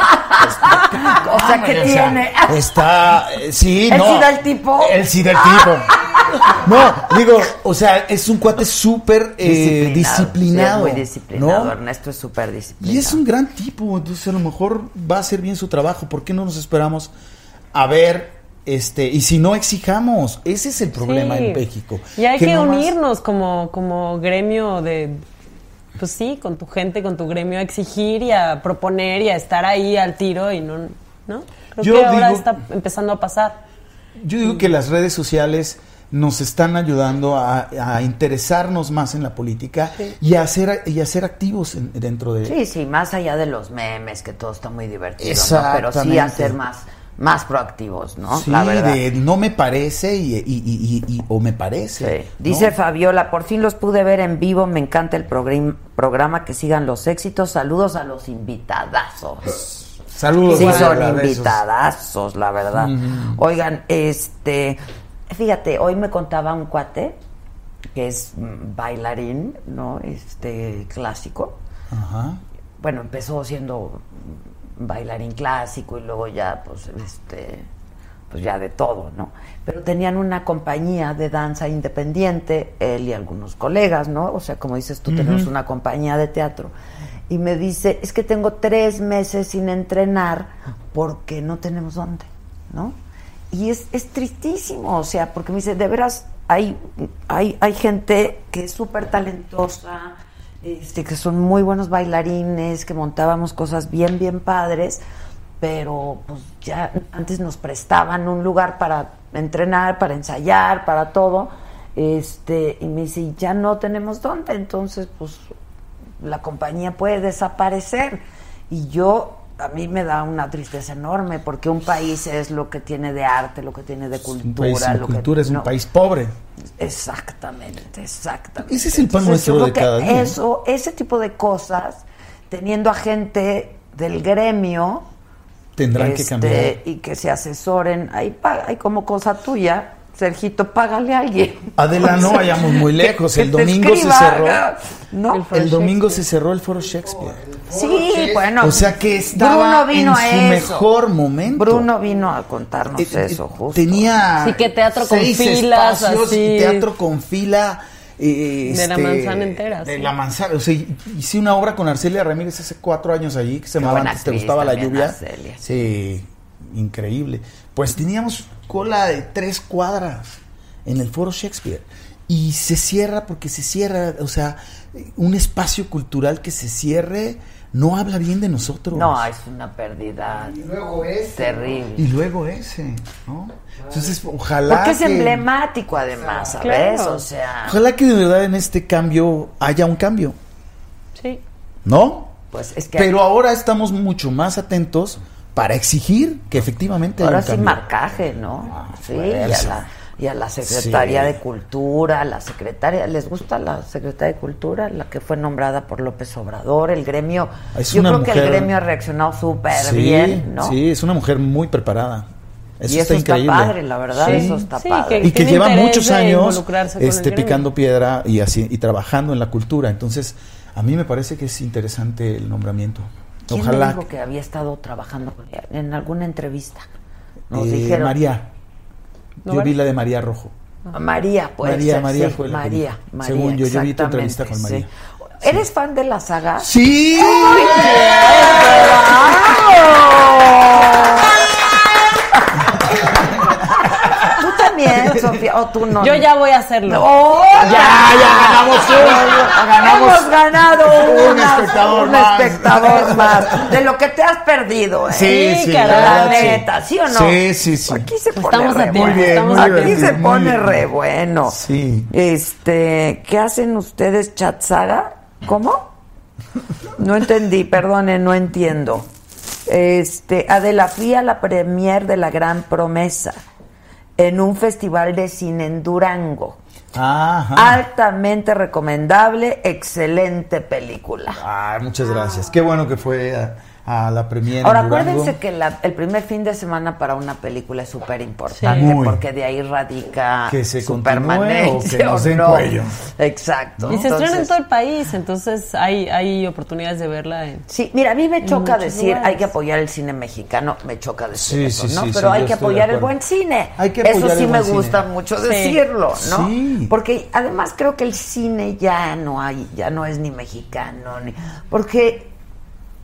[SPEAKER 11] o
[SPEAKER 1] sea, ¿qué
[SPEAKER 11] o sea,
[SPEAKER 1] tiene? ah,
[SPEAKER 11] Está, eh, sí,
[SPEAKER 1] ¿El Ah.
[SPEAKER 11] no.
[SPEAKER 1] sí da el tipo?
[SPEAKER 11] El sí da el tipo. No, digo, o sea, es un cuate súper eh, disciplinado.
[SPEAKER 1] Sí, es muy disciplinado.
[SPEAKER 11] ¿no?
[SPEAKER 1] Ernesto es súper disciplinado.
[SPEAKER 11] Y es un gran tipo, entonces a lo mejor va a hacer bien su trabajo. ¿Por qué no nos esperamos a ver, este, y si no exijamos? Ese es el problema
[SPEAKER 12] Sí.
[SPEAKER 11] en México.
[SPEAKER 12] Y hay que,
[SPEAKER 11] nomás-
[SPEAKER 12] unirnos como, como gremio de, pues sí, con tu gente, con tu gremio, a exigir y a proponer y a estar ahí al tiro y no, ¿no? Creo
[SPEAKER 11] Yo
[SPEAKER 12] que ahora
[SPEAKER 11] digo-
[SPEAKER 12] está empezando a pasar.
[SPEAKER 11] Yo digo que las redes sociales nos están ayudando a, a interesarnos más en la política y a ser y a ser activos en- dentro de
[SPEAKER 1] Sí, sí, más allá de los memes, que todo está muy divertido, ¿no? Pero
[SPEAKER 11] Exactamente.
[SPEAKER 1] sí hacer más, más proactivos, ¿no?
[SPEAKER 11] Sí,
[SPEAKER 1] La verdad.
[SPEAKER 11] de no me parece y, y- y- y- y- o me parece. ¿no?
[SPEAKER 1] Dice Fabiola, por fin los pude ver en vivo, me encanta el progrim- programa, que sigan los éxitos, saludos a los invitadazos.
[SPEAKER 11] Pues, Saludos,
[SPEAKER 1] Sí, son
[SPEAKER 11] Fabiola, besos.
[SPEAKER 1] invitadazos, la verdad.
[SPEAKER 11] Ujú.
[SPEAKER 1] Oigan, este, fíjate, hoy me contaba un cuate que es mm, bailarín, ¿no? Este, clásico.
[SPEAKER 11] Ajá.
[SPEAKER 1] Bueno, empezó siendo mm, bailarín clásico y luego ya, pues, este, pues ya de todo, ¿no? Pero tenían una compañía de danza independiente, él y algunos colegas, ¿no? O sea, como dices tú,
[SPEAKER 16] Ujú.
[SPEAKER 1] tenemos una compañía de teatro. Y me dice, es que tengo tres meses sin entrenar porque no tenemos dónde, ¿no? Y es, es tristísimo, o sea, porque me dice, de veras, hay, hay, hay gente que es súper talentosa, este, que son muy buenos bailarines, que montábamos cosas bien, bien padres, pero pues ya antes nos prestaban un lugar para entrenar, para ensayar, para todo. Este, y me dice, ya no tenemos dónde, entonces pues la compañía puede desaparecer. Y yo, a mí me da una tristeza enorme, porque un país es lo que tiene de arte, lo que tiene de
[SPEAKER 11] Un país
[SPEAKER 1] cultura.
[SPEAKER 11] sin
[SPEAKER 1] lo que-
[SPEAKER 11] cultura es un
[SPEAKER 1] no.
[SPEAKER 11] país pobre.
[SPEAKER 1] Exactamente, exactamente.
[SPEAKER 11] Ese es el pan
[SPEAKER 1] Entonces,
[SPEAKER 11] nuestro
[SPEAKER 1] yo
[SPEAKER 11] de
[SPEAKER 1] creo
[SPEAKER 11] cada
[SPEAKER 1] que
[SPEAKER 11] día.
[SPEAKER 1] Eso, ese tipo de cosas, teniendo a gente del gremio
[SPEAKER 11] Tendrán que
[SPEAKER 1] este,
[SPEAKER 11] cambiar.
[SPEAKER 1] y que se asesoren, ahí, pa- ahí como cosa tuya, Sergito, págale a alguien.
[SPEAKER 11] Adela, no vayamos muy lejos. El
[SPEAKER 1] que te
[SPEAKER 11] domingo se
[SPEAKER 1] escriba,
[SPEAKER 11] cerró.
[SPEAKER 1] ¿no?
[SPEAKER 11] El domingo se cerró el Foro Shakespeare.
[SPEAKER 1] Sí, bueno.
[SPEAKER 11] O sea que estaba
[SPEAKER 1] Bruno vino
[SPEAKER 11] en
[SPEAKER 1] a
[SPEAKER 11] su
[SPEAKER 1] eso.
[SPEAKER 11] mejor momento.
[SPEAKER 1] Bruno vino a contarnos eso, justo.
[SPEAKER 11] Eh, Tenía
[SPEAKER 12] Sí, que teatro con
[SPEAKER 11] seis
[SPEAKER 12] filas,
[SPEAKER 11] espacios
[SPEAKER 12] así.
[SPEAKER 11] y teatro con fila. eh,
[SPEAKER 12] De la
[SPEAKER 11] este,
[SPEAKER 12] manzana entera,
[SPEAKER 11] De
[SPEAKER 12] sí.
[SPEAKER 11] la manzana. O sea, hice una obra con Arcelia Ramírez hace cuatro años allí que se llamaba
[SPEAKER 1] buena
[SPEAKER 11] Antes te
[SPEAKER 1] actriz
[SPEAKER 11] gustaba la
[SPEAKER 1] también,
[SPEAKER 11] lluvia.
[SPEAKER 1] Arcelia.
[SPEAKER 11] Sí, increíble. Pues teníamos cola de tres cuadras en el Foro Shakespeare. Y se cierra porque se cierra, o sea, un espacio cultural que se cierre no habla bien de nosotros.
[SPEAKER 1] No, es una pérdida. Y luego es terrible.
[SPEAKER 11] Y luego ese, ¿no? Entonces, ojalá.
[SPEAKER 1] Porque es
[SPEAKER 11] que-
[SPEAKER 1] emblemático además, ¿sabes?
[SPEAKER 11] Claro.
[SPEAKER 1] O sea,
[SPEAKER 11] Ojalá que de verdad en este cambio haya un cambio,
[SPEAKER 12] sí.
[SPEAKER 11] ¿no?
[SPEAKER 1] Pues es que
[SPEAKER 11] Pero ahora estamos mucho más atentos para exigir que efectivamente
[SPEAKER 1] ahora
[SPEAKER 11] haya un
[SPEAKER 1] sí
[SPEAKER 11] cambio.
[SPEAKER 1] marcaje, ¿no? Sí, y a,
[SPEAKER 11] fuerza.
[SPEAKER 1] la, y a la Secretaría
[SPEAKER 11] Ah, pues. Sí.
[SPEAKER 1] de Cultura, la secretaria, ¿les gusta la Secretaria de Cultura? La que fue nombrada por López Obrador, el gremio.
[SPEAKER 11] Ah, Es
[SPEAKER 1] yo
[SPEAKER 11] una
[SPEAKER 1] creo que el
[SPEAKER 11] mujer-
[SPEAKER 1] gremio ha reaccionado súper
[SPEAKER 11] Sí,
[SPEAKER 1] bien, ¿no?
[SPEAKER 11] Sí, es una mujer muy preparada. Eso
[SPEAKER 1] Y
[SPEAKER 11] está
[SPEAKER 1] eso está
[SPEAKER 11] increíble.
[SPEAKER 1] padre, la verdad, eso está Sí, padre. que
[SPEAKER 11] y que
[SPEAKER 1] tiene
[SPEAKER 11] lleva
[SPEAKER 1] interés
[SPEAKER 11] muchos
[SPEAKER 1] de
[SPEAKER 11] años
[SPEAKER 1] involucrarse con el
[SPEAKER 11] este,
[SPEAKER 1] gremio.
[SPEAKER 11] picando piedra y así y trabajando en la cultura. Entonces, a mí me parece que es interesante el nombramiento.
[SPEAKER 1] ¿Quién me
[SPEAKER 11] Ojalá.
[SPEAKER 1] dijo que había estado trabajando con ella? en alguna entrevista? Nos
[SPEAKER 11] eh,
[SPEAKER 1] dijeron.
[SPEAKER 11] María.
[SPEAKER 1] ¿No
[SPEAKER 11] yo vi
[SPEAKER 1] vale?
[SPEAKER 11] la de María Rojo.
[SPEAKER 1] Ah, María, pues.
[SPEAKER 11] María,
[SPEAKER 1] ser,
[SPEAKER 11] María
[SPEAKER 1] sí,
[SPEAKER 11] fue la que
[SPEAKER 1] María,
[SPEAKER 11] dijo.
[SPEAKER 1] María,
[SPEAKER 11] Según yo, yo vi tu entrevista con
[SPEAKER 1] exactamente,
[SPEAKER 11] María.
[SPEAKER 1] sí. ¿Eres fan de la saga?
[SPEAKER 11] ¡Sí!
[SPEAKER 1] ¡Ay, qué bravo! Tú también, Sofía, o tú no.
[SPEAKER 12] Yo ya voy a hacerlo.
[SPEAKER 1] ¡Oh!
[SPEAKER 12] Ya, ya ganamos
[SPEAKER 1] uno.
[SPEAKER 12] ganamos
[SPEAKER 1] Hemos ganado
[SPEAKER 12] un
[SPEAKER 1] una,
[SPEAKER 12] espectador
[SPEAKER 1] un
[SPEAKER 12] más.
[SPEAKER 1] espectador más. De lo que te has perdido, ¿eh?
[SPEAKER 11] Sí, sí, la
[SPEAKER 1] la
[SPEAKER 11] verdad, sí.
[SPEAKER 1] neta, ¿sí o no?
[SPEAKER 11] Sí, sí, sí.
[SPEAKER 1] Aquí se pone
[SPEAKER 12] Estamos
[SPEAKER 1] re
[SPEAKER 12] a tiempo,
[SPEAKER 1] bueno.
[SPEAKER 12] Muy bien, estamos muy a
[SPEAKER 1] Aquí
[SPEAKER 12] tiempo.
[SPEAKER 1] se
[SPEAKER 12] muy
[SPEAKER 1] pone
[SPEAKER 12] bien.
[SPEAKER 1] re bueno.
[SPEAKER 11] Sí.
[SPEAKER 1] Este, ¿qué hacen ustedes, Chatsaga? ¿Cómo? No entendí, perdonen, no entiendo. Este, Adela Fría, la premier de La Gran Promesa, en un festival de cine en Durango.
[SPEAKER 11] Ajá.
[SPEAKER 1] Altamente recomendable, excelente película.
[SPEAKER 11] Ah, muchas gracias. Qué bueno que fue a, a la premiere.
[SPEAKER 1] Ahora
[SPEAKER 11] en Durango.
[SPEAKER 1] acuérdense que la- el primer fin de semana para una película es súper importante
[SPEAKER 11] Sí. Muy.
[SPEAKER 1] porque de ahí radica
[SPEAKER 11] Que se
[SPEAKER 1] su
[SPEAKER 11] continúe o
[SPEAKER 1] permanencia
[SPEAKER 11] que nos den
[SPEAKER 1] no.
[SPEAKER 11] cuello.
[SPEAKER 1] Exacto.
[SPEAKER 12] Y se estrena en
[SPEAKER 1] Entonces-
[SPEAKER 12] todo el país, entonces hay, hay oportunidades de verla. En,
[SPEAKER 1] Sí, mira, a mí me
[SPEAKER 12] en
[SPEAKER 1] choca
[SPEAKER 12] muchos
[SPEAKER 1] decir
[SPEAKER 12] lugares.
[SPEAKER 1] hay que apoyar el cine mexicano, me choca decir
[SPEAKER 11] Sí,
[SPEAKER 1] eso,
[SPEAKER 11] sí,
[SPEAKER 1] ¿no?
[SPEAKER 11] sí,
[SPEAKER 1] Pero
[SPEAKER 11] sí,
[SPEAKER 1] hay
[SPEAKER 11] yo
[SPEAKER 1] que
[SPEAKER 11] estoy de
[SPEAKER 1] apoyar el
[SPEAKER 11] acuerdo.
[SPEAKER 1] buen cine.
[SPEAKER 11] Hay que
[SPEAKER 1] eso
[SPEAKER 11] apoyar
[SPEAKER 1] sí
[SPEAKER 11] el
[SPEAKER 1] me
[SPEAKER 11] buen
[SPEAKER 1] gusta
[SPEAKER 11] cine.
[SPEAKER 1] mucho
[SPEAKER 11] Sí.
[SPEAKER 1] decirlo, ¿no?
[SPEAKER 11] Sí.
[SPEAKER 1] Porque además creo que el cine ya no hay, ya no es ni mexicano, ni porque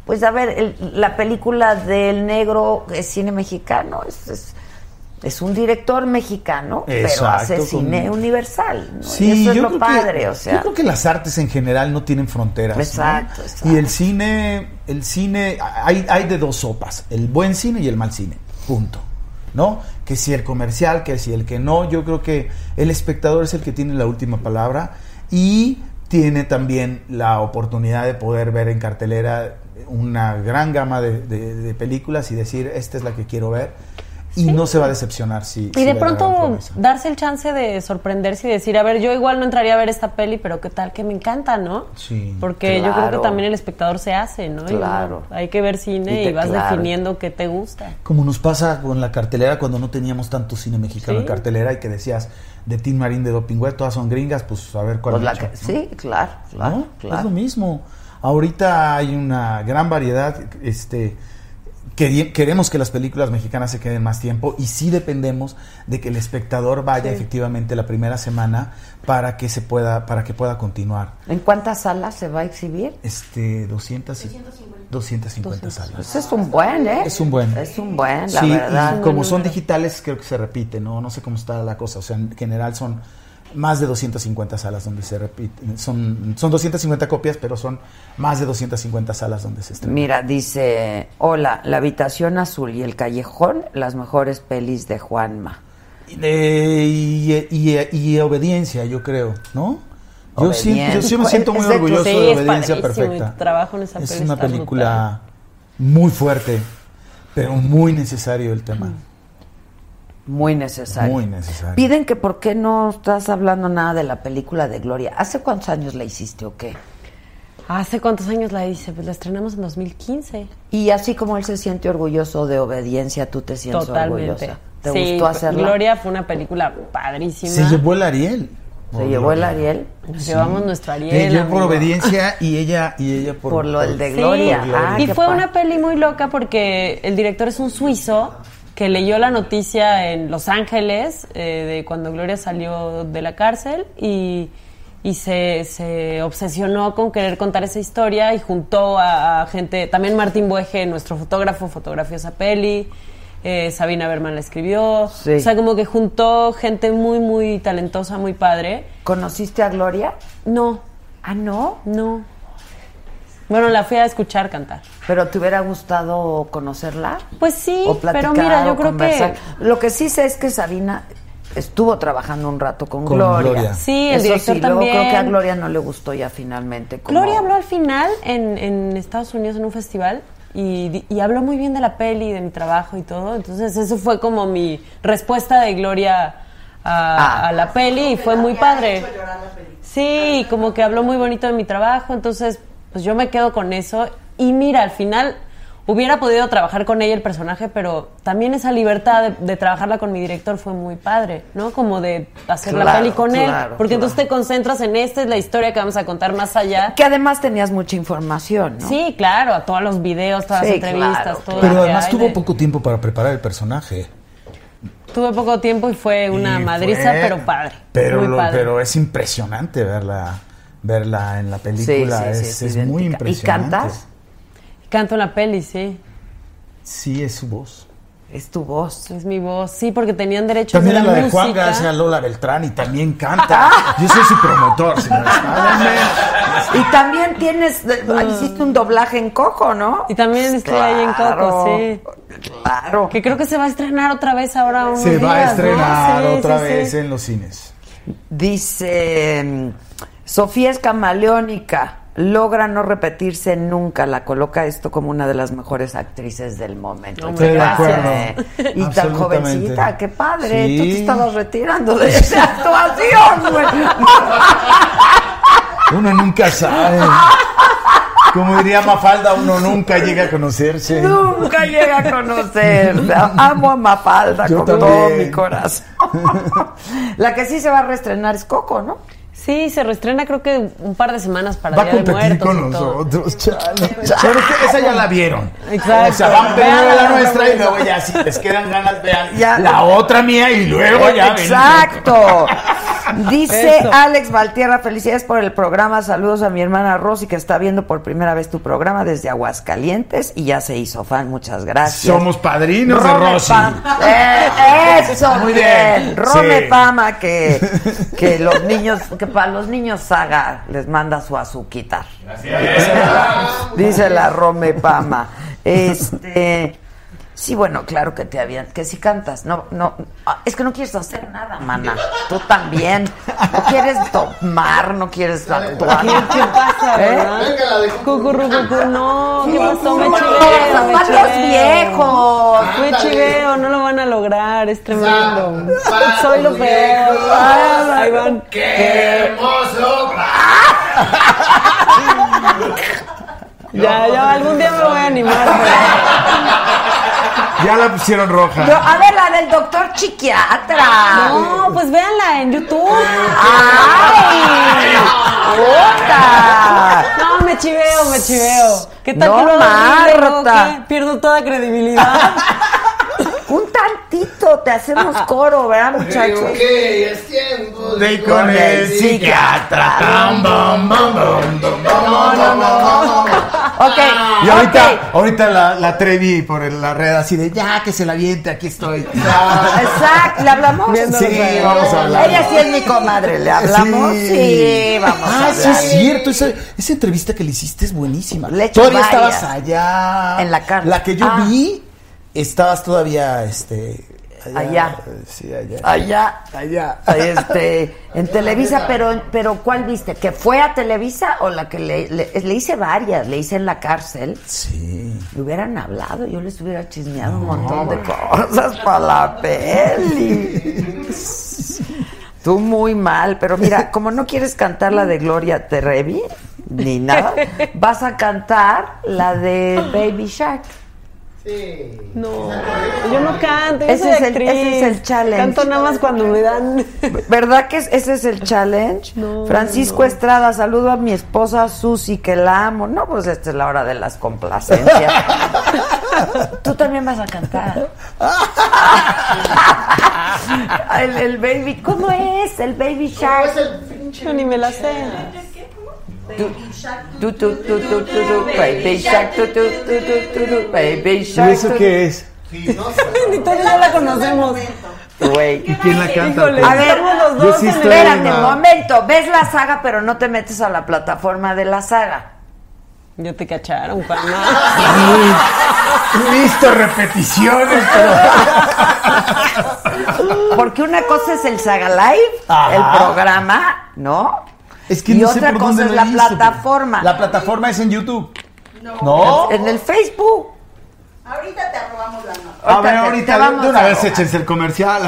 [SPEAKER 1] pues a ver, el- la película del negro es cine mexicano, es, es, es un director mexicano, pero
[SPEAKER 11] Exacto,
[SPEAKER 1] hace
[SPEAKER 11] con-
[SPEAKER 1] cine universal, ¿no? Y
[SPEAKER 11] Sí,
[SPEAKER 1] eso es
[SPEAKER 11] yo
[SPEAKER 1] lo
[SPEAKER 11] creo
[SPEAKER 1] padre,
[SPEAKER 11] que,
[SPEAKER 1] o sea.
[SPEAKER 11] yo creo que las artes en general no tienen fronteras. ¿no?
[SPEAKER 1] Exacto, exacto.
[SPEAKER 11] Y el cine, el cine, hay, hay de dos sopas, el buen cine y el mal cine, punto. ¿No? Que si el comercial, que si el que no, yo creo que el espectador es el que tiene la última palabra y tiene también la oportunidad de poder ver en cartelera una gran gama de, de- de películas y decir, esta es la que quiero ver. Y no se va a decepcionar si... si
[SPEAKER 12] Y de
[SPEAKER 11] ve la gran
[SPEAKER 12] pronto
[SPEAKER 11] promesa.
[SPEAKER 12] darse el chance de sorprenderse y decir, a ver, yo igual no entraría a ver esta peli, pero qué tal que me encanta, ¿no?
[SPEAKER 11] Sí.
[SPEAKER 12] Porque yo creo
[SPEAKER 1] Claro.
[SPEAKER 12] que también el espectador se hace, ¿no? Y
[SPEAKER 1] Claro.
[SPEAKER 12] hay que ver cine
[SPEAKER 1] Y
[SPEAKER 12] y,
[SPEAKER 1] te-
[SPEAKER 12] vas
[SPEAKER 1] claro.
[SPEAKER 12] definiendo qué te gusta.
[SPEAKER 11] Como nos pasa con la cartelera cuando no teníamos tanto cine mexicano en
[SPEAKER 12] Sí.
[SPEAKER 11] cartelera y que decías de Tim Marín, de Dopingüe, todas son gringas, pues a ver cuál
[SPEAKER 1] Pues
[SPEAKER 11] me
[SPEAKER 1] la
[SPEAKER 11] echo,
[SPEAKER 1] que-
[SPEAKER 11] ¿no?
[SPEAKER 1] sí, claro, claro,
[SPEAKER 11] ¿No?
[SPEAKER 1] claro.
[SPEAKER 11] Es lo mismo. Ahorita hay una gran variedad, este queri- queremos que las películas mexicanas se queden más tiempo y sí dependemos de que el espectador vaya
[SPEAKER 1] Sí.
[SPEAKER 11] efectivamente la primera semana para que se pueda para que pueda continuar.
[SPEAKER 1] ¿En cuántas salas se va a exhibir?
[SPEAKER 11] Este 200 y- 250 salas.
[SPEAKER 1] Ese es un buen, ¿eh?
[SPEAKER 11] Es un buen.
[SPEAKER 1] Es un buen, la
[SPEAKER 11] sí,
[SPEAKER 1] verdad.
[SPEAKER 11] y como son digitales, creo que se repite, ¿no? No sé cómo está la cosa. O sea, en general son más de 250 salas donde se repite. Son, son 250 copias, pero son más de 250 salas donde se estrena.
[SPEAKER 1] Mira, dice, hola, La habitación azul y El callejón, las mejores pelis de Juanma.
[SPEAKER 11] Eh, y, y- y obediencia, yo creo, ¿no? Yo sí, yo sí me
[SPEAKER 12] Obediencia.
[SPEAKER 11] siento muy
[SPEAKER 12] Exacto,
[SPEAKER 11] orgulloso
[SPEAKER 12] sí,
[SPEAKER 11] de
[SPEAKER 12] es
[SPEAKER 11] Obediencia
[SPEAKER 12] padrísimo, y
[SPEAKER 11] Perfecta.
[SPEAKER 12] tu trabajo en esa
[SPEAKER 11] es
[SPEAKER 12] peli
[SPEAKER 11] una
[SPEAKER 12] está
[SPEAKER 11] película muy fuerte, pero muy necesario el tema.
[SPEAKER 1] Muy necesario.
[SPEAKER 11] Muy necesario.
[SPEAKER 1] Piden que por qué no estás hablando nada de la película de Gloria. ¿Hace cuántos años la hiciste o qué?
[SPEAKER 12] ¿Hace cuántos años la hice? Pues la estrenamos en 2015.
[SPEAKER 1] Y así como él se siente orgulloso de obediencia, tú te sientes
[SPEAKER 12] Totalmente.
[SPEAKER 1] orgullosa. ¿Te
[SPEAKER 12] Sí,
[SPEAKER 1] gustó hacerla?
[SPEAKER 12] Gloria fue una película padrísima.
[SPEAKER 11] Se llevó el Ariel.
[SPEAKER 1] ¿Se llevó el Ariel?
[SPEAKER 12] Nos
[SPEAKER 11] Sí.
[SPEAKER 12] Pues llevamos nuestro Ariel.
[SPEAKER 11] Eh, yo por
[SPEAKER 12] amigo.
[SPEAKER 11] obediencia y ella y ella por,
[SPEAKER 1] Por lo del de
[SPEAKER 12] Sí.
[SPEAKER 1] Gloria. Ah,
[SPEAKER 12] y
[SPEAKER 1] qué
[SPEAKER 12] fue
[SPEAKER 1] padre.
[SPEAKER 12] una peli muy loca porque el director es un suizo que leyó la noticia en Los Ángeles eh, de cuando Gloria salió de la cárcel y, y se, se obsesionó con querer contar esa historia y juntó a, a gente, también Martín Bueje, nuestro fotógrafo, fotografió esa peli. eh, Sabina Berman la escribió.
[SPEAKER 1] Sí.
[SPEAKER 12] O sea, como que juntó gente muy, muy talentosa, muy padre.
[SPEAKER 1] ¿Conociste a Gloria?
[SPEAKER 12] No.
[SPEAKER 1] ¿Ah, no?
[SPEAKER 12] No. Bueno, la fui a escuchar cantar.
[SPEAKER 1] ¿Pero te hubiera gustado conocerla?
[SPEAKER 12] Pues sí,
[SPEAKER 1] o platicar,
[SPEAKER 12] pero mira, yo
[SPEAKER 1] o
[SPEAKER 12] creo
[SPEAKER 1] conversar.
[SPEAKER 12] que...
[SPEAKER 1] Lo que sí sé es que Sabina estuvo trabajando un rato con,
[SPEAKER 12] Con
[SPEAKER 1] Gloria.
[SPEAKER 12] Gloria. Sí, el
[SPEAKER 1] Eso
[SPEAKER 12] director
[SPEAKER 1] sí, luego creo
[SPEAKER 12] también.
[SPEAKER 1] que a Gloria no le gustó ya finalmente. como-
[SPEAKER 12] Gloria habló al final en, en Estados Unidos en un festival y, di- y habló muy bien de la peli, de mi trabajo y todo. Entonces, eso fue como mi respuesta de Gloria a,
[SPEAKER 1] Ah.
[SPEAKER 12] a la peli y fue muy padre. Sí, y como que habló muy bonito de mi trabajo. Entonces, pues yo me quedo con eso. Y mira, al final hubiera podido trabajar con ella el personaje, pero también esa libertad de, de trabajarla con mi director fue muy padre, ¿no? Como de hacer la
[SPEAKER 1] Claro,
[SPEAKER 12] peli con él.
[SPEAKER 1] claro,
[SPEAKER 12] Porque entonces te concentras en esta es la historia que vamos a contar más allá.
[SPEAKER 1] Que además tenías mucha información, ¿no?
[SPEAKER 12] Sí, claro, a todos los videos, todas
[SPEAKER 1] Sí,
[SPEAKER 12] las entrevistas,
[SPEAKER 1] claro,
[SPEAKER 12] todo. lo
[SPEAKER 11] Pero
[SPEAKER 12] que
[SPEAKER 11] además
[SPEAKER 12] hay
[SPEAKER 11] tuvo
[SPEAKER 12] de-
[SPEAKER 11] poco tiempo para preparar el personaje.
[SPEAKER 12] tuve poco tiempo y fue una
[SPEAKER 11] Y
[SPEAKER 12] madriza,
[SPEAKER 11] fue-
[SPEAKER 12] pero padre.
[SPEAKER 11] Pero,
[SPEAKER 12] muy
[SPEAKER 11] lo-
[SPEAKER 12] padre.
[SPEAKER 11] pero es impresionante verla, verla en la película.
[SPEAKER 1] sí, sí,
[SPEAKER 11] es
[SPEAKER 1] es
[SPEAKER 11] es muy
[SPEAKER 1] idéntica. ¿Y
[SPEAKER 11] impresionante.
[SPEAKER 1] cantas?
[SPEAKER 12] Canto en la peli, sí.
[SPEAKER 11] Sí, es su voz.
[SPEAKER 1] Es tu voz.
[SPEAKER 12] Es mi voz, sí, porque tenían derechos
[SPEAKER 11] También
[SPEAKER 12] de
[SPEAKER 11] es
[SPEAKER 12] la,
[SPEAKER 11] la de
[SPEAKER 12] música.
[SPEAKER 11] Juan García Lola Beltrán y también canta. Yo soy su promotor, señora.
[SPEAKER 1] Y también tienes, hiciste un doblaje en Coco, ¿no?
[SPEAKER 12] Mm. Y también estuve ahí en Coco, sí.
[SPEAKER 1] Claro.
[SPEAKER 12] Que creo que se va a estrenar otra vez ahora. unos
[SPEAKER 11] Se va a
[SPEAKER 12] días, ¿no?
[SPEAKER 11] estrenar
[SPEAKER 12] Sí,
[SPEAKER 11] otra
[SPEAKER 12] sí, sí.
[SPEAKER 11] vez eh. en los cines.
[SPEAKER 1] Dice mm, Sofía es camaleónica, logra no repetirse nunca, la coloca esto como una de las mejores actrices del momento.
[SPEAKER 11] No, Estoy de acuerdo.
[SPEAKER 1] eh. Y tan
[SPEAKER 11] Absolutamente.
[SPEAKER 1] jovencita, qué padre, tú te
[SPEAKER 11] Sí.
[SPEAKER 1] estabas retirando de esa actuación, güey.
[SPEAKER 11] Uno nunca sabe. Como diría Mafalda, uno nunca llega a conocerse.
[SPEAKER 1] Nunca llega a conocer. Amo a Mafalda
[SPEAKER 11] Yo
[SPEAKER 1] con todo
[SPEAKER 11] también.
[SPEAKER 1] mi corazón. La que sí se va a reestrenar es Coco, ¿no?
[SPEAKER 12] Sí, se reestrena creo que un par de semanas para
[SPEAKER 11] Va a
[SPEAKER 12] Día de
[SPEAKER 11] competir
[SPEAKER 12] Muertos.
[SPEAKER 11] con
[SPEAKER 12] y todo.
[SPEAKER 11] nosotros, chale. Pero es que esa ya la vieron.
[SPEAKER 12] Exacto.
[SPEAKER 11] O sea, van primero
[SPEAKER 12] Vean
[SPEAKER 11] la
[SPEAKER 12] la
[SPEAKER 11] nuestra y
[SPEAKER 12] nuestra.
[SPEAKER 11] luego ya, si les quedan ganas, vean
[SPEAKER 1] Ya.
[SPEAKER 11] la otra mía y luego ya ven.
[SPEAKER 1] Exacto. Dice
[SPEAKER 12] Eso.
[SPEAKER 1] Alex Valtierra, felicidades por el programa. Saludos a mi hermana Rosy, que está viendo por primera vez tu programa desde Aguascalientes y ya se hizo fan. Muchas gracias.
[SPEAKER 11] Somos padrinos de
[SPEAKER 1] Rome
[SPEAKER 11] Rosy.
[SPEAKER 1] Pam. Eh, eso,
[SPEAKER 11] Muy
[SPEAKER 1] muy
[SPEAKER 11] bien,
[SPEAKER 1] bien. Rome
[SPEAKER 11] sí.
[SPEAKER 1] Pama, que, que los niños, que para los niños saga les manda su azuquita. Dice la Rome Pama. Este. Sí, bueno, claro que te habían, que si cantas, no, no, ah, es que no quieres hacer nada, mana. Tú también, no quieres tomar, no quieres actuar.
[SPEAKER 12] ¿Qué, qué pasa,
[SPEAKER 1] ¿Eh?
[SPEAKER 12] verdad?
[SPEAKER 3] Venga, la de Cucu.
[SPEAKER 12] Cucurru, cucú, no, ¿qué pasó? Me
[SPEAKER 1] No,
[SPEAKER 12] chiveo, me
[SPEAKER 1] zapatos
[SPEAKER 12] chiveo.
[SPEAKER 1] viejos.
[SPEAKER 12] Fue
[SPEAKER 3] Ándale.
[SPEAKER 12] chiveo, no lo van a lograr, es tremendo.
[SPEAKER 3] Zapatos
[SPEAKER 12] Soy lo peor.
[SPEAKER 3] viejos.
[SPEAKER 12] Ah, Ahí van.
[SPEAKER 3] ¡Qué hermoso!
[SPEAKER 12] Ya, ya, algún día me voy a animar.
[SPEAKER 11] Ya la pusieron
[SPEAKER 1] No,
[SPEAKER 11] roja.
[SPEAKER 1] a ver, la del doctor Chiquiatra.
[SPEAKER 12] No, pues véanla en YouTube.
[SPEAKER 3] Ah.
[SPEAKER 1] ¡Ay! ¡Puta!
[SPEAKER 12] No, me chiveo, me chiveo. ¿Qué tal
[SPEAKER 1] No,
[SPEAKER 12] que lo hago horrible, luego
[SPEAKER 1] Marta.
[SPEAKER 12] qué? Pierdo toda credibilidad.
[SPEAKER 1] Un tantito, te hacemos coro, ¿verdad, muchachos?
[SPEAKER 3] Ok, es tiempo
[SPEAKER 11] De con el psiquiatra. Tam, bam, bam, bam, bam, bam, bam, bam, bam.
[SPEAKER 1] Ok,
[SPEAKER 11] Y ahorita, ahorita la, la Trevi por el- la red así de ya que se la viente, aquí estoy.
[SPEAKER 1] ok. Ah, Exacto, ¿le hablamos?
[SPEAKER 11] Sí, vamos a hablar.
[SPEAKER 1] Ella sí es mi comadre, ¿le hablamos? Sí, vamos a
[SPEAKER 11] Ah, sí
[SPEAKER 1] hablar.
[SPEAKER 11] es cierto. Esa, esa entrevista que le hiciste es buenísima.
[SPEAKER 1] Le he hecho
[SPEAKER 11] todavía
[SPEAKER 1] varias.
[SPEAKER 11] estabas allá.
[SPEAKER 1] En la cárcel.
[SPEAKER 11] La que yo
[SPEAKER 1] Ah.
[SPEAKER 11] vi, estabas todavía, este.
[SPEAKER 1] Allá.
[SPEAKER 11] Sí, allá.
[SPEAKER 1] Allá,
[SPEAKER 11] Allá. Ah,
[SPEAKER 1] este, en Televisa, pero, pero ¿cuál viste? ¿Que fue a Televisa o la que le, le- le hice varias? Le hice en la cárcel.
[SPEAKER 11] Sí.
[SPEAKER 1] Le hubieran hablado, yo les hubiera chismeado un montón de cosas para la peli. Tú muy mal, pero mira, como no quieres cantar la de Gloria Trevi, ni nada, vas a cantar la de Baby Shark.
[SPEAKER 12] No, yo no canto, yo
[SPEAKER 1] Ese
[SPEAKER 12] soy
[SPEAKER 1] es el-
[SPEAKER 12] actriz.
[SPEAKER 1] ese es el challenge.
[SPEAKER 12] Canto nada más cuando me dan.
[SPEAKER 1] ¿Verdad que es- ese es el challenge?
[SPEAKER 12] No,
[SPEAKER 1] Francisco Estrada, saludo a mi esposa Susi, que la amo. No, pues esta es la hora de las complacencias. Tú también vas a cantar. el, el baby, ¿cómo es? El baby shark.
[SPEAKER 3] Es el pinche.
[SPEAKER 12] Yo ni me la sé.
[SPEAKER 1] Tu, tu, tu, tu, tu, tu, baby shark, tu, tu, tu, tu, tu, tu, baby shark.
[SPEAKER 11] eso
[SPEAKER 1] tu,
[SPEAKER 11] qué es?
[SPEAKER 3] Sí, no sé.
[SPEAKER 12] Ni tú ni yo la conocemos.
[SPEAKER 1] Güey.
[SPEAKER 3] ¿Y quién la canta?
[SPEAKER 12] Híjole,
[SPEAKER 3] pues?
[SPEAKER 1] A ver,
[SPEAKER 12] estamos los
[SPEAKER 3] Yo dos sí en el- estoy
[SPEAKER 1] espérate
[SPEAKER 3] en
[SPEAKER 1] un
[SPEAKER 3] la-
[SPEAKER 1] momento. Ves la saga, pero no te metes a la plataforma de la saga.
[SPEAKER 12] Yo te cacharon, Juan.
[SPEAKER 11] Listo, repeticiones.
[SPEAKER 1] Porque una cosa es el Saga Live, el programa, ¿no?
[SPEAKER 11] Es que
[SPEAKER 1] y
[SPEAKER 11] no sé
[SPEAKER 1] otra
[SPEAKER 11] por
[SPEAKER 1] cosa
[SPEAKER 11] dónde
[SPEAKER 1] es
[SPEAKER 11] lo
[SPEAKER 1] la
[SPEAKER 11] hizo, pero-
[SPEAKER 1] plataforma.
[SPEAKER 11] La plataforma es en YouTube. No.
[SPEAKER 1] En el Facebook.
[SPEAKER 17] Ahorita te robamos la nota.
[SPEAKER 11] A ver,
[SPEAKER 1] te- te
[SPEAKER 11] ahorita de-
[SPEAKER 1] vamos
[SPEAKER 11] de una
[SPEAKER 1] a
[SPEAKER 11] vez
[SPEAKER 1] robar.
[SPEAKER 11] échense el comercial.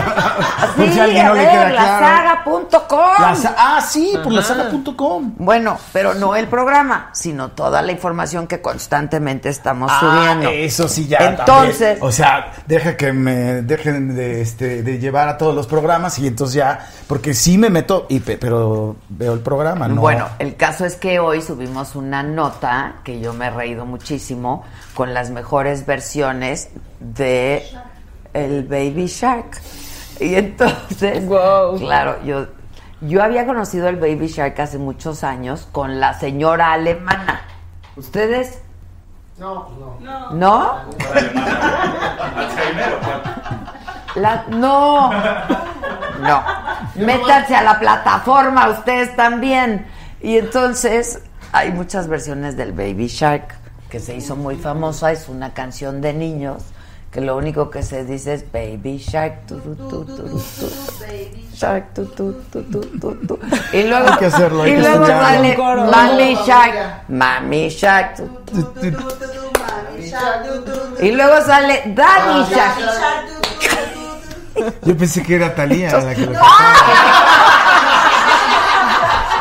[SPEAKER 11] Por
[SPEAKER 1] Sí,
[SPEAKER 11] si
[SPEAKER 1] a
[SPEAKER 11] alguien no le
[SPEAKER 1] ver,
[SPEAKER 11] queda claro.
[SPEAKER 1] lasaga.com.
[SPEAKER 11] La sa- ah, sí, por lasaga.com.
[SPEAKER 1] Bueno, pero no el programa, sino toda la información que constantemente estamos
[SPEAKER 11] Ah,
[SPEAKER 1] subiendo.
[SPEAKER 11] Eso sí ya.
[SPEAKER 1] Entonces,
[SPEAKER 11] también. o sea, deja que me dejen de, este, de llevar a todos los programas y entonces ya, porque sí me meto y pe- pero veo el programa, ¿no?
[SPEAKER 1] Bueno, el caso es que hoy subimos una nota que yo me he reído muchísimo con las mejores versiones de el Baby Shark. Y entonces, claro, yo yo había conocido el Baby Shark hace muchos años con la señora alemana. ¿Ustedes
[SPEAKER 3] No, no. No.
[SPEAKER 1] no? La- no. No. Métanse a la plataforma ustedes también. Y entonces hay muchas versiones del Baby Shark que se hizo muy famosa, es una canción de niños que lo único que se dice es Baby Shark turu, tu, turu, tu, Shark tu, tu, tu, tu, tu, tu. y luego
[SPEAKER 11] Hay que hacerlo, hay
[SPEAKER 1] y
[SPEAKER 11] que
[SPEAKER 1] luego
[SPEAKER 11] estudiarlo.
[SPEAKER 1] sale
[SPEAKER 11] Un coro.
[SPEAKER 1] Mami Shark, Mami Shark tu, tu, tu, tu. y luego sale Daddy Shark.
[SPEAKER 11] Yo pensé que era Talía la que lo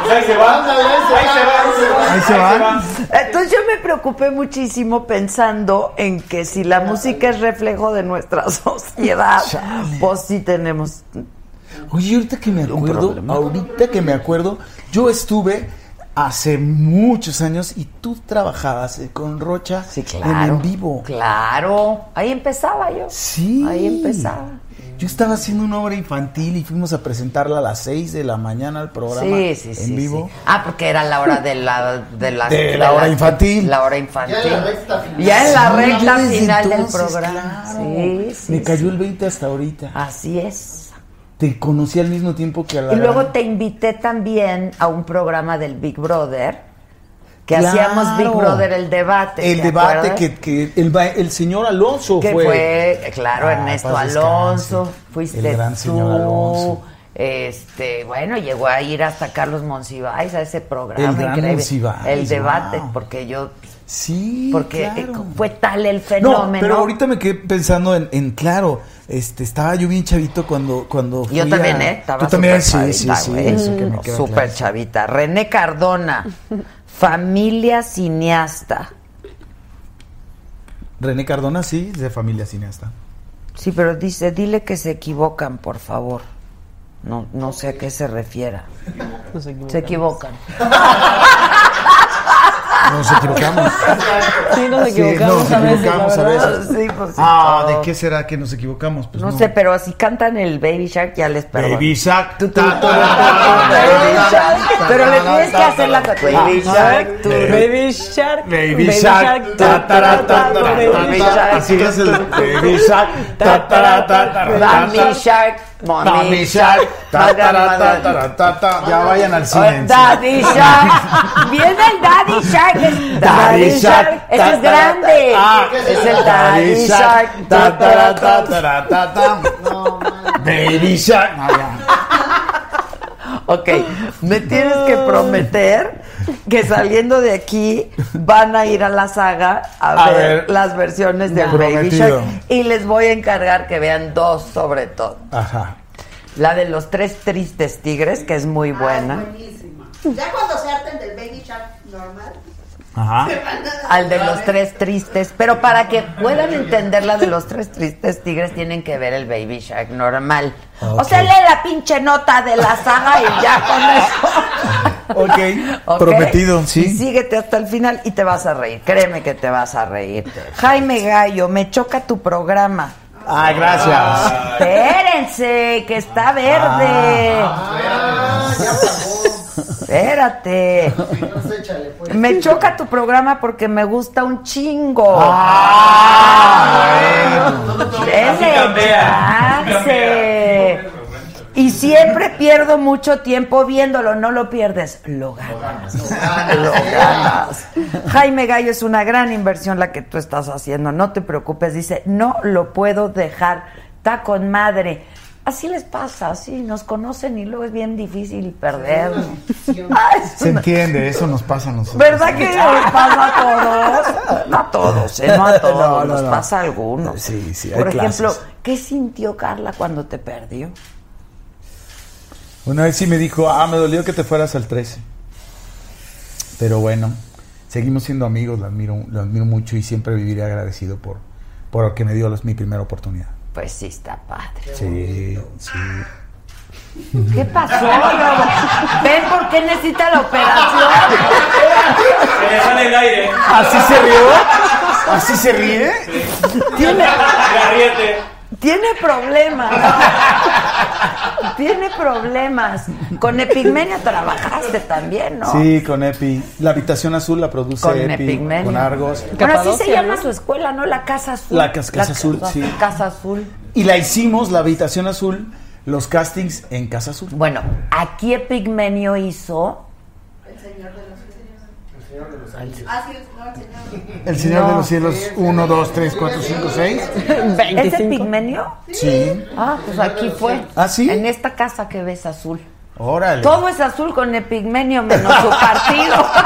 [SPEAKER 3] Pues ahí se va.
[SPEAKER 1] Ándale, ahí
[SPEAKER 3] Ahí se
[SPEAKER 1] se
[SPEAKER 3] va.
[SPEAKER 1] va.
[SPEAKER 11] Ahí se va.
[SPEAKER 1] Entonces yo me preocupé muchísimo pensando en que si la música es reflejo de nuestra sociedad, pues sí tenemos.
[SPEAKER 11] Oye, ahorita que me acuerdo, ahorita que me acuerdo, yo estuve hace muchos años y tú trabajabas eh, con Rocha en en vivo.
[SPEAKER 1] Claro. Ahí empezaba yo.
[SPEAKER 11] Sí.
[SPEAKER 1] Ahí empezaba.
[SPEAKER 11] Yo estaba haciendo una obra infantil y fuimos a presentarla a las 6 de la mañana al programa
[SPEAKER 1] Sí, sí,
[SPEAKER 11] en
[SPEAKER 1] sí,
[SPEAKER 11] vivo.
[SPEAKER 1] sí. Ah, porque era la hora de la de la,
[SPEAKER 11] De la hora infantil.
[SPEAKER 1] La hora infantil.
[SPEAKER 3] Ya en la recta final.
[SPEAKER 1] Ya en la
[SPEAKER 11] Sí,
[SPEAKER 1] recta
[SPEAKER 11] yo desde
[SPEAKER 1] final del
[SPEAKER 11] entonces,
[SPEAKER 1] programa.
[SPEAKER 11] claro.
[SPEAKER 1] Sí, sí,
[SPEAKER 11] Me cayó
[SPEAKER 1] sí.
[SPEAKER 11] el 20 hasta ahorita.
[SPEAKER 1] Así es.
[SPEAKER 11] Te conocí al mismo tiempo que a la
[SPEAKER 1] Y luego
[SPEAKER 11] gran-
[SPEAKER 1] te invité también a un programa del Big Brother, que
[SPEAKER 11] Claro.
[SPEAKER 1] hacíamos Big Brother el debate.
[SPEAKER 11] El
[SPEAKER 1] ¿te
[SPEAKER 11] debate
[SPEAKER 1] acuerdas?
[SPEAKER 11] que, que el, ba- el señor Alonso
[SPEAKER 1] que
[SPEAKER 11] fue.
[SPEAKER 1] fue, claro,
[SPEAKER 11] Ah,
[SPEAKER 1] Ernesto
[SPEAKER 11] paz descanse.
[SPEAKER 1] Alonso, fuiste
[SPEAKER 11] El gran
[SPEAKER 1] tú,
[SPEAKER 11] señor Alonso.
[SPEAKER 1] Este, bueno, llegó a ir hasta Carlos Monsiváis a ese programa
[SPEAKER 11] El gran
[SPEAKER 1] increíble.
[SPEAKER 11] Monsiváis,
[SPEAKER 1] el debate,
[SPEAKER 11] wow.
[SPEAKER 1] porque yo
[SPEAKER 11] Sí,
[SPEAKER 1] porque eh,
[SPEAKER 11] claro.
[SPEAKER 1] fue tal el fenómeno.
[SPEAKER 11] No, pero ahorita me quedé pensando en, en, claro, este, estaba yo bien chavito cuando, cuando fui
[SPEAKER 1] Yo también,
[SPEAKER 11] a-
[SPEAKER 1] ¿eh? Estaba
[SPEAKER 11] Tú también,
[SPEAKER 1] súper
[SPEAKER 11] sí, sí,
[SPEAKER 1] chavita,
[SPEAKER 11] sí,
[SPEAKER 1] güey. Mm,
[SPEAKER 11] eso que me queda
[SPEAKER 1] Súper
[SPEAKER 11] claro.
[SPEAKER 1] chavita. René Cardona, familia cineasta.
[SPEAKER 11] René Cardona, sí, de familia cineasta.
[SPEAKER 1] Sí, pero dice, dile que se equivocan, por favor. No, no sé a qué se refiera. Se equivocan.
[SPEAKER 11] Nos equivocamos.
[SPEAKER 12] Sí, nos
[SPEAKER 11] Sí,
[SPEAKER 12] equivocamos
[SPEAKER 11] nos
[SPEAKER 12] a veces. la
[SPEAKER 11] equivocamos a
[SPEAKER 12] verdad.
[SPEAKER 11] veces.
[SPEAKER 1] Sí, pues, sí,
[SPEAKER 11] Ah,
[SPEAKER 1] todo.
[SPEAKER 11] ¿de qué será que nos equivocamos? Pues
[SPEAKER 1] No sé, pero si cantan el Baby Shark ya les perdono.
[SPEAKER 11] Baby Ah, Shark.
[SPEAKER 1] Tu, tu, tu, tu, tu, tu, Baby Shark. Pero le tienes que hacer
[SPEAKER 11] Ah,
[SPEAKER 1] la Baby Shark. tu-
[SPEAKER 12] Baby Shark.
[SPEAKER 11] Baby Shark.
[SPEAKER 12] ta, ta, ta, ta, ta,
[SPEAKER 1] Baby
[SPEAKER 12] baby
[SPEAKER 1] Shark.
[SPEAKER 12] Shark.
[SPEAKER 11] Así es el Baby Shark. ta, ta, ta, ta, ta,
[SPEAKER 1] Mami
[SPEAKER 11] ta.
[SPEAKER 1] Shark. Mami
[SPEAKER 11] Mami
[SPEAKER 1] Shark.
[SPEAKER 11] Shark. Ta, ta, ta, ta, ta, ta, ta. Ya vayan al cine.
[SPEAKER 1] Daddy Shark. Viene el Daddy Shark. es- Daddy Shark. Ese
[SPEAKER 11] ta, ta,
[SPEAKER 1] es
[SPEAKER 11] ta,
[SPEAKER 1] grande.
[SPEAKER 11] ta.
[SPEAKER 1] Ah, Es el Daddy Shark.
[SPEAKER 11] Ah, Ta, ta, ta, ta, ta, ta, ta. Baby Shark. No, ya.
[SPEAKER 1] Ok, me tienes que prometer que saliendo de aquí van a ir a la saga a,
[SPEAKER 11] A
[SPEAKER 1] ver,
[SPEAKER 11] ver.
[SPEAKER 1] las versiones del Baby
[SPEAKER 11] Prometido.
[SPEAKER 1] Shark y les voy a encargar que vean dos sobre todo.
[SPEAKER 11] Ajá.
[SPEAKER 1] La de los tres tristes tigres, que es muy buena.
[SPEAKER 17] Buenísima. Ya cuando se harten del baby shark normal.
[SPEAKER 11] Ajá.
[SPEAKER 1] Al de los tres tristes, pero para que puedan entender la de los tres tristes tigres tienen que ver el Baby Shark normal. O sea,
[SPEAKER 11] Ok.
[SPEAKER 1] lee la pinche nota de la saga y ya con eso.
[SPEAKER 11] Ok.
[SPEAKER 1] ¿ok?
[SPEAKER 11] Prometido,
[SPEAKER 1] Y
[SPEAKER 11] sí.
[SPEAKER 1] síguete hasta el final y te vas a reír. Créeme que te vas a reír. Jaime Gallo, me choca tu programa.
[SPEAKER 11] Ah, gracias.
[SPEAKER 1] Espérense, que está verde.
[SPEAKER 3] Ah, ya pagó.
[SPEAKER 1] Espérate.
[SPEAKER 3] Entonces, échale, pues.
[SPEAKER 1] Me choca tu programa porque me gusta un chingo.
[SPEAKER 3] Así
[SPEAKER 1] Dele
[SPEAKER 3] cambia, así
[SPEAKER 1] chance. Y siempre pierdo mucho tiempo viéndolo, no lo pierdes, lo ganas. Lo ganas. Jaime Gallo es una gran inversión la que tú estás haciendo, no te preocupes, dice, no lo puedo dejar, está con madre. Así les pasa, así nos conocen y luego es bien difícil perder. Ah, es
[SPEAKER 11] Se
[SPEAKER 1] una-
[SPEAKER 11] entiende, eso nos pasa a nosotros.
[SPEAKER 1] ¿Verdad que nos pasa a todos? No a todos, ¿eh? no a todos,
[SPEAKER 11] No, no,
[SPEAKER 1] nos
[SPEAKER 11] no.
[SPEAKER 1] pasa a algunos.
[SPEAKER 11] Sí, sí, hay
[SPEAKER 1] Por ejemplo,
[SPEAKER 11] clases.
[SPEAKER 1] ¿qué sintió Carla cuando te perdió?
[SPEAKER 11] Una vez sí me dijo, ah, me dolió que te fueras al 13. Pero bueno, seguimos siendo amigos, lo admiro, lo admiro mucho y siempre viviré agradecido por, por lo que me dio los- mi primera oportunidad.
[SPEAKER 1] Pues sí, está padre.
[SPEAKER 11] Sí, sí.
[SPEAKER 1] ¿Qué pasó? Lobo? ¿Ven por qué necesita la operación?
[SPEAKER 2] Se le sale el aire.
[SPEAKER 11] ¿Así se rió? ¿Así se ríe?
[SPEAKER 1] Tiene,
[SPEAKER 2] Garriete.
[SPEAKER 1] tiene problemas. Tiene problemas. Con Epigmenia trabajaste también, ¿no?
[SPEAKER 11] Sí, con Epi. La habitación azul la produce
[SPEAKER 1] Con
[SPEAKER 11] Epi,
[SPEAKER 1] Epigmenia.
[SPEAKER 11] con Argos.
[SPEAKER 1] Bueno, así se llama su escuela, ¿no? La Casa Azul.
[SPEAKER 11] La Cas- Casa Azul,
[SPEAKER 1] Casa-
[SPEAKER 11] sí.
[SPEAKER 1] Casa Azul.
[SPEAKER 11] Y la hicimos, la habitación azul, los castings en Casa Azul.
[SPEAKER 1] Bueno, aquí Epigmenio hizo
[SPEAKER 11] El Señor de
[SPEAKER 1] No.
[SPEAKER 11] los Cielos 1, 2, 3, 4, 5, 6.
[SPEAKER 1] ¿Es Epigmenio?
[SPEAKER 11] Sí.
[SPEAKER 1] Ah, pues aquí fue.
[SPEAKER 11] ¿Ah, sí?
[SPEAKER 1] En esta casa que ves azul.
[SPEAKER 11] Órale.
[SPEAKER 1] Todo es azul con Epigmenio menos su partido.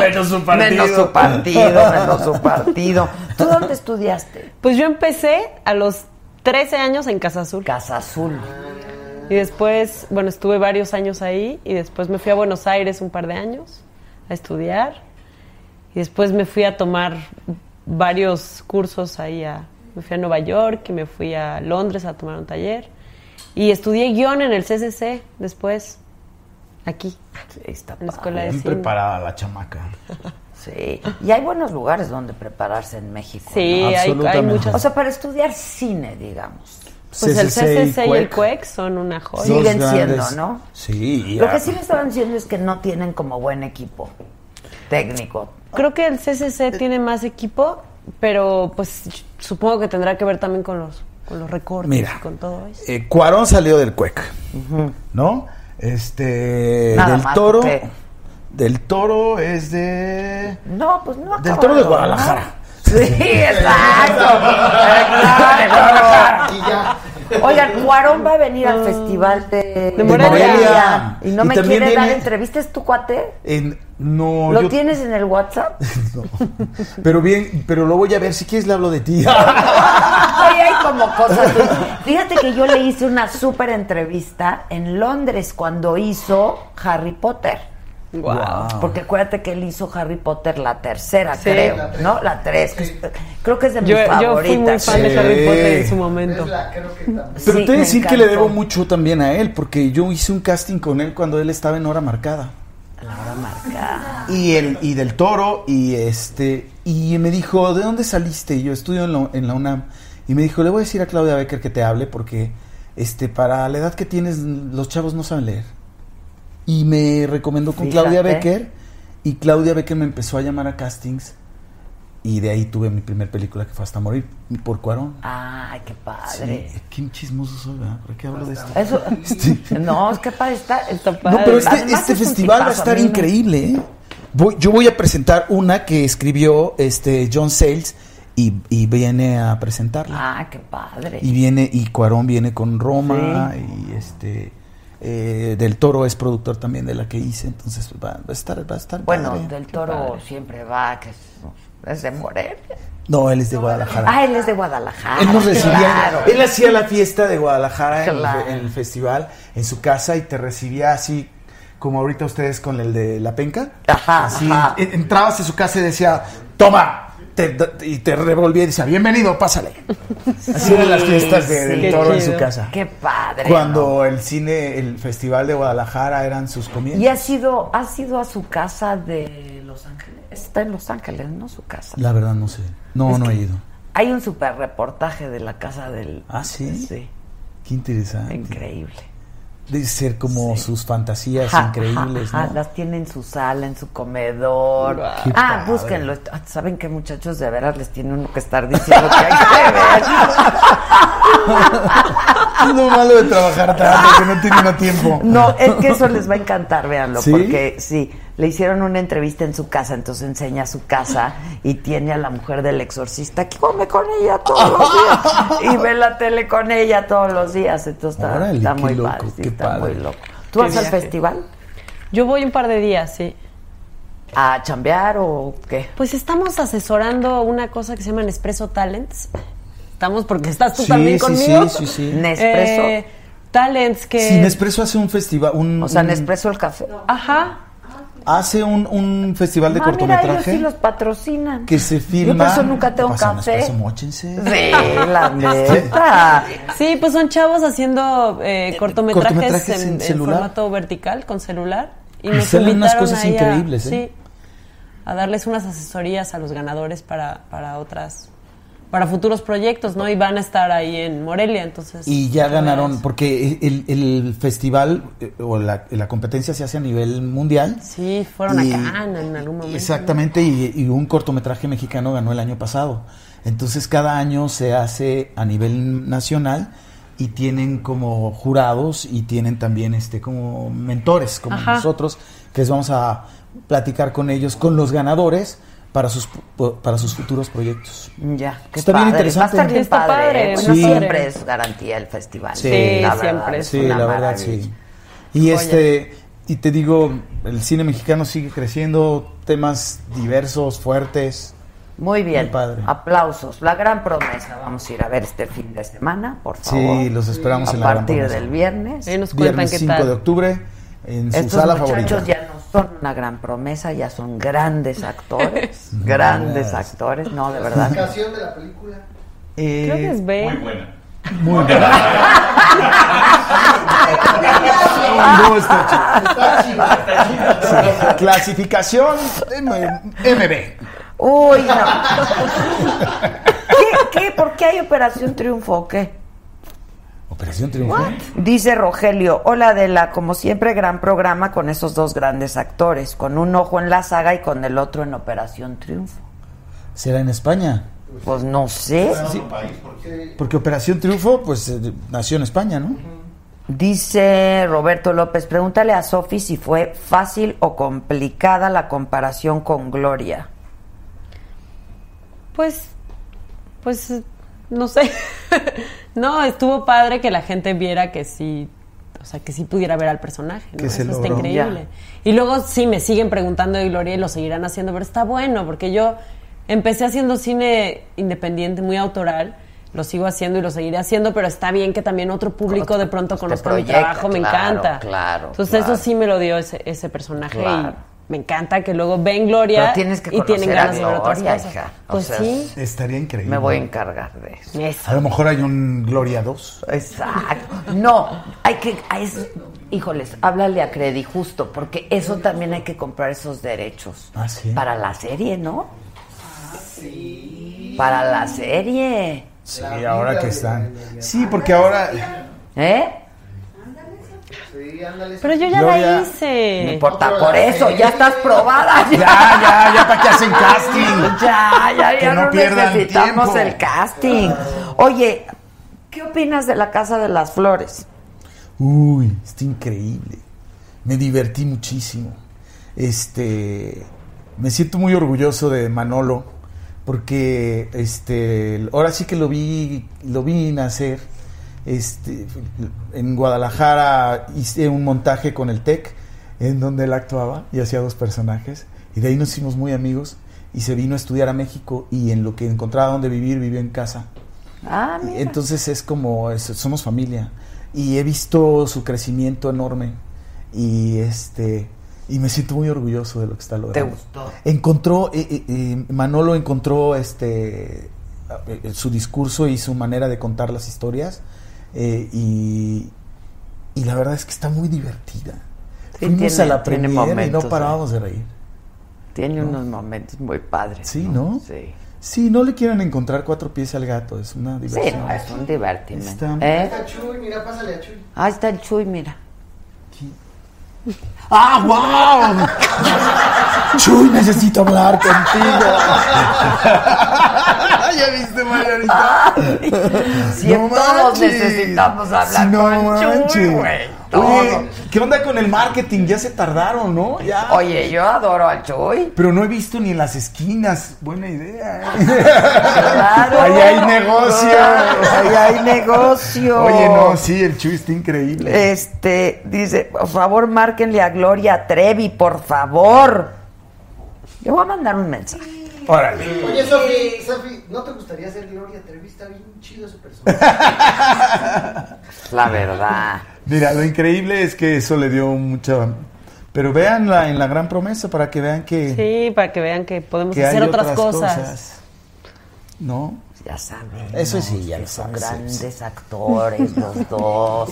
[SPEAKER 11] Menos su
[SPEAKER 1] menos su partido, menos su partido. ¿Tú dónde estudiaste?
[SPEAKER 12] Pues yo empecé a los 13 años en Casa Azul.
[SPEAKER 1] Casa Azul.
[SPEAKER 12] Y después, bueno, estuve varios años ahí y después me fui a Buenos Aires un par de años a estudiar. Y después me fui a tomar varios cursos ahí a... Me fui a Nueva York y me fui a Londres a tomar un taller. Y estudié guión en el CCC después, aquí, en la Escuela de
[SPEAKER 11] Bien
[SPEAKER 12] Cine.
[SPEAKER 11] preparada la chamaca.
[SPEAKER 1] Sí. Y hay buenos lugares donde prepararse en México.
[SPEAKER 12] Sí,
[SPEAKER 1] ¿no?
[SPEAKER 12] hay- hay Absolutamente. muchas-
[SPEAKER 1] O sea, para estudiar cine, digamos.
[SPEAKER 12] Pues el
[SPEAKER 11] CCC y
[SPEAKER 12] CCC y el
[SPEAKER 11] CUEC.
[SPEAKER 12] CUEC son una joya.
[SPEAKER 11] Dos
[SPEAKER 1] Siguen
[SPEAKER 11] grandes-
[SPEAKER 1] siendo, ¿no?
[SPEAKER 11] Sí.
[SPEAKER 1] Lo
[SPEAKER 11] ya.
[SPEAKER 1] que sí me estaban diciendo es que no tienen como buen equipo técnico.
[SPEAKER 12] Creo que el CCC tiene más equipo, pero pues supongo que tendrá que ver también con los con los recortes
[SPEAKER 11] Mira.
[SPEAKER 12] y con todo eso.
[SPEAKER 11] Eh, Cuarón salió del CUEC, ¿no? Este.
[SPEAKER 12] Nada
[SPEAKER 11] del
[SPEAKER 12] más,
[SPEAKER 11] toro.
[SPEAKER 12] ok.
[SPEAKER 11] Del toro es de.
[SPEAKER 1] No, pues no.
[SPEAKER 11] Del
[SPEAKER 1] acabaron,
[SPEAKER 11] toro de
[SPEAKER 1] ¿no?
[SPEAKER 11] Guadalajara.
[SPEAKER 1] Sí, exacto. Exacto. Oigan, Cuarón va a venir al festival de,
[SPEAKER 11] De Morelia. Morelia.
[SPEAKER 1] Y no
[SPEAKER 11] Y
[SPEAKER 1] me
[SPEAKER 11] también
[SPEAKER 1] quiere dar
[SPEAKER 11] viene-
[SPEAKER 1] entrevistas, tu cuate?
[SPEAKER 11] En- no,
[SPEAKER 1] ¿Lo
[SPEAKER 11] yo-
[SPEAKER 1] tienes en el WhatsApp?
[SPEAKER 11] Pero bien, pero lo voy a ver. Si quieres, le hablo de ti.
[SPEAKER 1] Oye, hay como cosas. Fíjate que yo le hice una súper entrevista en Londres cuando hizo Harry Potter.
[SPEAKER 11] Guau.
[SPEAKER 1] Porque acuérdate que él hizo Harry Potter la tercera,
[SPEAKER 12] Sí.
[SPEAKER 1] creo,
[SPEAKER 12] La tres.
[SPEAKER 1] ¿no? La tres. que es- Creo que es de mis
[SPEAKER 12] Yo, yo
[SPEAKER 1] favoritas.
[SPEAKER 12] fui muy fan de Harry
[SPEAKER 11] Sí.
[SPEAKER 12] Potter en su momento.
[SPEAKER 11] Pero
[SPEAKER 1] Sí,
[SPEAKER 11] te voy a
[SPEAKER 1] me
[SPEAKER 11] decir que le
[SPEAKER 1] encantó.
[SPEAKER 11] debo mucho también a él, porque yo hice un casting con él cuando él estaba en hora marcada.
[SPEAKER 1] La hora marcada.
[SPEAKER 11] Y el, y del toro, y este, y me dijo, ¿de dónde saliste? Y yo estudio en, la- en la UNAM. Y me dijo, le voy a decir a Claudia Becker que te hable, porque este, para la edad que tienes, los chavos no saben leer. Y me recomendó con Claudia
[SPEAKER 1] Fíjate.
[SPEAKER 11] Becker, y Claudia Becker me empezó a llamar a castings, y de ahí tuve mi primer película que fue Hasta Morir, por Cuarón.
[SPEAKER 1] Ay, qué padre.
[SPEAKER 11] Sí, qué chismoso soy, ¿verdad? ¿Por qué hablo de esto?
[SPEAKER 1] Eso, no, es que padre está,
[SPEAKER 11] No, pero este,
[SPEAKER 1] Además,
[SPEAKER 11] este
[SPEAKER 1] es un
[SPEAKER 11] festival va a
[SPEAKER 1] tipazo,
[SPEAKER 11] estar
[SPEAKER 1] mí no-
[SPEAKER 11] increíble. ¿eh? Voy- yo voy a presentar una que escribió este John Sales y, y viene a presentarla.
[SPEAKER 1] Ah, qué padre.
[SPEAKER 11] Y viene y Cuarón viene con Roma y este eh, del Toro es productor también de la que hice, entonces va, va a estar va a estar
[SPEAKER 1] Bueno,
[SPEAKER 11] padre.
[SPEAKER 1] del toro siempre va, que es, es de Morelia.
[SPEAKER 11] No, él es de Guadalajara.
[SPEAKER 1] Ah, él es de Guadalajara.
[SPEAKER 11] Él nos recibía,
[SPEAKER 1] claro.
[SPEAKER 11] él hacía la fiesta de Guadalajara en el fe-
[SPEAKER 1] Claro.
[SPEAKER 11] en, el festival, en su casa, y te recibía así, como ahorita ustedes con el de La Penca. Así, en- entrabas a su casa y decía, toma, te- te- y te revolvía y decía, bienvenido, pásale. Así eran las fiestas de-
[SPEAKER 1] Sí,
[SPEAKER 11] del
[SPEAKER 1] qué
[SPEAKER 11] toro en
[SPEAKER 1] chido.
[SPEAKER 11] su casa.
[SPEAKER 1] Qué padre.
[SPEAKER 11] Cuando el cine, el festival de Guadalajara eran sus
[SPEAKER 1] ¿no?
[SPEAKER 11] comienzos.
[SPEAKER 1] Y ha sido, ha sido a su casa de Los Ángeles. Está en Los Ángeles, ¿no? Su casa.
[SPEAKER 11] La verdad no sé. No,
[SPEAKER 1] Es
[SPEAKER 11] no
[SPEAKER 1] que-
[SPEAKER 11] he ido.
[SPEAKER 1] Hay un super reportaje de la casa del.
[SPEAKER 11] Ah, sí. Ah,
[SPEAKER 1] Sí,
[SPEAKER 11] Qué interesante.
[SPEAKER 1] increíble.
[SPEAKER 11] de ser como sus fantasías
[SPEAKER 1] Ja,
[SPEAKER 11] increíbles,
[SPEAKER 1] ja, ja,
[SPEAKER 11] ¿no?
[SPEAKER 1] Las tiene en su sala, en su comedor.
[SPEAKER 11] Qué
[SPEAKER 1] ah,
[SPEAKER 11] padre.
[SPEAKER 1] búsquenlo. Ah, Saben que muchachos de veras les tiene uno que estar diciendo que hay que ver.
[SPEAKER 11] Es lo malo de trabajar tanto que no tiene uno tiempo.
[SPEAKER 1] No, es que eso les va a encantar, véanlo,
[SPEAKER 11] ¿Sí?
[SPEAKER 1] porque sí, le hicieron una entrevista en su casa, entonces enseña su casa y tiene a la mujer del exorcista que come con ella todos los días y ve la tele con ella todos los días, entonces está,
[SPEAKER 11] Órale,
[SPEAKER 1] está
[SPEAKER 11] qué
[SPEAKER 1] muy
[SPEAKER 11] loco,
[SPEAKER 1] padre, sí,
[SPEAKER 11] qué
[SPEAKER 1] está
[SPEAKER 11] padre.
[SPEAKER 1] muy loco. ¿Tú
[SPEAKER 12] Qué
[SPEAKER 1] vas al
[SPEAKER 12] viaje.
[SPEAKER 1] festival
[SPEAKER 12] Yo voy un par de días, sí.
[SPEAKER 1] a chambear o qué?
[SPEAKER 12] Pues estamos asesorando una cosa que se llama Nespresso Talents. Estamos porque estás tú
[SPEAKER 11] Sí,
[SPEAKER 12] también
[SPEAKER 11] sí,
[SPEAKER 12] conmigo.
[SPEAKER 11] sí, sí, sí.
[SPEAKER 1] Nespresso.
[SPEAKER 12] Eh, Talents que...
[SPEAKER 11] Si Nespresso hace un festival, un,
[SPEAKER 1] O sea,
[SPEAKER 11] un-
[SPEAKER 1] Nespresso el café.
[SPEAKER 12] Ajá.
[SPEAKER 11] hace un, un festival de
[SPEAKER 1] Ah, mira, ellos
[SPEAKER 11] cortometraje
[SPEAKER 1] sí los patrocinan.
[SPEAKER 11] que se filma.
[SPEAKER 1] Yo por eso nunca tengo
[SPEAKER 11] Pasan
[SPEAKER 1] café.
[SPEAKER 11] Nespresso, móchense.
[SPEAKER 1] Sí, la neta.
[SPEAKER 12] Sí, pues son chavos haciendo eh, cortometrajes,
[SPEAKER 11] cortometrajes en
[SPEAKER 12] en, en
[SPEAKER 11] celular.
[SPEAKER 12] formato vertical, con celular. Y
[SPEAKER 11] Y
[SPEAKER 12] nos
[SPEAKER 11] salen unas
[SPEAKER 12] invitaron
[SPEAKER 11] cosas
[SPEAKER 12] ahí a-
[SPEAKER 11] increíbles, ¿eh?
[SPEAKER 12] Sí, a darles unas asesorías a los ganadores para, para otras, para futuros proyectos, ¿no? Y van a estar ahí en Morelia, entonces... pues,
[SPEAKER 11] Y
[SPEAKER 1] Pues.
[SPEAKER 11] ya ganaron, porque el, el festival eh, o la, la competencia se hace a nivel mundial.
[SPEAKER 12] Sí, fueron
[SPEAKER 11] Y-
[SPEAKER 12] a Cannes en algún momento.
[SPEAKER 11] Exactamente, y, y un cortometraje mexicano ganó el año pasado. Entonces cada año se hace a nivel nacional y tienen como jurados y tienen también este como mentores como
[SPEAKER 12] Ajá.
[SPEAKER 11] nosotros que les vamos a platicar con ellos, con los ganadores para sus para sus futuros proyectos.
[SPEAKER 1] Ya, qué
[SPEAKER 11] Está bien
[SPEAKER 1] padre.
[SPEAKER 11] interesante.
[SPEAKER 1] Va a estar bien
[SPEAKER 12] Está
[SPEAKER 1] padre.
[SPEAKER 12] padre,
[SPEAKER 1] ¿eh? Bueno,
[SPEAKER 11] sí.
[SPEAKER 1] siempre es garantía el festival.
[SPEAKER 11] Sí,
[SPEAKER 1] la verdad,
[SPEAKER 12] siempre
[SPEAKER 1] es
[SPEAKER 11] Eh, Sí,
[SPEAKER 1] una
[SPEAKER 11] la verdad,
[SPEAKER 1] maravilla.
[SPEAKER 11] sí. Y este, y te digo, el cine mexicano sigue creciendo, temas diversos, fuertes.
[SPEAKER 1] Muy bien.
[SPEAKER 11] Muy padre.
[SPEAKER 1] Aplausos. La gran promesa. Vamos a ir a ver este fin de semana, por
[SPEAKER 11] Sí,
[SPEAKER 1] favor.
[SPEAKER 11] los esperamos
[SPEAKER 1] a
[SPEAKER 11] en La Gran
[SPEAKER 1] partir
[SPEAKER 11] Promesa.
[SPEAKER 1] del viernes.
[SPEAKER 12] Ahí nos cuentan
[SPEAKER 11] Viernes
[SPEAKER 12] qué
[SPEAKER 11] 5
[SPEAKER 12] tal.
[SPEAKER 11] de octubre en su
[SPEAKER 1] Estos
[SPEAKER 11] sala
[SPEAKER 1] muchachos
[SPEAKER 11] favorita.
[SPEAKER 1] ya no son una gran promesa, ya son grandes actores. grandes actores, no, de verdad.
[SPEAKER 3] Clasificación de la película.
[SPEAKER 11] Eh,
[SPEAKER 12] Creo que es B.
[SPEAKER 2] Muy buena.
[SPEAKER 11] Muy bien. No, está chido. Sí. Clasificación M- MB.
[SPEAKER 1] Uy, no. ¿Qué, qué? ¿Por qué hay Operación Triunfo o qué?
[SPEAKER 11] Operación Triunfo.
[SPEAKER 1] Dice Rogelio, hola Adela, como siempre gran programa con esos dos grandes actores, con un ojo en la saga y con el otro en Operación Triunfo.
[SPEAKER 11] ¿Será en España?
[SPEAKER 1] Pues no sé.
[SPEAKER 11] Porque Operación Triunfo, pues, eh, nació en España, ¿no?
[SPEAKER 1] Dice Roberto López, pregúntale a Sofi si fue fácil o complicada la comparación con Gloria.
[SPEAKER 12] Pues, pues, eh, no sé. no, estuvo padre que la gente viera que sí, o sea, que sí pudiera ver al personaje. ¿no?
[SPEAKER 11] Que se
[SPEAKER 12] Eso está
[SPEAKER 11] logró.
[SPEAKER 12] increíble. Y luego sí me siguen preguntando de Gloria y lo seguirán haciendo, pero está bueno porque yo empecé haciendo cine independiente, muy autoral. Lo sigo haciendo y lo seguiré haciendo, pero está bien que también otro público de pronto conozca mi
[SPEAKER 1] proyecta,
[SPEAKER 12] trabajo, me
[SPEAKER 1] claro,
[SPEAKER 12] encanta.
[SPEAKER 1] claro,
[SPEAKER 12] Entonces
[SPEAKER 1] claro.
[SPEAKER 12] eso sí me lo dio ese, ese personaje
[SPEAKER 1] Claro.
[SPEAKER 12] y me encanta que luego ven Gloria
[SPEAKER 1] Pero tienes que
[SPEAKER 12] y tienen
[SPEAKER 1] conocer a
[SPEAKER 12] ganas de ver otras
[SPEAKER 1] Gloria,
[SPEAKER 12] cosas.
[SPEAKER 1] hija. O
[SPEAKER 12] Pues
[SPEAKER 1] sea,
[SPEAKER 12] sí.
[SPEAKER 11] Estaría increíble.
[SPEAKER 1] Me voy a encargar de eso.
[SPEAKER 11] A lo mejor hay un Gloria 2.
[SPEAKER 1] Exacto. No, hay que... es- híjoles, háblale a Credi justo, porque eso también hay que comprar esos derechos.
[SPEAKER 11] Ah, sí.
[SPEAKER 1] Para la serie, ¿no? Sí. Para la serie.
[SPEAKER 11] Sí, ahora que están. Sí, porque ahora.
[SPEAKER 1] ¿Eh?
[SPEAKER 3] Sí, ándale.
[SPEAKER 12] Pero yo ya
[SPEAKER 11] Gloria-
[SPEAKER 12] la hice.
[SPEAKER 1] No importa, por eso, ya estás probada.
[SPEAKER 11] Ya, ya, ya, para que hacen casting.
[SPEAKER 1] Ya, ya,
[SPEAKER 11] Que
[SPEAKER 1] ya
[SPEAKER 11] no
[SPEAKER 1] no,
[SPEAKER 11] pierdan
[SPEAKER 1] necesitamos
[SPEAKER 11] tiempo.
[SPEAKER 1] el casting. Oye, ¿qué opinas de la Casa de las Flores?
[SPEAKER 11] Uy, está increíble. Me divertí muchísimo. Este, me siento muy orgulloso de Manolo porque este, ahora sí que lo vi lo vi nacer. Este, en Guadalajara hice un montaje con el Tec en donde él actuaba y hacía dos personajes y de ahí nos hicimos muy amigos y se vino a estudiar a México y en lo que encontraba donde vivir vivió en casa.
[SPEAKER 1] Ah,
[SPEAKER 11] Y
[SPEAKER 1] mira.
[SPEAKER 11] Entonces es como, es- somos familia. Y he visto su crecimiento enorme. Y este y me siento muy orgulloso de lo que está logrando.
[SPEAKER 1] ¿Te gustó?
[SPEAKER 11] Encontró, eh, eh, eh, Manolo encontró este eh, su discurso y su manera de contar las historias. eh, y, y la verdad es que está muy divertida.
[SPEAKER 1] Sí,
[SPEAKER 11] Fuimos
[SPEAKER 1] tiene-
[SPEAKER 11] a la
[SPEAKER 1] tiene
[SPEAKER 11] premiere y
[SPEAKER 1] momentos,
[SPEAKER 11] no
[SPEAKER 1] ¿eh?
[SPEAKER 11] parábamos de reír.
[SPEAKER 1] Tiene unos momentos muy padres.
[SPEAKER 11] Sí, ¿no?
[SPEAKER 1] Sí.
[SPEAKER 11] Sí, no le quieren encontrar cuatro pies al gato, es una
[SPEAKER 1] Sí,
[SPEAKER 11] diversión.
[SPEAKER 1] no, es un divertimento.
[SPEAKER 11] Está-
[SPEAKER 1] ¿Eh?
[SPEAKER 3] Está Chuy, mira, pásale a Chuy.
[SPEAKER 1] Ahí está el Chuy, mira.
[SPEAKER 11] ¡Ah, wow! Chuy, necesito hablar contigo.
[SPEAKER 1] ¿Ya viste, Marianita? Si
[SPEAKER 11] No
[SPEAKER 1] todos
[SPEAKER 11] manches.
[SPEAKER 1] necesitamos hablar
[SPEAKER 11] No
[SPEAKER 1] con Chuy,
[SPEAKER 11] manches.
[SPEAKER 1] güey. Todos.
[SPEAKER 11] Oye, ¿qué onda con el marketing? Ya se tardaron, ¿no? Ya.
[SPEAKER 3] Ah.
[SPEAKER 1] Oye, yo adoro al Chuy.
[SPEAKER 11] Pero no he visto ni en las esquinas. Buena idea. ¿eh?
[SPEAKER 1] Claro.
[SPEAKER 11] Ahí hay negocio.
[SPEAKER 1] Ahí hay negocio.
[SPEAKER 11] Oye, no, sí, el Chuy está increíble.
[SPEAKER 1] Este, dice, por favor, márquenle a Gloria Trevi, por favor. Le voy a mandar un mensaje.
[SPEAKER 11] Órale.
[SPEAKER 3] Oye, Sofi, Sofi, ¿no te gustaría ser Gloria Trevi? Está bien chido su personaje.
[SPEAKER 1] La verdad.
[SPEAKER 11] Mira, lo increíble es que eso le dio mucha. Pero véanla en la gran promesa para que vean que,
[SPEAKER 12] Sí, para que vean que podemos
[SPEAKER 11] que
[SPEAKER 12] hacer
[SPEAKER 11] hay
[SPEAKER 12] otras, cosas.
[SPEAKER 11] ¿No?
[SPEAKER 1] Ya saben.
[SPEAKER 11] Eso
[SPEAKER 1] ¿no?
[SPEAKER 11] sí, ya lo
[SPEAKER 1] Que Son
[SPEAKER 11] sabes, sí,
[SPEAKER 1] grandes
[SPEAKER 11] sí.
[SPEAKER 1] actores los dos.